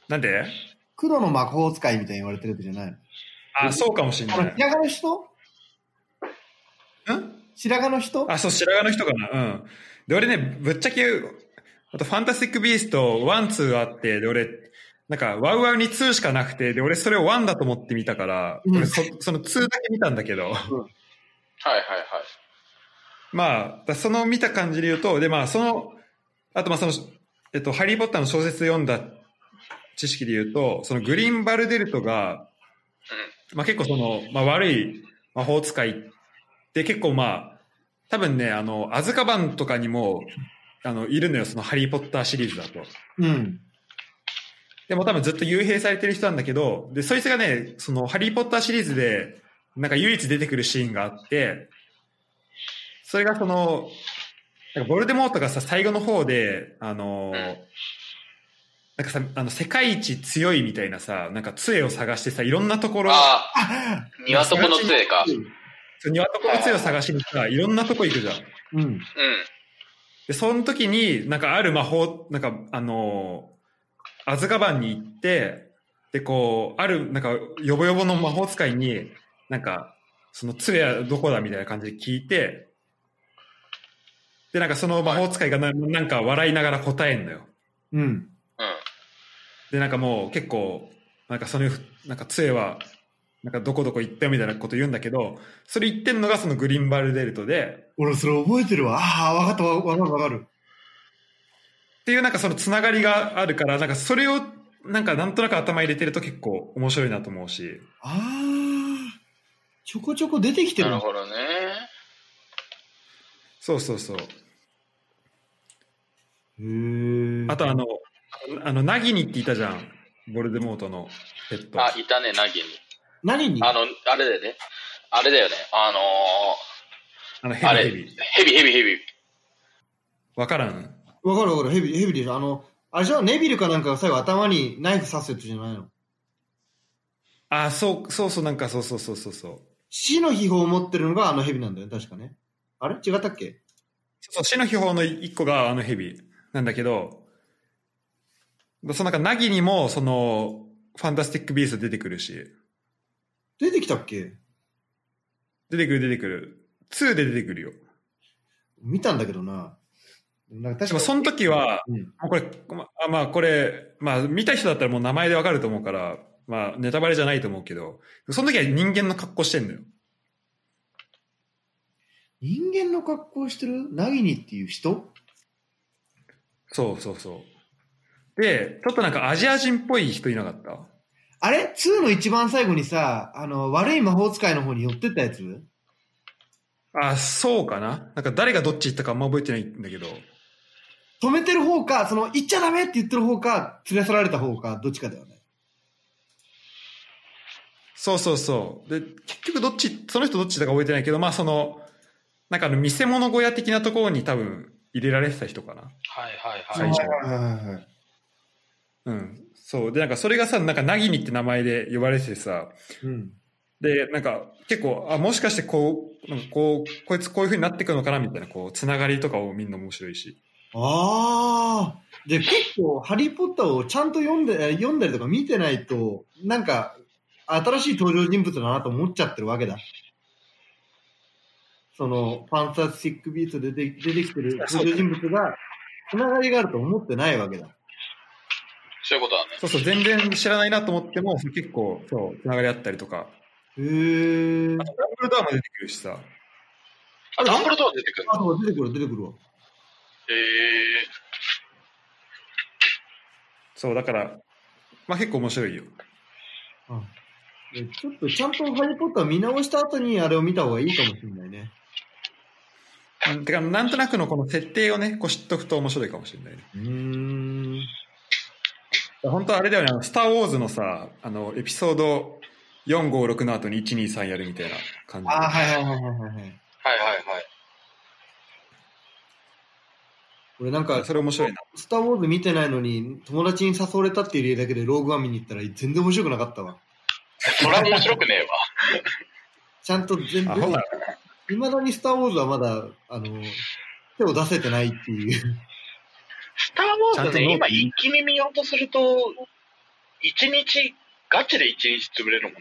Speaker 1: なんで
Speaker 2: 黒の魔法使いみたいに言われてるやつじゃないの
Speaker 1: あ、そうかもしん
Speaker 2: あ
Speaker 1: な
Speaker 2: の、
Speaker 1: い。
Speaker 2: 白髪の人
Speaker 1: ん
Speaker 2: 白髪の人
Speaker 1: あ、そう、白髪の人かな。うん。で、俺ね、ぶっちゃけ、あと、ファンタスティック・ビースト、ワン、ツーあって、で、俺、なんか、ワウワウにツーしかなくて、で、俺それをワンだと思って見たから、
Speaker 2: うん
Speaker 1: 俺そそのツーだけ見たんだけど、
Speaker 4: はいはいはい。
Speaker 1: まあ、だその見た感じで言うと、で、まあ、その、あと、まあ、その、えっと、ハリー・ポッターの小説読んだ知識で言うと、そのグリーンバルデルトが、まあ結構その、まあ悪い魔法使いって結構まあ、多分ね、あの、アズカバンとかにも、あの、いるのよ、そのハリー・ポッターシリーズだと。
Speaker 2: うん。
Speaker 1: でも多分ずっと幽閉されてる人なんだけど、で、そいつがね、そのハリー・ポッターシリーズで、なんか唯一出てくるシーンがあって、それがその、なんかボルデモートがさ、最後の方で、あの、
Speaker 4: うん
Speaker 1: なんかさ、あの、世界一強いみたいなさ、なんか杖を探してさ、いろんなところ、
Speaker 4: あー、ニワトコの杖か。うん。
Speaker 1: そう庭とこの杖を探しにさ、いろんなとこ行くじゃん。
Speaker 2: うん。
Speaker 1: で、その時に、なんかある魔法、なんか、あのー、アズカバンに行って、で、こう、ある、なんか、ヨボヨボの魔法使いに、なんか、その杖はどこだみたいな感じで聞いて、で、なんかその魔法使いがななんか笑いながら答えんのよ。
Speaker 2: うん。
Speaker 4: うん。
Speaker 1: で、なんかもう結構、なんかその、なんか杖は、なんかどこどこ行ったよみたいなこと言うんだけど、それ言ってんのがそのグリンバルデルトで、
Speaker 2: 俺、それ覚えてるわ。ああ、わかった、わわかるわかる。
Speaker 1: っていうなんかそのつながりがあるから、なんかそれをなんかなんとなく頭入れてると結構面白いなと思うし。
Speaker 2: ああ、ちょこちょこ出てきて
Speaker 4: な
Speaker 2: る
Speaker 4: る。ほどね。
Speaker 1: そうそうそう。
Speaker 2: へえ。
Speaker 1: あとあの、あの、ナギニっていたじゃん。ボルデモートのペット。
Speaker 4: あ、いたね、ナギに。
Speaker 2: 何に
Speaker 4: あの、あれだよね。あれだよね。あの
Speaker 1: あの、
Speaker 4: ー、あ
Speaker 1: ヘビヘ
Speaker 4: れ
Speaker 1: ビ。、
Speaker 4: ヘビヘビヘビ。
Speaker 1: わからん。
Speaker 2: わかるわかる、ヘビ、ヘビでしょ。あの、あれじゃネビルかなんかが最後頭にナイフ刺すやつじゃないの。
Speaker 1: あ、そう、そうそう、なんかそうそうそうそうそう。
Speaker 2: 死の秘宝を持ってるのがあのヘビなんだよね、確かね。あれ違ったっけ
Speaker 1: そう、死の秘宝の一個があのヘビなんだけど、そのなんかナギニもその、ファンタスティックビースト出てくるし、
Speaker 2: 出てきたっけ
Speaker 1: 出てくる出てくる。2で出てくるよ。
Speaker 2: 見たんだけどな。なん
Speaker 1: で
Speaker 2: か確
Speaker 1: も
Speaker 2: か
Speaker 1: その時は、
Speaker 2: うん
Speaker 1: もうこれ、まあ、まあ、これ、まあ、見た人だったらもう名前でわかると思うから、まあ、ネタバレじゃないと思うけど、その時は人間の格好してんのよ。
Speaker 2: 人間の格好してるナギニっていう人
Speaker 1: そうそうそう。で、ちょっとなんかアジア人っぽい人いなかった
Speaker 2: あれ ?2 の一番最後にさ、あの、悪い魔法使いの方に寄ってったやつ
Speaker 1: あ、そうかななんか誰がどっち行ったかあんま覚えてないんだけど。
Speaker 2: 止めてる方か、その、行っちゃダメって言ってる方か、連れ去られた方か、どっちかだよね。
Speaker 1: そうそうそう。で、結局どっち、その人どっちだか覚えてないけど、まあその、なんかあの見せ物小屋的なところに多分入れられてた人かな。
Speaker 4: はいはい
Speaker 1: 最
Speaker 4: はい。
Speaker 1: 初。
Speaker 2: はいはいはい。
Speaker 1: うん。そう。で、なんかそれがさ、なんかなぎにって名前で呼ばれててさ、
Speaker 2: うん。
Speaker 1: で、なんか結構、あ、もしかしてこう、なんかこう、こいつこういう風になってくのかなみたいな、こう、つながりとかをみんな面白いし。
Speaker 2: ああ。で、結構、ハリー・ポッターをちゃんと読んで、え読んだりとか見てないと、なんか、新しい登場人物だなと思っちゃってるわけだ。その、ファンタスティックビートで出て出てきてる登場人物が、つながりがあると思ってないわけだ。
Speaker 4: そういうことだね。
Speaker 1: そうそう、全然知らないなと思っても、そう結構、そう、つながりあったりとか。
Speaker 2: へえ。
Speaker 1: あとダンブルドアも出てくるしさ。
Speaker 4: あ、ダンブルドア出てくる
Speaker 2: あ、そう、出てくる、出てくるわ。
Speaker 4: ええ
Speaker 1: そう、だから、まあ結構面白いよ。
Speaker 2: でちょっとちゃんとハリー・ポッター見直した後にあれを見た方がいいかもしれないね。
Speaker 1: うんてか、なんとなくのこの設定をね、こう知っとくと面白いかもしれないね。
Speaker 2: うーん。
Speaker 1: 本当はあれだよね、あのスター・ウォーズのさ、あの、エピソード4、5、6の後に1、2、3やるみたいな感じ。
Speaker 2: ああ、はいはいはいはいはい。
Speaker 4: はいはいはい。
Speaker 2: 俺なんか、
Speaker 1: それ面白いな。
Speaker 2: スター・ウォーズ見てないのに、友達に誘われたっていう理由だけでローグワン見に行ったら全然面白くなかったわ。
Speaker 4: それは面白くねえわ。
Speaker 2: ちゃんと全
Speaker 1: あ、ほ
Speaker 2: 然
Speaker 1: ら、
Speaker 2: いまだにスター・ウォーズはまだ、あの、手を出せてないっていう。
Speaker 4: スター・ウォーズね、今、一気に見ようとすると、一日、ガチで一日潰れるもんね。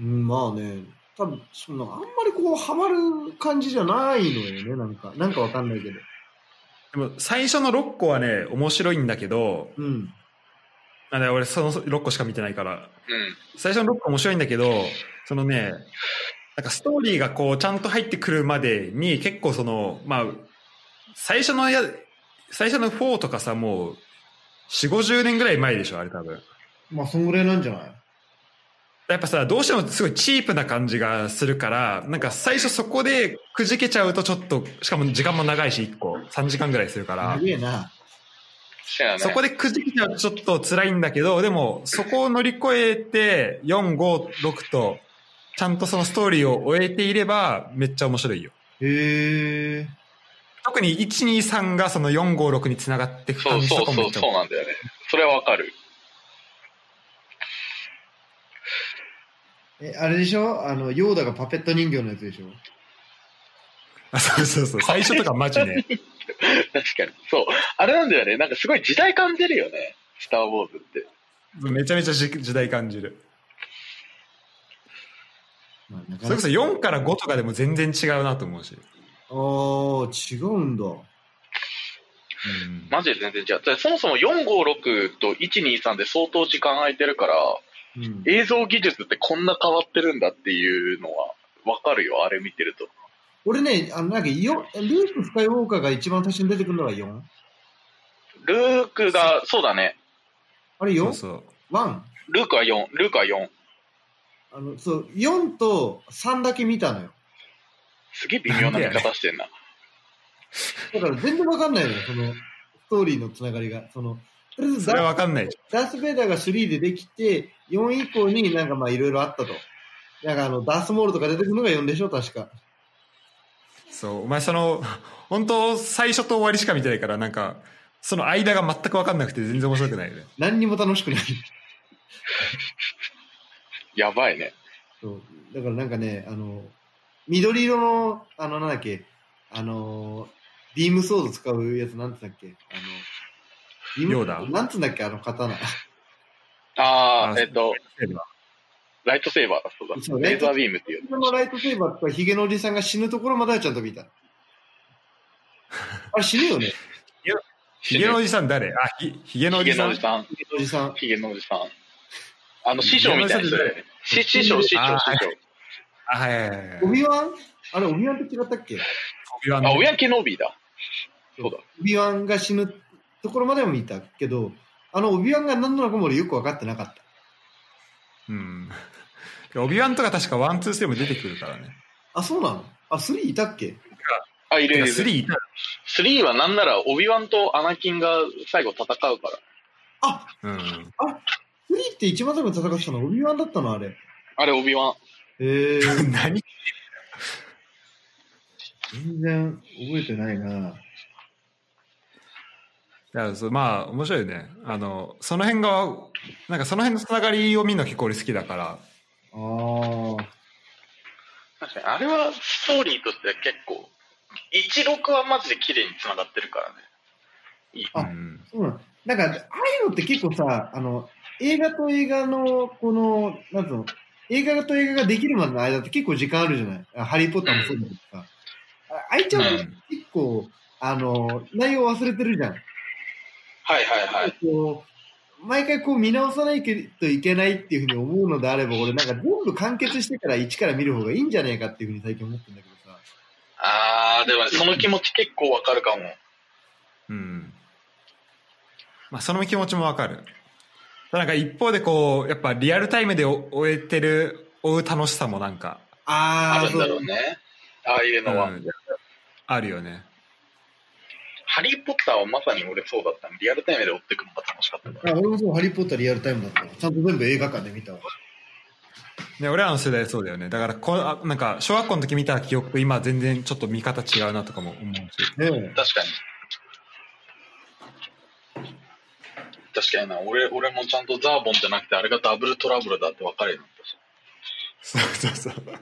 Speaker 2: うん、まあね。多分、その、あんまりこう、ハマる感じじゃないのよね、なんか。なんかわかんないけど。
Speaker 1: でも最初の6個はね、面白いんだけど、
Speaker 2: うん。
Speaker 1: あれ俺その6個しか見てないから、
Speaker 4: うん。
Speaker 1: 最初の6個面白いんだけど、そのね、なんかストーリーがこうちゃんと入ってくるまでに結構その、まあ、最初のや、最初の4とかさ、もう、4、50年ぐらい前でしょ、あれ多分。
Speaker 2: まあ、そんぐらいなんじゃない
Speaker 1: やっぱさ、どうしてもすごいチープな感じがするから、なんか最初そこでくじけちゃうとちょっと、しかも時間も長いし、1個、3時間ぐらいするから
Speaker 2: す、げえな。
Speaker 4: そうやね。
Speaker 1: そこでくじけちゃうとちょっと辛いんだけど、でもそこを乗り越えて、4、5、6と、ちゃんとそのストーリーを終えていれば、めっちゃ面白いよ。
Speaker 2: へえ。
Speaker 1: 特に1、2、3がその4、5、6に繋がっていく
Speaker 4: そ
Speaker 1: 感
Speaker 4: う
Speaker 1: じ
Speaker 4: そ
Speaker 1: と
Speaker 4: う
Speaker 1: かも
Speaker 4: そ
Speaker 1: めっ
Speaker 4: う、
Speaker 1: ちゃ
Speaker 4: そうなんだよね。それはわかる。
Speaker 2: え、あれでしょあの、ヨーダがパペット人形のやつでしょ
Speaker 1: あそうそうそう。最初とかマジね。
Speaker 4: 確かに。そう。あれなんだよね。なんかすごい時代感じるよね。スター・ウォーズって。
Speaker 1: めちゃめちゃ時時代感じる。
Speaker 2: まあ、なか
Speaker 1: それこ
Speaker 2: なか
Speaker 1: そ4から5とかでも全然違うなと思うし。
Speaker 2: ああ、違うんだ。
Speaker 1: うん
Speaker 4: マジで全然違う。だからそもそも4、5、6と1、2、3で相当時間空いてるから、
Speaker 2: うん、
Speaker 4: 映像技術ってこんな変わってるんだっていうのはわかるよ。あれ見てると。
Speaker 2: 俺ね、あの、なんか、よ、ルーク・スカイウォーカーが一番最初に出てくるのは 4?
Speaker 4: ルークが、そうだね。
Speaker 2: あれ
Speaker 1: そう
Speaker 2: 4?1?
Speaker 1: そう。
Speaker 4: ルークは4。ルークは4。
Speaker 2: あの、そう、4と3だけ見たのよ。
Speaker 4: すげえ微妙な見方してんな。
Speaker 2: だから全然わかんないのよ、その、ストーリーのつながりが。その、とりあえず
Speaker 1: それは
Speaker 2: ダ、
Speaker 1: わかんないでし
Speaker 2: ダース・ベイダーが3でできて、4以降になんかまあいろいろあったと。なんかあの、ダース・モールとか出てくるのが4でしょ、確か。
Speaker 1: ょ。そう。お前その、本当最初と終わりしか見てないから、なんか、その間が全くわかんなくて全然面白くないよね。
Speaker 2: 何にも楽しくない。
Speaker 4: やばいね。
Speaker 2: そう。だからなんかね、あの、緑色の、あの、なんだっけ、あの、ビームソード使うやつ、なんつうんだっけ、あの、ビ
Speaker 1: ヨーダ
Speaker 2: なんつうんだっけ、あの刀。
Speaker 4: あ
Speaker 1: あ
Speaker 4: あ、えっと、ライトセーバーだそうだ
Speaker 2: そう。
Speaker 4: レーザービームっていう。
Speaker 2: このライトセーバーとか、ヒゲのおじさんが死ぬところまではちゃん と見た。あれ死ぬよね、
Speaker 1: ヒゲのおじさん誰あ、ひ、ヒゲのお
Speaker 4: ヒ
Speaker 1: じ
Speaker 4: ゲ
Speaker 1: さ
Speaker 4: のお
Speaker 1: ん
Speaker 4: じ。さん。
Speaker 2: ヒゲのおじさん。
Speaker 4: ヒゲのおじさん。あの、師匠みたいな人だよね。師師匠、師匠、師
Speaker 1: あー
Speaker 4: 匠。
Speaker 1: あ、はいはいはいはい。
Speaker 2: オビワンあれ、オビワンと違ったっけ
Speaker 1: ビワン
Speaker 4: あ、親家の帯だ。そうだ。
Speaker 2: オビワンが死ぬところまでも見たけど、あのオビワンが何なのかも俺よく分かってなかった。
Speaker 1: うん。オビワンとか確かワン、ツー、スリーも出てくるからね。
Speaker 2: あ、そうなのあ、スリーいたっけ
Speaker 4: あ、
Speaker 1: て
Speaker 4: いるい
Speaker 1: か
Speaker 4: るい
Speaker 1: ス
Speaker 4: る。
Speaker 1: リーいた
Speaker 4: 3はなんなら、オビワンとアナキンが最後戦うから。
Speaker 2: あ、
Speaker 1: うん。
Speaker 2: スリーって一番最後に戦ってたのオビワンだったのあれ。
Speaker 4: あれ、オビワン。
Speaker 2: へえー、
Speaker 1: 何
Speaker 2: 全然覚えてないな。
Speaker 1: いやそうまあ面白いよねあのその辺がなんかその辺のつながりを見るの結構俺好きだから
Speaker 2: あー
Speaker 4: 確かに、あれはストーリーとしては結構、16はマジで綺麗に繋がってるからね。いい。
Speaker 2: あ
Speaker 1: うん、
Speaker 2: そうなの。なんか、ああいうのって結構さ、あの、映画と映画の、この、なんつうの、映画と映画ができるまでの間って結構時間あるじゃないあハリーポッターもそうだけどさ。あ開いちゃうと
Speaker 1: うん
Speaker 2: 結構、あの、内容忘れてるじゃん。
Speaker 4: はいはいはい。
Speaker 2: こう毎回こう見直さないといけないっていうふうに思うのであれば、俺なんか全部完結してから一から見る方がいいんじゃねえかっていうふうに最近思ってんだけどさ。
Speaker 4: あー、でもその気持ち結構わかるかも。
Speaker 1: うんまあ、その気持ちもわかるなんか一方でこうやっぱリアルタイムでお終えてる追う楽しさもなんか、
Speaker 2: あ
Speaker 4: あ
Speaker 2: あ、
Speaker 4: るんだろうね。ああいう
Speaker 1: う
Speaker 4: のは。
Speaker 1: んあるよね
Speaker 4: ハリー・ポッターはまさに俺そうだったの。リアルタイムで追ってくのが楽しかったから。
Speaker 2: あ俺もそう、ハリー・ポッターリアルタイムだったわちゃんと全部映画館で見 たわ。
Speaker 1: ね俺らの世代そうだよねだからこあなんか小学校の時見た記憶と今全然ちょっと見方違うなとかも思うし
Speaker 2: ね
Speaker 4: 確かに。確かにな。俺、俺もちゃんとザーボンじゃなくて、あれがダブルトラブルだって分かるようになったし。
Speaker 1: そうそうそう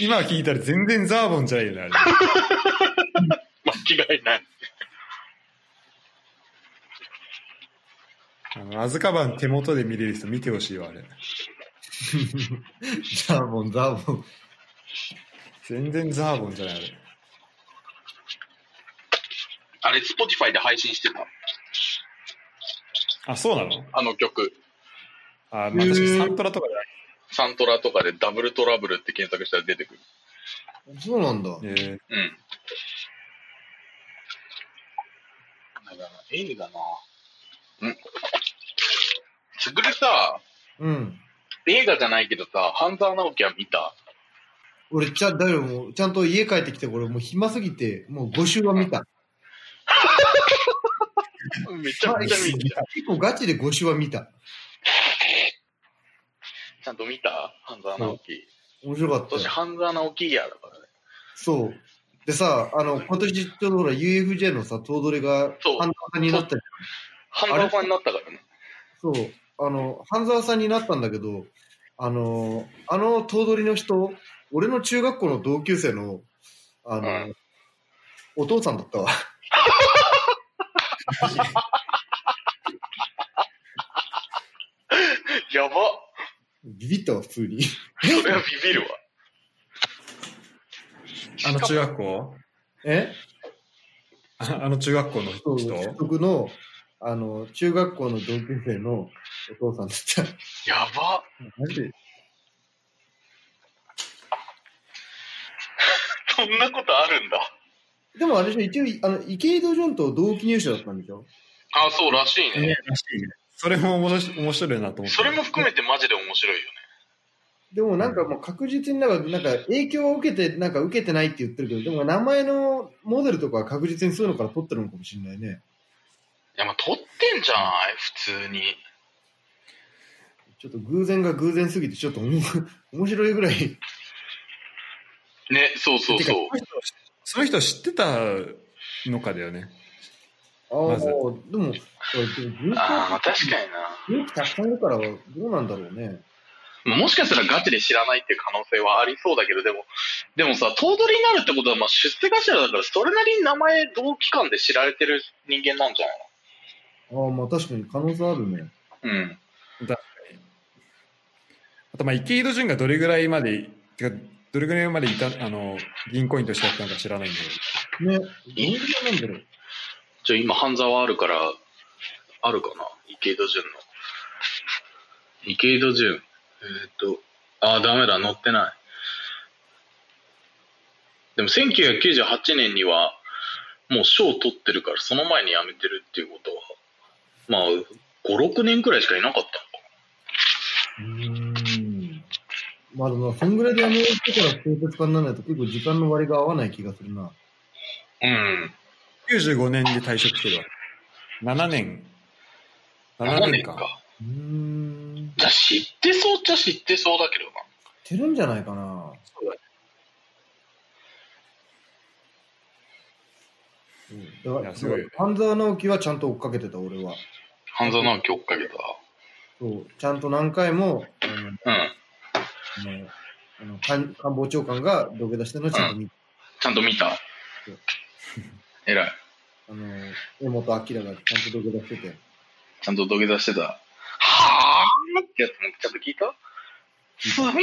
Speaker 1: 今聞いたら全然ザーボンじゃないよねあれ
Speaker 4: 間違いない。
Speaker 1: あのアズカバン手元で見れる人見てほしいわあれ
Speaker 2: ザーボン、ザーボン。
Speaker 1: 全然ザーボンじゃないあれ
Speaker 4: あれ、Spotify で配信してた。
Speaker 1: あそうなの
Speaker 4: あの曲。
Speaker 1: あ、まあ、
Speaker 2: へー
Speaker 1: 確かにサントラとかじ
Speaker 4: サントラとかでダブルトラブルって検索したら出てくる。
Speaker 2: そうなんだ。
Speaker 1: ゃない、え
Speaker 4: うん。だから映画な。うん。つぐるさ、
Speaker 2: うん。
Speaker 4: 映画じゃないけどさ、半沢直樹は見た。
Speaker 2: 俺、ちゃん、だよ、もう、ちゃんと家帰ってきて、俺もう暇すぎて、もう5週は見た。
Speaker 4: めちゃくちゃ見た。
Speaker 2: 結構ガチで5週は見た。
Speaker 4: ちゃんと見た半沢直樹。
Speaker 2: 面白かっ
Speaker 4: 今
Speaker 2: たよ
Speaker 4: 年。半沢直樹イヤーだからね。
Speaker 2: そう。でさ、あの、今年ちょうどほら UFJ のさ、頭取が
Speaker 4: そう
Speaker 2: 半沢になったじ
Speaker 4: 半沢さんになったから
Speaker 2: ゃ
Speaker 4: ね。
Speaker 2: んそう。あの、半沢さんになったんだけど、あの、あの頭取の人、俺の中学校の同級生の、あの、
Speaker 4: うん
Speaker 2: お父さんだったわ。
Speaker 4: やば
Speaker 2: ビビったわ、普通に。
Speaker 4: それはビビるわ。
Speaker 1: あの中学校
Speaker 2: え
Speaker 1: ああの中学校の
Speaker 2: そう、
Speaker 1: 人
Speaker 2: 僕の、あの、中学校の同級生のお父さんだった。
Speaker 4: やば
Speaker 2: マジ
Speaker 4: そんなことあるんだ。
Speaker 2: でもあれでしょ、一応、あの、池井戸潤と同期入社だったんでしょ
Speaker 4: あ、そうらしいね。
Speaker 1: それも面白い面白いなと思って
Speaker 4: それも含めてマジで面白いよね。
Speaker 2: でもなんかもう確実になんか、なんか影響を受けて、なんか受けてないって言ってるけど、でも名前のモデルとかは確実にそういうのから取ってるのかもしれないね。
Speaker 4: いや、まあ、撮ってんじゃない普通に。
Speaker 2: ちょっと偶然が偶然すぎて、ちょっとおも 面白いぐらい。
Speaker 4: ね、そうそう
Speaker 1: てか
Speaker 4: そう。
Speaker 1: その人知ってたのかだよね
Speaker 2: ああ、
Speaker 1: まず
Speaker 2: でも、これ、でもグループ
Speaker 4: ああ、まあ確かに
Speaker 2: グループたくさんいるから、どうなんだろうね。
Speaker 4: な。もしかしたらガチで知らないっていう可能性はありそうだけど、でも、でもさ、頭取になるってことは、まあ出世頭だから、それなりに名前同期間で知られてる人間なんじゃない
Speaker 2: ああ、まあ確かに可能性あるね。
Speaker 4: のうん。
Speaker 1: あとまあ池井戸潤がどれぐらいまでてかどれぐらいまでいたあの銀行員としてやったのか知らないんだけど
Speaker 2: ね。どうなんだろう。
Speaker 4: じゃあ今、半沢あるから、あるかな池井戸潤の。池井戸潤。えーっと、ああ、ダメだ、載ってない。でも1998年にはもう賞を取ってるからその前に辞めてるっていうことはまあ56年くらいしかいなかったのか
Speaker 2: うん。まあでも、そんぐらいでやめてから生活感にならないと結構時間の割が合わない気がするな。
Speaker 4: うん
Speaker 1: 95年で退職してるわ。7年。
Speaker 4: 7年か。
Speaker 2: うーん。
Speaker 4: じゃあ知ってそうっちゃ知ってそうだけどな
Speaker 2: てるんじゃないかな。だか
Speaker 1: い
Speaker 2: ら
Speaker 1: やすごいよね
Speaker 2: 半沢直樹はちゃんと追っかけてた、俺は。
Speaker 4: 半沢直樹追っかけた
Speaker 2: そう。ちゃんと何回も、あ
Speaker 4: うん
Speaker 2: の、あのあの官官房長官が土下座してるのをちゃんと見て、
Speaker 4: ちゃんと見た
Speaker 2: そう
Speaker 4: 偉い
Speaker 2: あの、江本明がちゃんと土下座してて。
Speaker 4: ちゃんと土下座してたはあってやつもちゃんと聞いたすみません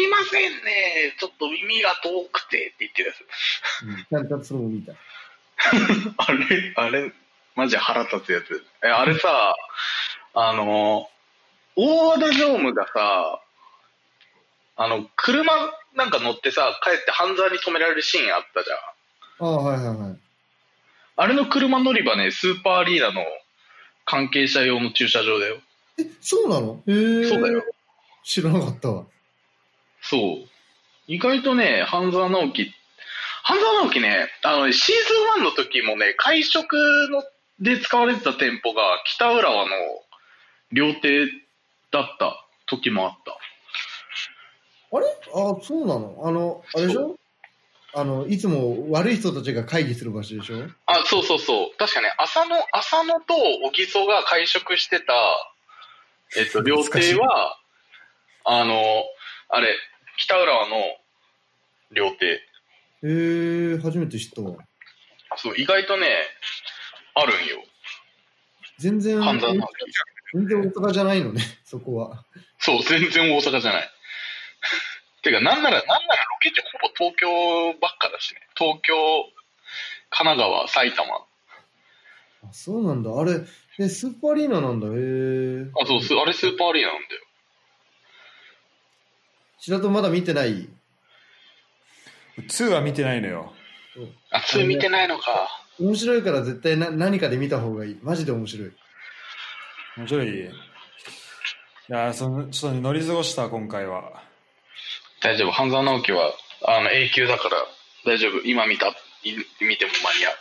Speaker 4: ねちょっと耳が遠くてって言ってるやつ
Speaker 2: ちゃんとそれも見た。
Speaker 4: あれ、あれ、マジ腹立つやつ。え、あれさ、あの、大和田常務がさ、あの、車なんか乗ってさ、帰って半沢に止められるシーンあったじゃん。
Speaker 2: ああ、はいはいはい。
Speaker 4: あれの車乗り場ね、スーパーアリーナの関係者用の駐車場だよ。
Speaker 2: え、そうなのへえ。
Speaker 4: そうだよ。。
Speaker 2: 知らなかったわ。
Speaker 4: そう。意外とね、半沢直樹、半沢直樹ね、あのね、シーズン1の時もね、会食ので使われてた店舗が北浦和の料亭だった時もあった。
Speaker 2: あれあ、そうなのあの、あれでしょあの、いつも悪い人たちが会議する場所でしょ
Speaker 4: あ、そうそうそう。確かね、浅野、浅野と小木曽が会食してた、えっと、料
Speaker 1: 懐かし
Speaker 4: 亭
Speaker 1: い
Speaker 4: は、あの、あれ、北浦和の料亭。
Speaker 2: へえ、初めて知ったわ。
Speaker 4: そう、意外とね、あるんよ。
Speaker 2: 全然、
Speaker 4: 半沢直樹。
Speaker 2: 全然大阪じゃないのね、そこは。
Speaker 4: そう、全然大阪じゃない。 てか、なんなら、なんならロケ地ほぼ東京ばっかだしね。東京、神奈川、埼玉。あ、
Speaker 2: あ、そうなんだ。あれ、え、スーパーアリーナなんだ。へえ。
Speaker 4: そう、すあれスーパーアリーナなんだよ。
Speaker 2: 白戸まだ見てない
Speaker 1: 2は見てないのよ。
Speaker 4: あ、それ見てないのか。
Speaker 2: 面白いから絶対な何かで見た方がいい。マジで面白い。
Speaker 1: 面白い。いやーその、ちょっとね、乗り過ごした、今回は。
Speaker 4: 大丈夫、半沢直樹は、あの、永久だから、大丈夫。今見た、い見ても間に合う。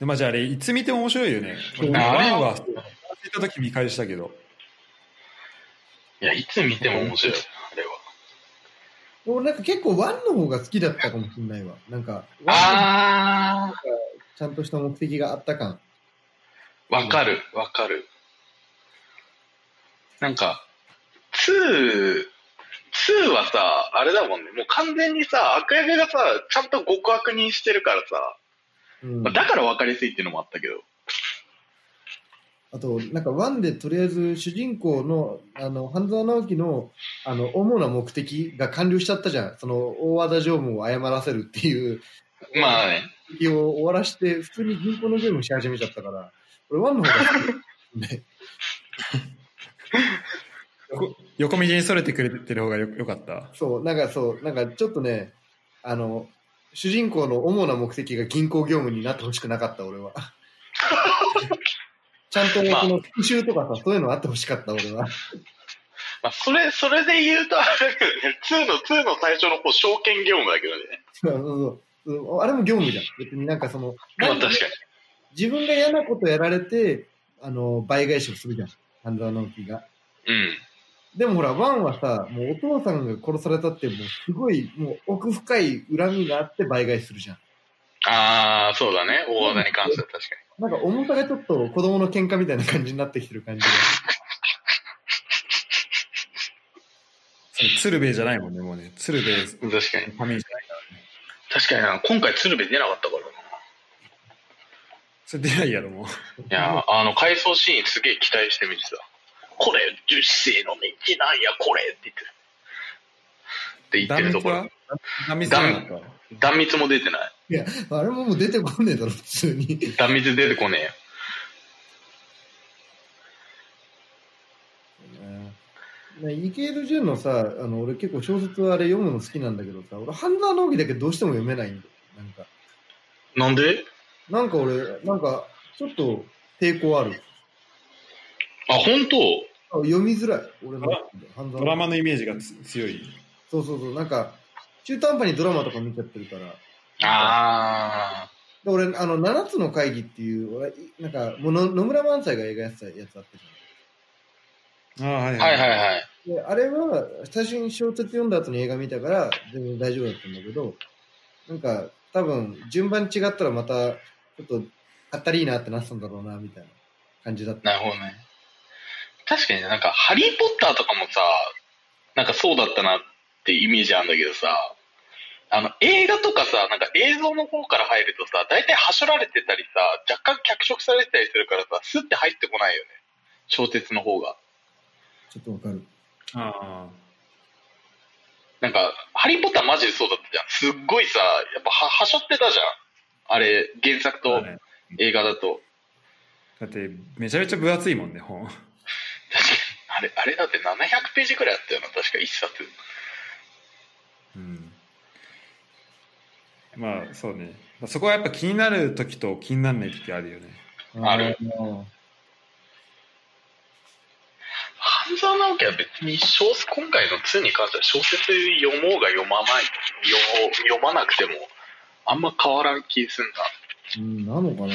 Speaker 1: でまあ、じゃあ、あれ、いつ見ても面白いよね。
Speaker 2: そう
Speaker 1: 俺ワンは、
Speaker 4: あれ
Speaker 1: 忘れた時見返したけど。
Speaker 4: いや、いつ見ても面白い、あれは。
Speaker 2: 俺なんか結構ワンの方が好きだったかもしれないわ。なんか、ワンの
Speaker 4: あ
Speaker 2: ちゃんとした目的があった感。
Speaker 4: ー、わかる、わかる。なんか、2、2はさ、あれだもんね、もう完全にさ、悪役がさ、ちゃんと極悪人してるからさ、
Speaker 2: うん
Speaker 4: まあ、だから分かりやすいっていうのもあったけど、
Speaker 2: あと、なんか、ワンでとりあえず主人公の、あの、半沢直樹の、あの、主な目的が完了しちゃったじゃん。その、大和田常務を謝らせるっていう、
Speaker 4: まあね、
Speaker 2: 目的を終わらして、普通に銀行のゲームし始めちゃったから、俺、ワンの方が好き。ね。
Speaker 1: こ横道にそれてくれてる方がよよかった。
Speaker 2: そう、なんかそう、なんかちょっとね、あの、主人公の主な目的が銀行業務になってほしくなかった、俺 は。ちゃんと、
Speaker 4: まあ
Speaker 2: その、復習とかさ、そういうのあってほしかった、俺は。
Speaker 4: まあ、それ、それで言うとあれだけどね、2の、2の 最初の方、証券業務だけどね。
Speaker 2: そうそうそうあれも業務じゃん。別になんかその、
Speaker 4: まあ確かに。
Speaker 2: 自分が嫌なことやられて、あの、倍返しをするじゃん。半沢直樹が。
Speaker 4: うん。
Speaker 2: でもほら、ワンはさ、もうお父さんが殺されたって、もうすごい、もう奥深い恨みがあって倍返しするじゃん。
Speaker 4: ああ、そうだね。大技に関しては確か
Speaker 2: なんか重さがちょっと子供の喧嘩みたいな感じになってきてる感じが。
Speaker 1: それ鶴瓶じゃないもんね、もうね。鶴瓶、フ
Speaker 4: に。確かに。
Speaker 1: ァミリーじゃない。
Speaker 4: 確かにな、今回鶴瓶出なかったから
Speaker 1: それ出ないやろ、もう。
Speaker 4: な。いやー、あの、回想シーンすげえ期待して見てた。これ、十世の道なんや、これって言ってる。って言ってるところ。
Speaker 1: ダメだった。
Speaker 4: 断蜜も出てない。
Speaker 2: いや、あれももう出てこねえだろ、普通に。
Speaker 4: 断蜜出てこねえよ。
Speaker 2: ねね、池井戸潤のさ、あの、俺結構小説はあれ読むの好きなんだけどさ、俺、ハンザー農儀だけどうしても読めないんだよ。なんか、
Speaker 4: なんで
Speaker 2: なんか俺、なんか、ちょっと抵抗ある。
Speaker 4: あ、本当
Speaker 2: あ読みづらい。俺の中で、ハンザー
Speaker 1: ドラマのイメージがつ強い。
Speaker 2: そうそうそう、なんか、中途半端にドラマとか見ちゃってるから。
Speaker 4: あ
Speaker 2: で俺、あの、七つの会議っていう、俺、いなんか、もうの野村萬斎が映画やってたやつあったじ
Speaker 1: ああ、はい
Speaker 4: あ。はいはいはい。
Speaker 2: ゃん。で、あれは、最初に小説読んだ後に映画見たから、全然大丈夫だったんだけど、なんか、多分、順番違ったらまた、ちょっと、あったりいいなってなってたんだろうな、みたいな感じだった。
Speaker 4: なるほどね。確かにねなんか、ハリー・ポッターとかもさ、なんかそうだったなってイメージあるんだけどさ、あの、映画とかさ、なんか映像の方から入るとさ、大体はしょられてたりさ、若干脚色されてたりするからさ、スッて入ってこないよね。小説の方が。
Speaker 2: ちょっとわかる。
Speaker 1: あ
Speaker 4: なんか、ハリー・ポッターマジでそうだったじゃん。すっごいさ、やっぱは、はしょってたじゃん。あれ、原作
Speaker 1: あ
Speaker 4: と映画だと。
Speaker 1: だって、めちゃめちゃ分厚いもんね、本。
Speaker 4: 確かに。あれ、あれだって700ページくらいあったよな、確か一冊。
Speaker 1: うん。まあ、そうね。そこはやっぱ気になる時と気にならない時あるよね。
Speaker 4: ある
Speaker 2: の
Speaker 4: 半沢直樹は別に小今回の2に関しては小説読もうが読まない読もう読まなくてもあんま変わらん気すん
Speaker 2: うん、なのかな
Speaker 4: な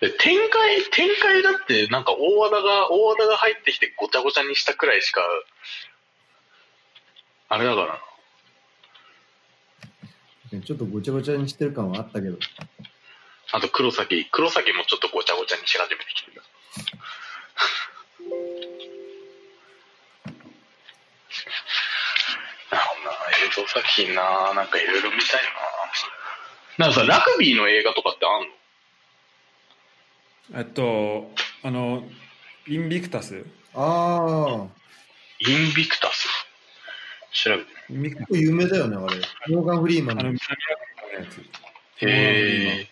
Speaker 4: で展開展開だってなんか大和田が大和田が入ってきてごちゃごちゃにしたくらいしかあれだからな
Speaker 2: ちょっとごちゃごちゃにしてる感はあったけど。
Speaker 4: あと黒崎黒崎もちょっとごちゃごちゃにし始めてきてる なるほどな映像作品ななんかいろいろ見たいななんかさラグビーの映画とかってあんの
Speaker 1: えっと、あの、インビクタス。
Speaker 2: ああ、
Speaker 4: インビクタス調べて
Speaker 1: インビクタス
Speaker 2: 結構有名だよね、あれ。モーガン・フリーマン
Speaker 1: あ
Speaker 2: の
Speaker 1: の、南アフリカのやつ。
Speaker 4: みる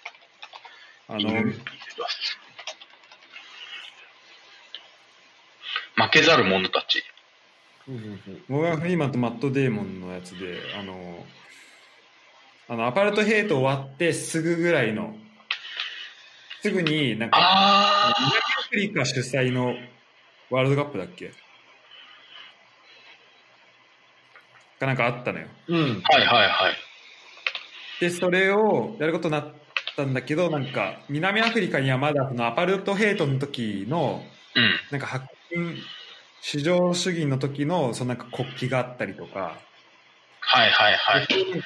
Speaker 1: あ
Speaker 4: インビ
Speaker 1: の、
Speaker 4: クタス負けざる者たち
Speaker 2: そうそうそう
Speaker 1: モーガン・フリーマンとマット・デーモンのやつで、あの、あのアパルトヘイト終わってすぐぐらいの、すぐになんか、
Speaker 4: あ
Speaker 1: 南アフリカ主催のワールドカップだっけかなんかあったのよ。
Speaker 2: うん。
Speaker 4: はいはいはい
Speaker 1: で、それをやることになったんだけど、なんか、南アフリカにはまだそのアパルトヘイトの時の、
Speaker 4: うん
Speaker 1: なんか白人、市場主義の時の、そのなんか国旗があったりとか、
Speaker 4: はいはいはい
Speaker 1: でス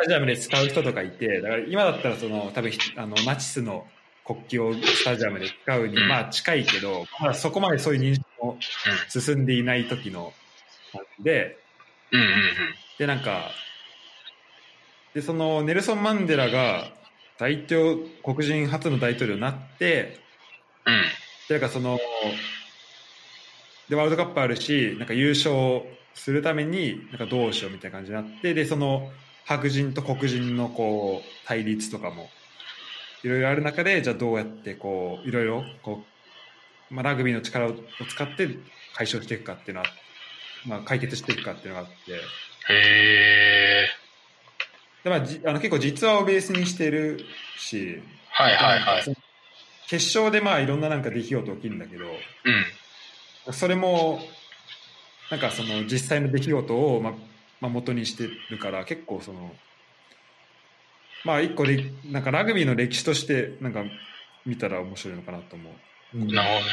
Speaker 1: タジアムで使う人とかいて、だから今だったらその多分ひあのナチスの国旗をスタジアムで使うに、
Speaker 4: うん
Speaker 1: まあ近いけど、まだそこまでそういう認識も進んでいない時の感じで、
Speaker 4: うんうんうん
Speaker 1: でなんか、でそのネルソン・マンデラが大統黒人初の大統領になって、
Speaker 4: うん
Speaker 1: でなんかそのでワールドカップあるしなんか優勝するためになんかどうしようみたいな感じになってでその白人と黒人のこう対立とかもいろいろある中でじゃあどうやってこういろいろこう、まあ、ラグビーの力を使って解消していくかっていうのは、まあ、解決していくかっていうのがあって
Speaker 4: へえ
Speaker 1: で、まあ、じあの結構実話をベースにしてるし
Speaker 4: はいはいはい
Speaker 1: その決勝でまあいろんななんか出来事起きるんだけど。
Speaker 4: うん
Speaker 1: それもなんかその実際の出来事を、ままあ、元にしてるから結構そのまあ一個でなんかラグビーの歴史としてなんか見たら面白いのかなと思う
Speaker 2: うん
Speaker 4: なるほどね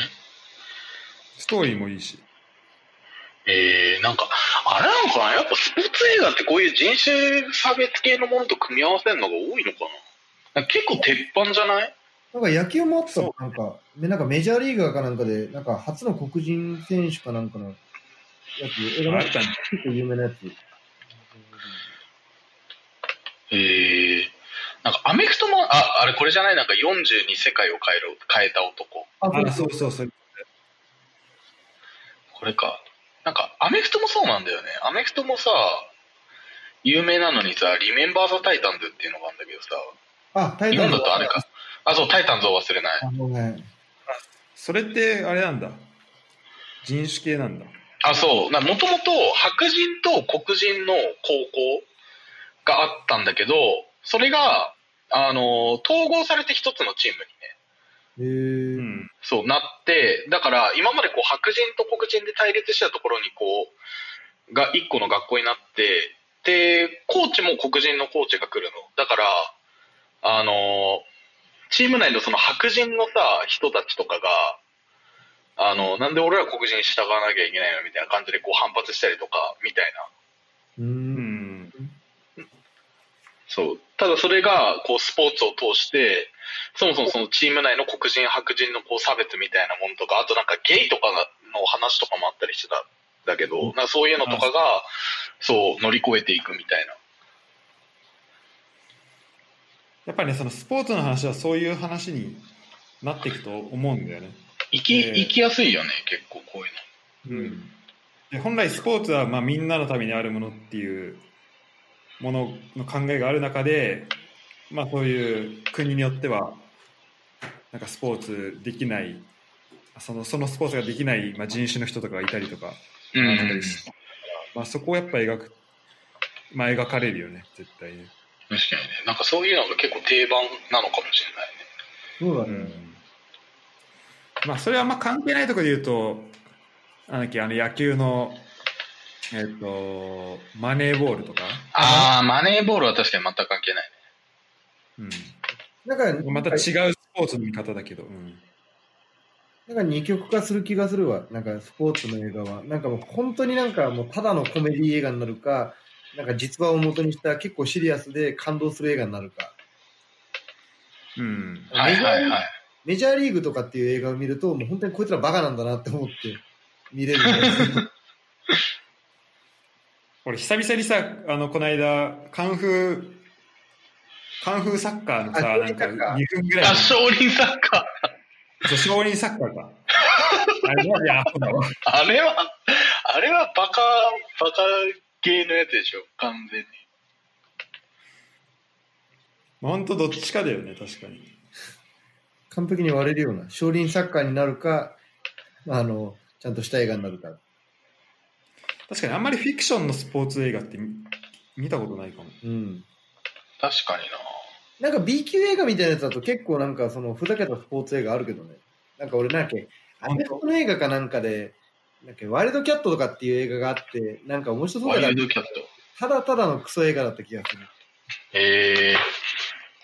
Speaker 1: ストーリーもいいし
Speaker 4: えー、なんか、あれなのかなやっぱスポーツ映画ってこういう人種差別系のものと組み合わせるのが多いのかななんか結構鉄板じゃない
Speaker 2: なんか野球もあった
Speaker 1: そ
Speaker 2: のなんか、ね、なんかメジャーリーガーかなんかで、なんか初の黒人選手かなんかのやつ、映画の結
Speaker 1: たね
Speaker 2: 構有名なやつ。
Speaker 4: えー、なんかアメフトも、あ、あれこれじゃないなんか42世界を変えろ、変えた男。
Speaker 2: あ、そう
Speaker 1: あ
Speaker 2: そ
Speaker 1: そうう。そうそう
Speaker 4: これか。なんかアメフトもそうなんだよね。アメフトもさ、有名なのにさ、リメンバー・ザ・タイタンズっていうのがあるんだけどさ、
Speaker 2: あ、タイ
Speaker 4: 日
Speaker 2: タ
Speaker 4: 本
Speaker 2: ン
Speaker 4: だとあれか。あ、そう、タイタンズを忘れない。
Speaker 2: あのね、
Speaker 1: それってあれなんだ人種系なんだ
Speaker 4: あ、そう。もともと白人と黒人の高校があったんだけど、それが、あの、統合されて一つのチームにね、
Speaker 2: へえ
Speaker 1: う。ん。
Speaker 4: そうなって、だから今までこう白人と黒人で対立してたところにこう、が一個の学校になって、で、コーチも黒人のコーチが来るの。だから、あの、チーム内のその白人のさ、人たちとかが、あの、なんで俺ら黒人に従わなきゃいけないのみたいな感じでこう反発したりとか、みたいな。
Speaker 2: う。
Speaker 1: うんん。
Speaker 4: そう。ただそれが、こう、スポーツを通して、そもそもそのチーム内の黒人、白人のこう差別みたいなものとか、あとなんかゲイとかの話とかもあったりしてたんだけど、なんかそういうのとかが、そう、乗り越えていくみたいな。
Speaker 1: やっぱりね、そのスポーツの話はそういう話になっていくと思うんだよね。
Speaker 4: 行き、
Speaker 1: ええ
Speaker 4: 行きやすいよね、結構こういう
Speaker 1: うんで本来スポーツはまあみんなのためにあるものっていうものの考えがある中で、まあ、そういう国によってはなんかスポーツできないそのそのスポーツができない、まあ、人種の人とかがいたりとか,、
Speaker 4: の。
Speaker 1: あったりしてまあ、そこをやっぱ描く、まあ、描かれるよね絶対ね。
Speaker 4: 確かにね。なんかそういうのが結構定番なのかもしれ
Speaker 2: そうだ
Speaker 4: ないね。
Speaker 1: う
Speaker 2: ね。
Speaker 1: んまあ、それはあんま関係ないところで言うと、なんだっけ、あの野球の、えっ、と、マネーボールとか、
Speaker 4: ああ、マネーボールは確かに全く関係ないね。
Speaker 1: う
Speaker 2: なんか、
Speaker 1: ん、また違う
Speaker 2: なんか
Speaker 1: スポーツの見方だけど、うん
Speaker 2: 二極化する気がするわ。なんかスポーツの映画は。なんかもう本当になんかもうただのコメディ映画になるか、なんか実話を元にした結構シリアスで感動する映画になるか。
Speaker 1: うん
Speaker 4: はいはいはい。
Speaker 2: メジャーリーグとかっていう映画を見ると、もう本当にこいつらバカなんだなって思って見 れる。
Speaker 1: 俺、久々にさ、あのこの間、カンフー、カンフーサッカーのさ、
Speaker 2: あ
Speaker 1: なんか
Speaker 2: 少林サッカー
Speaker 1: 2分ぐらい
Speaker 4: あ、
Speaker 1: の、そ
Speaker 4: 少林サッカー。
Speaker 1: う少林サッカーか。あれ、マジアホだわ。
Speaker 4: あれは、あれはバカ、バカ系のやつでしょ、完全に。
Speaker 1: ほんとどっちかだよね、確かに。
Speaker 2: 完璧に割れるような。少林サッカーになるか、あの、ちゃんとした映画になるか。
Speaker 1: 確かにあんまりフィクションのスポーツ映画って見見たことないかも。
Speaker 2: うん。
Speaker 4: 確かにな。
Speaker 2: なんか B 級映画みたいなやつだと結構なんかそのふざけたスポーツ映画あるけどね。なんか俺なんだっけ、アメフトの映画かなんかで、なんだっけ、ワイルドキャットとかっていう映画があって、なんか面白そう
Speaker 4: ワ
Speaker 2: だ
Speaker 4: イ
Speaker 2: け
Speaker 4: ル
Speaker 2: ど
Speaker 4: ドキャット。
Speaker 2: ただただのクソ映画だった気がする。
Speaker 4: ええ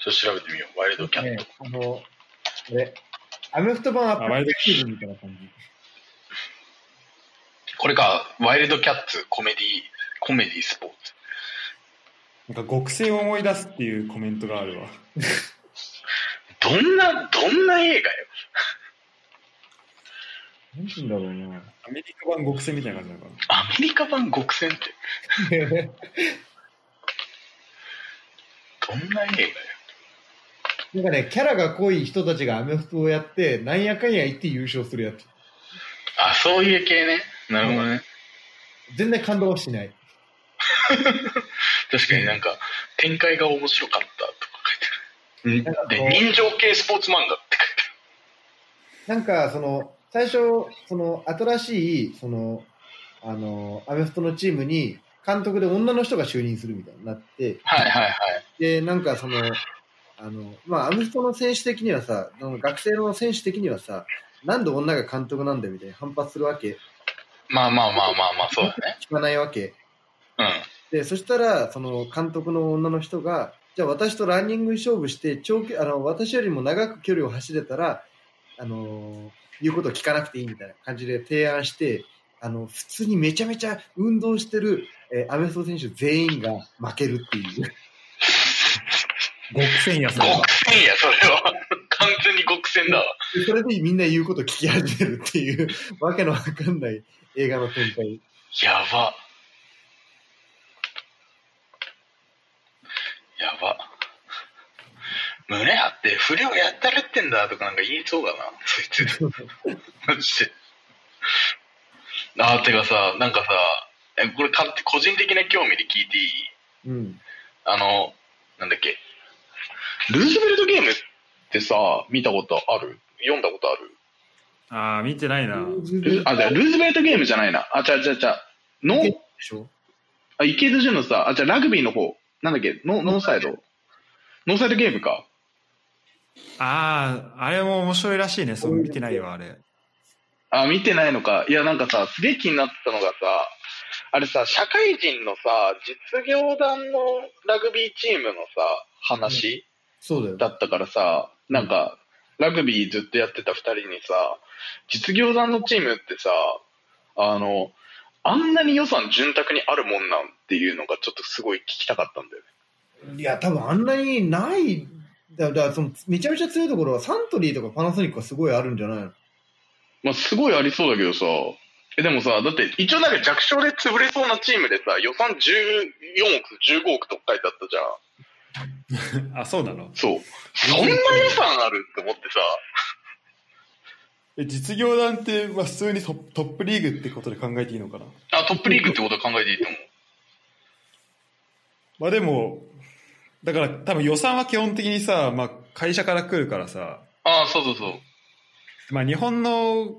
Speaker 4: ちょっと調べてみよう、ワイルドキャット。
Speaker 2: ね、あの、あれ、アメフト版ア
Speaker 1: あワイル
Speaker 2: ップ
Speaker 1: ド
Speaker 2: シーズンみたいな感じ。
Speaker 4: これか、ワイルドキャッツ、コメディ、コメディスポーツ。
Speaker 1: なんか極戦を思い出すっていうコメントがあるわ。
Speaker 4: どんな、どんな映画よ。
Speaker 2: なんて言うんだろうな。
Speaker 1: アメリカ版極戦みたいな感じなのかな。
Speaker 4: アメリカ版極戦って、どんな映画よ。
Speaker 2: なんかね、キャラが濃い人たちがアメフトをやって、なんやかんや言って優勝するやつ。
Speaker 4: あ、そういう系ね。なるほどね。
Speaker 2: 全然感動はしない。
Speaker 4: 確かになんか、展開が面白かったとか書いてある。
Speaker 2: なんかこう
Speaker 4: で、人情系スポーツ漫画って書いて
Speaker 2: なんか、その、最初、その、新しい、その、あの、アメフトのチームに、監督で女の人が就任するみたいになって、
Speaker 4: ある。はいはいはい。
Speaker 2: で、なんかその、あの、まあ、アメフトの選手的にはさ、あの学生の選手的にはさ、なんで女が監督なんだよみたいな反発するわけ、
Speaker 4: まあまあまあまあまあ、そうだね。
Speaker 2: 聞かないわけ。
Speaker 4: うん。
Speaker 2: で、そしたら、その監督の女の人が、じゃあ私とランニング勝負して、長距あの、私よりも長く距離を走れたら、あのー言うことを聞かなくていいみたいな感じで提案して、あの、普通にめちゃめちゃ運動してる、えーアメフト選手全員が負けるっていう。
Speaker 1: 極戦やそれは
Speaker 4: 極戦や、それは。 完全に極戦だわ。
Speaker 2: でそれでみんな言うこと聞き始めるっていう、わけのわかんない映画の展開。
Speaker 4: やば。やば。胸張って、不良やったるってんだとかなんか言いそうだな、そいつ。マジで。あー、てかさ、なんかさ、えこれか個人的な興味で聞いていい
Speaker 2: うん。
Speaker 4: あの、なんだっけ。ルーズベルトゲームってさ、見たことある読んだことある
Speaker 1: ああ、見てないな。
Speaker 4: ルあ、じゃあルーズベルトゲームじゃないな。あ、ちゃうちゃうちゃう。ノー
Speaker 2: で、しょ
Speaker 4: あ、池津潤のさ、あ、じゃあラグビーの方。なんだっけノーノーサイド。ノーサイドゲームか。
Speaker 1: ああ、あれも面白いらしいね。そう、見てないわ、あれ。
Speaker 4: あ、見てないのか。いや、なんかさ、すげえ気になったのがさ、あれさ、社会人のさ、実業団のラグビーチームのさ、話
Speaker 2: そうだよ。
Speaker 4: だったからさ、なんか、ラグビーずっとやってた二人にさ、実業団のチームってさ、あの、あんなに予算潤沢にあるもんなんっていうのがちょっとすごい聞きたかったんだよね。
Speaker 2: いや、多分あんなにない、だだからそのめちゃめちゃ強いところはサントリーとかパナソニックはすごいあるんじゃないの
Speaker 4: まあ、すごいありそうだけどさ、え、でもさ、だって一応なんか弱小で潰れそうなチームでさ、予算14億、15億とか書いてあったじゃん。
Speaker 1: あ、そうなの
Speaker 4: そう。そんな予算あるって思ってさ、
Speaker 1: え実業団って、まあ、普通にトップトップリーグってことで考えていいのかな
Speaker 4: あ、トップリーグってことは考えていいと思う。
Speaker 1: まあでも、だから多分予算は基本的にさ、まあ会社から来るからさ、
Speaker 4: ああ、そうそうそう。
Speaker 1: まあ日本の、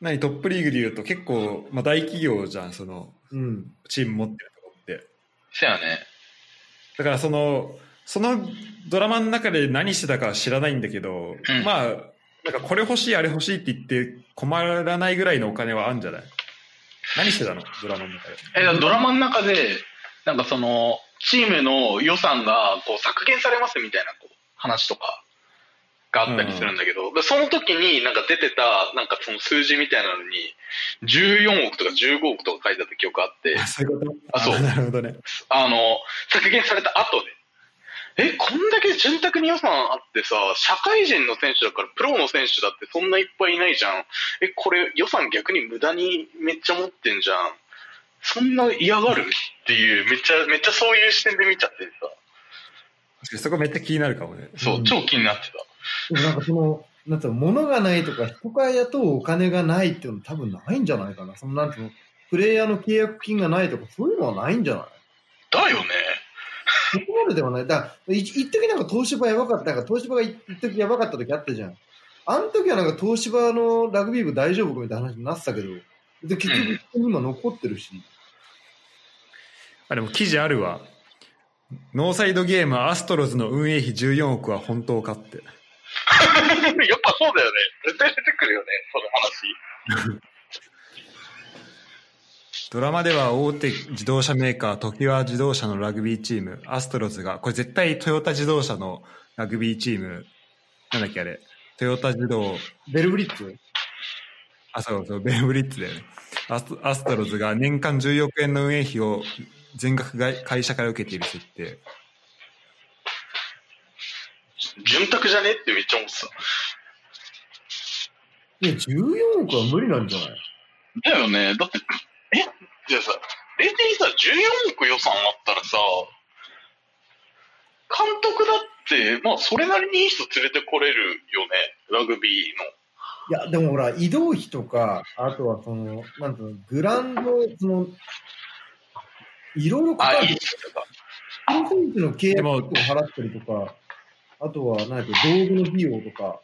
Speaker 1: 何、トップリーグで言うと結構、まあ大企業じゃん、その、
Speaker 2: うん。
Speaker 1: チーム持ってるとこって。
Speaker 4: せやね。
Speaker 1: だからその、そのドラマの中で何してたかは知らないんだけど、
Speaker 4: うん
Speaker 1: まあ、なんかこれ欲しい、あれ欲しいって言って困らないぐらいのお金はあるんじゃない何してたのドラマの中で。
Speaker 4: え、だからドラマの中で、なんかその、チームの予算がこう削減されますみたいなこう話とかがあったりするんだけど、でその時になんか出てた、なんかその数字みたいなのに、14億とか15億とか書いてあった記憶あって、
Speaker 1: そういうこと
Speaker 4: あそう
Speaker 1: なるほどね。
Speaker 4: あの、削減された後で、え、こんだけ潤沢に予算あってさ、社会人の選手だからプロの選手だってそんないっぱいいないじゃん。え、これ予算逆に無駄にめっちゃ持ってんじゃん。そんな嫌がるっていう、めっちゃ、めっちゃそういう視点で見ちゃってさ、
Speaker 1: 確かにそこめっちゃ気になるかもね。
Speaker 4: そうう、
Speaker 2: ん
Speaker 4: 超気になって
Speaker 2: でもなんかその、なんつうの、物がないとか、人から雇うお金がないっていうの多分ないんじゃないかな。その、なんつうの、プレイヤーの契約金がないとか、そういうのはないんじゃない
Speaker 4: た。だよね。
Speaker 2: そこまでではない。だから、い一時なんか東芝やばかった、なんか東芝が一時やばかった時あったじゃん。あの時はなんか東芝のラグビー部大丈夫かみたいな話になってたけど、で結局今残ってるし。
Speaker 1: あ、でも記事あるわ。ノーサイドゲームアストロズの運営費14億は本当かって。
Speaker 4: やっぱそうだよね。絶対出てくるよね、その話。
Speaker 1: ドラマでは大手自動車メーカー、トキワ自動車のラグビーチーム、アストロズが、これ絶対トヨタ自動車のラグビーチーム、なんだっけあれ、トヨタ自動、
Speaker 2: ベルブリッツ
Speaker 1: あ、そうそう、ベンブリッツだよね。アスアストロズが年間14億円の運営費を全額が会社から受けている設定。
Speaker 4: 潤沢じゃねってめっちゃ思ってた。
Speaker 2: いや、14億は無理なんじゃない
Speaker 4: だよね。だって、えじゃあさ、冷静にさ、14億予算あったらさ、監督だって、まあ、それなりにいい人連れてこれるよね。ラグビーの。
Speaker 2: いや、でもほら、移動費とか、あとはその、なんていうの、グラウンド、その、いろいろか
Speaker 4: あ、
Speaker 2: か
Speaker 4: いい
Speaker 2: る。
Speaker 4: 人とか。
Speaker 2: コンセントの契
Speaker 1: で
Speaker 2: 約
Speaker 1: も
Speaker 2: を払ったりとか、あとは、なんか道具の費用とか。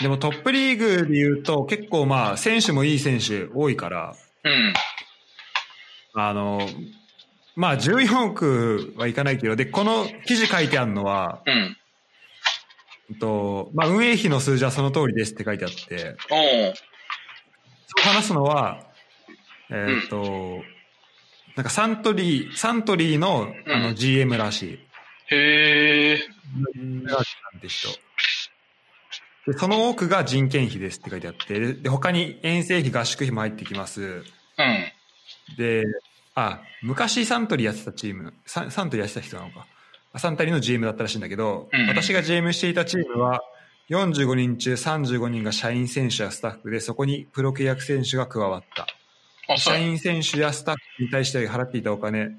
Speaker 1: でもトップリーグで言うと結構まあ選手もいい選手多いから、
Speaker 4: うん。
Speaker 1: あの、まあ14億はいかないけど、で、この記事書いてあるのは、
Speaker 4: うん。
Speaker 1: えっと、まあ運営費の数字はその通りですって書いてあって、
Speaker 4: おう
Speaker 1: そう話すのは、えーっと、なんかサントリー、サントリーの
Speaker 4: うん
Speaker 1: あの GM らしい。
Speaker 4: へえ。
Speaker 1: なんて人。で、その多くが人件費ですって書いてあって、でで、他に遠征費、合宿費も入ってきます。
Speaker 4: うん。
Speaker 1: で、あ、昔サントリーやってたチーム、ササントリーやってた人なのか。あサントリーの GM だったらしいんだけど、
Speaker 4: うん
Speaker 1: 私が GM していたチームは、45人中35人が社員選手やスタッフで、そこにプロ契約選手が加わった。
Speaker 4: あ、そ
Speaker 1: 社
Speaker 4: う。
Speaker 1: 員選手やスタッフに対して払っていたお金、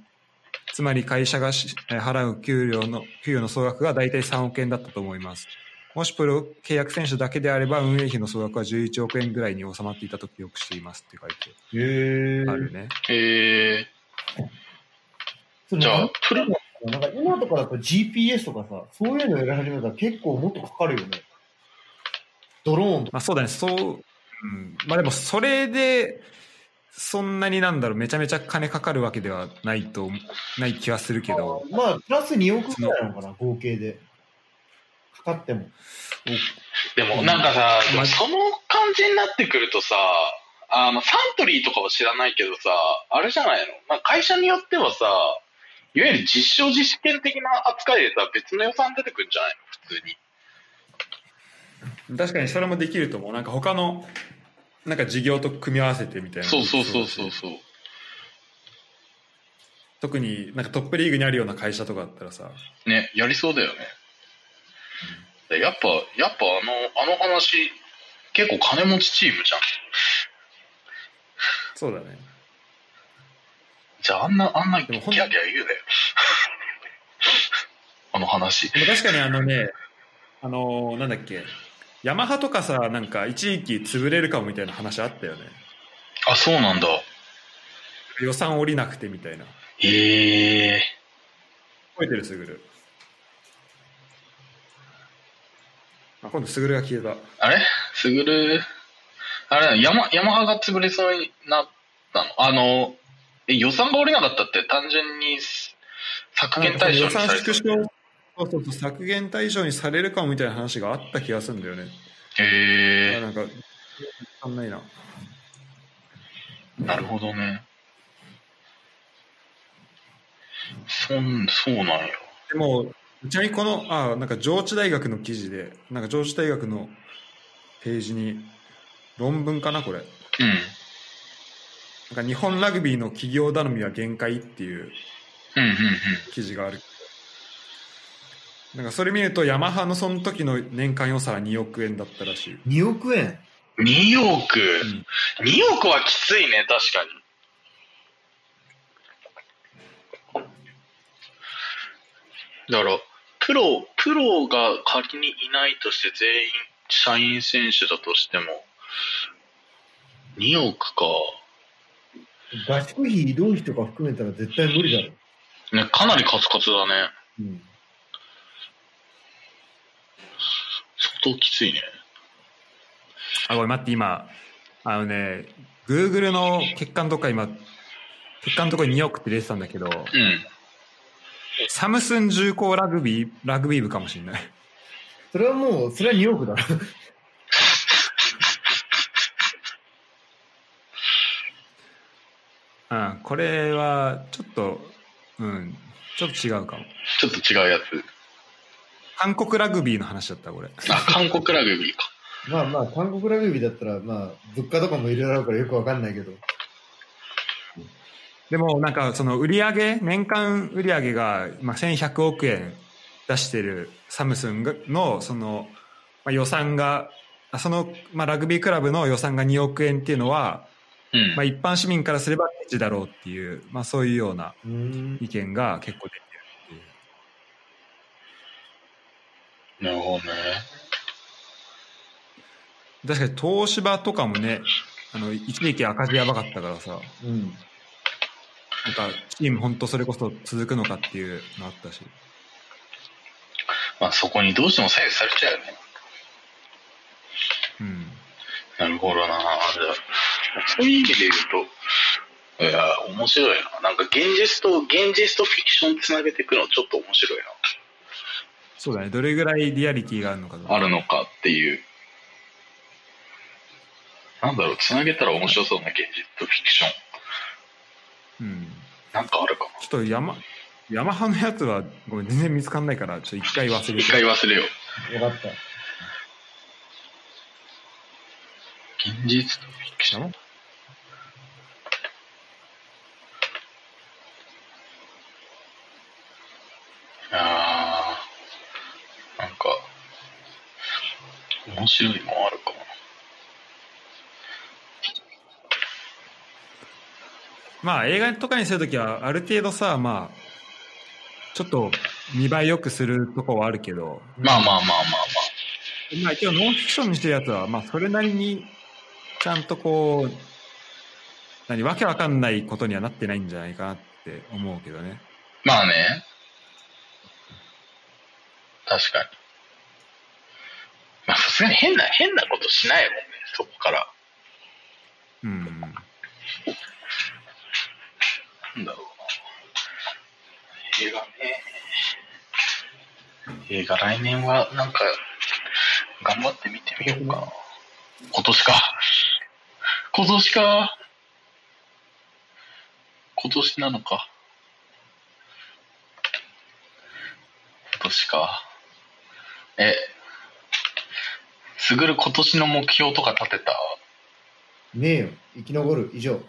Speaker 1: つまり会社がしえー払う給料の、給与の総額が大体3億円だったと思います。もしプロ契約選手だけであれば、運営費の総額は11億円ぐらいに収まっていたと記憶していますって書いて
Speaker 2: へ
Speaker 1: あるね。
Speaker 4: へえ。じゃあ、プロ、
Speaker 2: なんか今とかだと GPS とかさ、そういうのやり始めたら結構もっとかかるよね。ドローンとか。
Speaker 1: まあそうだね、そう、うん、まあでもそれで、そんなになんだろう、めちゃめちゃ金かかるわけではないと、ない気はするけど、
Speaker 2: まあ、プラス2億ぐらいなのかな、合計で。かかっても。
Speaker 4: でもなんかさ、
Speaker 1: ま
Speaker 4: その感じになってくるとさ、あの、サントリーとかは知らないけどさ、あれじゃないのまあ、会社によってはさ、いわゆる実証実験的な扱いでさ、別の予算出てくるんじゃないの普通に。
Speaker 1: 確かにそれもできると思う。なんか他の、なんか事業と組み合わせてみたいな。
Speaker 4: そうそうそうそうそう。
Speaker 1: 特になんかトップリーグにあるような会社とかだったらさ、
Speaker 4: ね、やりそうだよね。でやっぱ、やっぱあの、あの話、結構金持ちチームじゃん。
Speaker 1: そうだね。
Speaker 4: じゃああんな、あんな、キ
Speaker 1: で
Speaker 4: ャ
Speaker 1: も
Speaker 4: ーキ
Speaker 1: ほ
Speaker 4: ャ
Speaker 1: ん
Speaker 4: ー言うなよ。 あの話。
Speaker 1: でも確かにあのね、あのーなんだっけ、ヤマハとかさ、なんか一時期潰れるかもみたいな話あったよね。
Speaker 4: あ、そうなんだ。
Speaker 1: 予算降りなくてみたいな。
Speaker 4: へえ。
Speaker 1: 覚えてる、すぐる。あ、今度、すぐるが消えた。
Speaker 4: あれすぐる、あれ、ヤマヤマハが潰れそうになったのあの、え予算が下りなかったって単純に削減対象
Speaker 1: 予
Speaker 4: にさ
Speaker 1: 算
Speaker 4: れて
Speaker 1: 縮
Speaker 4: る。
Speaker 1: 小、そうそうそう削減対象にされるかもみたいな話があった気がするんだよね。
Speaker 4: へ
Speaker 1: あ
Speaker 4: え、
Speaker 1: なんか、わかんないな。
Speaker 4: なるほどね。そん、そうなんや。
Speaker 1: でも、ちなみにこの、あ、なんか上智大学の記事で、なんか上智大学のページに、論文かな、これ。
Speaker 4: う
Speaker 1: なんか日本ラグビーの企業頼みは限界っていう。
Speaker 4: ん。うん、うん、うん。
Speaker 1: 記事があるなんかそれ見るとヤマハのその時の年間予算は2億円だったらしい
Speaker 2: 2億円
Speaker 4: 2億、
Speaker 1: ん
Speaker 4: 二2億はきついね確かにだからプロプロが仮にいないとして全員社員選手だとしても2億か、
Speaker 2: 合宿費、移動費とか含めたら絶対無理だろ。
Speaker 4: ね、かなりカツカツだね
Speaker 2: うん。
Speaker 4: 相当きついね
Speaker 1: あごめん待って今あのねグーグルの欠陥とか今欠陥のところに2億って出てたんだけど
Speaker 4: うん
Speaker 1: サムスン重工ラグビーラグビー部かもしれない
Speaker 2: それはもう、それは2億だろ。
Speaker 1: うんこれはちょっとうんちょっと違うかも
Speaker 4: ちょっと違うやつ
Speaker 1: 韓国ラグビーの話だったこれ
Speaker 4: あ韓国ラグビーか
Speaker 2: まあまあ、韓国ラグビーだったら、まあ、物価とかもいろいろあるからよくわかんないけど。
Speaker 1: でもなんかその売り上げ年間売り上げがまあ1100億円出してるサムスンがのそのまあ予算があそのまあラグビークラブの予算が2億円っていうのは
Speaker 4: うん、
Speaker 1: まあ一般市民からすればケチだろうっていうまあそういうような
Speaker 2: うーん。
Speaker 1: 意見が結構出てるっていう
Speaker 4: なるほどね
Speaker 1: 確かに東芝とかもねあの一時期赤字やばかったからさ
Speaker 2: うん。
Speaker 1: なんかチーム本当それこそ続くのかっていうのあったし
Speaker 4: まあそこにどうしても左右されちゃうよね
Speaker 1: うん
Speaker 4: なるほどな。そういう意味で言うと、いや、面白いな。なんか現実と、現実とフィクションつなげていくのちょっと面白い
Speaker 1: そうだねどれぐらいリアリティがあるのかとか
Speaker 4: な。あるのかっていう。なんだろう、つなげたら面白そうな現実とフィクション。
Speaker 1: うん
Speaker 4: なんかあるかな。
Speaker 1: ちょっと山、ヤマハのやつは、ごめん、全然見つかんないから、ちょっと一回忘れて。
Speaker 4: 一回忘れよう。
Speaker 2: わかった。
Speaker 4: 現実とフィクション。あーなんか面白いもんあるか
Speaker 1: まあ、映画とかにするときは、ある程度さ、まあ、ちょっと見栄え良くするとこはあるけど、
Speaker 4: なまあまあまあまあ
Speaker 1: まあ、一応ノンフィクションにしてるやつは、まあ、それなりに、ちゃんとこう、何、わけわかんないことにはなってないんじゃないかなって思うけどね。
Speaker 4: まあまあね確かにまあ、さすがに変な、変なことしないもんね、そこから。
Speaker 1: うん。
Speaker 4: なんだろうな。映画ね。映画来年はなんか、頑張って見てみようかな。今年か。今年か。今年なのか。今年か。え、すぐる今年の目標とか立てた
Speaker 2: ねえよ。生き残る。以上。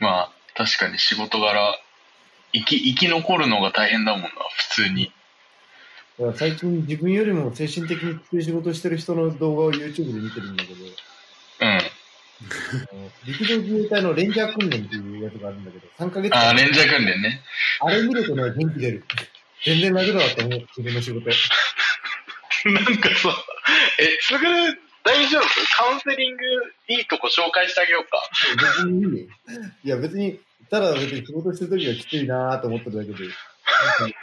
Speaker 4: まあ、確かに仕事柄、生き、生き残るのが大変だもんな、普通に。
Speaker 2: だから最近自分よりも精神的にきつい仕事してる人の動画を YouTube で見てるんだけど、
Speaker 4: うん。
Speaker 2: あの陸上自衛隊のレンジャー訓練っていうやつがあるんだけど、3ヶ月
Speaker 4: ああ、
Speaker 2: 間、
Speaker 4: レンジャー訓練ね。
Speaker 2: あれ見るとね、元気出る。全然楽だわって思う、自分の仕事。
Speaker 4: なんかさ、え、すぐる大丈夫カウンセリングいいとこ紹介してあげようか。
Speaker 2: 別にいいよ いや、別に、ただ別に仕事してるときはきついなーと思ってるだけで。なんか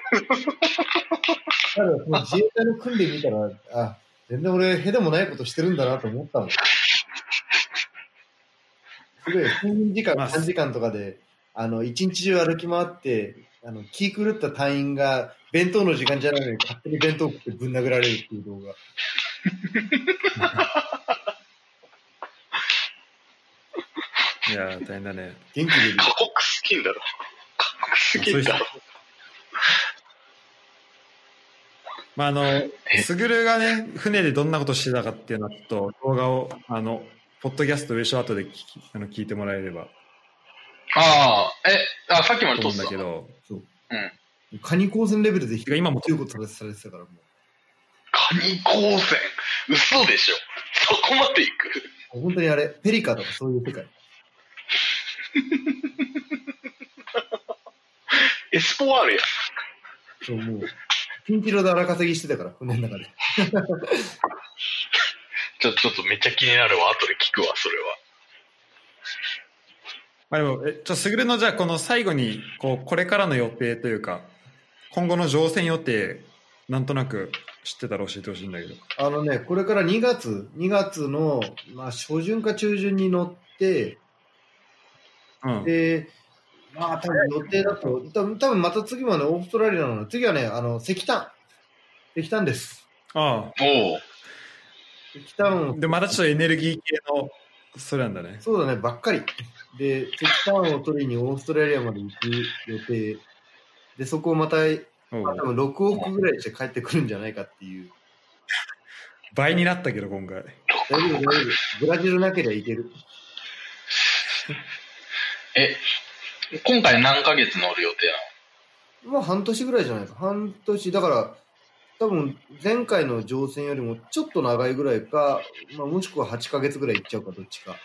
Speaker 2: ただ、その自衛隊の訓練見たら、あ、全然俺、へでもないことしてるんだなと思ったの。すごい、睡眠時間
Speaker 1: まあ
Speaker 2: 3時間とかで、あの、一日中歩き回って、あの、気狂った隊員が、弁当の時間じゃないのに勝手に弁当食ってぶん殴られるっていう動画。
Speaker 1: いや、大変だね。
Speaker 2: 元気出る。
Speaker 4: 過酷すぎんだろ。過酷すぎんだろ。
Speaker 1: まあ、あの、スグルがね、船でどんなことしてたかっていうのはちょっと動画を、あの、ポッドキャスト上昇後で聞きあの聞いてもらえれば
Speaker 4: ああ、え、あ、さっきまで
Speaker 1: と
Speaker 4: 撮
Speaker 1: 思うん
Speaker 4: ってた
Speaker 1: だ。けど、
Speaker 2: カニ光線レベルで低
Speaker 1: てか今も
Speaker 2: いことされてたから、もう。
Speaker 4: カニ光線。嘘でしょ。そこまで行く。
Speaker 2: 本当にあれ、ペリカとかそういう世界。
Speaker 4: エスポワールや。
Speaker 2: そう、もう、ピンキロで荒稼ぎしてたから、船の中で。
Speaker 4: ちょ、ちょっとめっちゃ気になるわ。後で聞くわ、それは。
Speaker 1: まあでも、え、ちょ、すぐるのじゃあこの最後に、こう、これからの予定というか、今後の乗船予定、なんとなく知ってたら教えてほしいんだけど。
Speaker 2: あのね、これから2月、2月の、まあ、初旬か中旬に乗って、
Speaker 1: うん。
Speaker 2: で、まあ、多分予定だと、多分多分また次はね、オーストラリアなの。次はね、あの、石炭。石炭です。
Speaker 1: あ
Speaker 4: おお。
Speaker 2: 石炭
Speaker 1: あ。
Speaker 2: を、
Speaker 1: で、またちょっとエネルギー系の、それなんだね。
Speaker 2: そうだね、ばっかり。で、石炭を取りにオーストラリアまで行く予定。で、そこをまた、
Speaker 1: お
Speaker 2: まあ
Speaker 1: う
Speaker 2: 多分6億ぐらいして帰ってくるんじゃないかっていう。
Speaker 1: 倍になったけど、今回。
Speaker 2: 大丈夫、大丈夫。ブラジルなければいける。
Speaker 4: え、今回何ヶ月乗る予定なの
Speaker 2: まあ半年ぐらいじゃないか。半年、だから、多分前回の乗船よりもちょっと長いぐらいか、まあ、もしくは8ヶ月ぐらい行っちゃうか、どっちか。
Speaker 4: う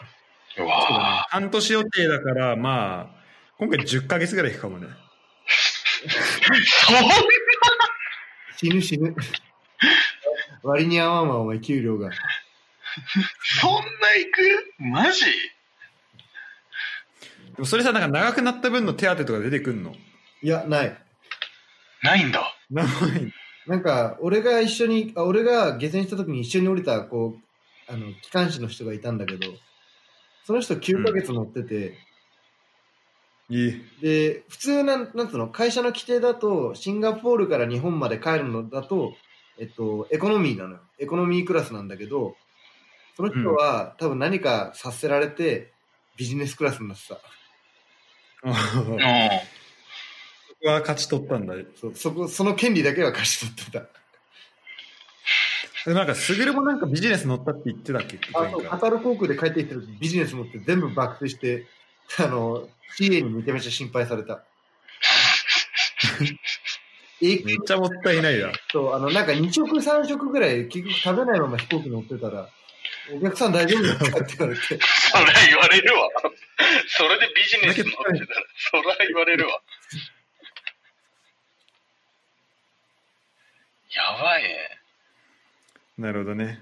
Speaker 1: そうだね
Speaker 4: わ
Speaker 1: 半年予定だから、まあ、今回10ヶ月ぐらいいくかもね。
Speaker 4: ぁ。そう
Speaker 2: 死ぬ死ぬ。割に合わんわ、お前、給料が。
Speaker 4: そんな行くマジ
Speaker 1: でもそれさ、なんか長くなった分の手当とか出てくんの
Speaker 2: いや、ない。
Speaker 4: ないんだ。
Speaker 1: なんもないんだ
Speaker 2: なんか、俺が一緒に、あ俺が下船した時に一緒に降りた、こう、あの、機関士の人がいたんだけど、その人9ヶ月乗ってて、
Speaker 1: いい。
Speaker 2: で、普通なん、なんつうの、会社の規定だと、シンガポールから日本まで帰るのだと、えっと、エコノミーなのよ。エコノミークラスなんだけど、その人は、多分何かさせられて、ビジネスクラスになってた。
Speaker 1: あ
Speaker 4: うん。
Speaker 1: あそこは勝ち取ったんだ。で
Speaker 2: そ、そこ、その権利だけは貸し取ってた。
Speaker 1: もなんか、すぐるもなんかビジネス乗ったって言ってたっけ
Speaker 2: あ
Speaker 1: 前
Speaker 2: そう、
Speaker 1: 回
Speaker 2: カタール航空で帰ってきてる時ビジネス持って全部バックして、あの、CA にめちゃめちゃ心配され た。永
Speaker 1: めっ
Speaker 2: 久
Speaker 1: ちゃもったいないな。
Speaker 2: そう、あの、なんか2食3食ぐらい結局食べないまま飛行機乗ってたら、お客さん大丈夫ですかって言わ れて、
Speaker 4: それは言われるわ。それでビジネスになってたら、それは言われるわ。やばいね。
Speaker 1: なるほどね。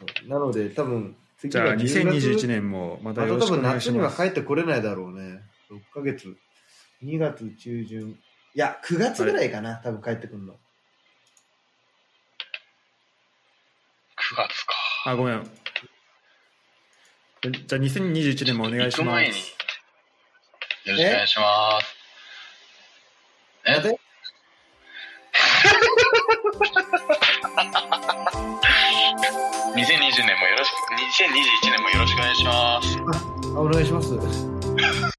Speaker 2: そうなので多分、
Speaker 1: じゃあ、2021
Speaker 2: 年。
Speaker 1: 年もまた
Speaker 2: ま
Speaker 1: よろ
Speaker 2: た多
Speaker 1: しくお
Speaker 2: 分
Speaker 1: 願いし
Speaker 2: 夏に
Speaker 1: ま
Speaker 2: は
Speaker 1: す。
Speaker 2: 帰ってこれないだろうね。6ヶ月。 2月中旬。いや、9月ぐらいかな、多分帰ってくるの。
Speaker 4: 9月か。
Speaker 1: あ、ごめん。えじゃあ2021年もお願いし
Speaker 4: 行く
Speaker 1: ま
Speaker 4: 前に
Speaker 1: す。
Speaker 4: よろしくお願いします。え
Speaker 2: 待て
Speaker 4: 2020年もよろしく、2021年もよろしくお願いします。
Speaker 2: あ、お願いします。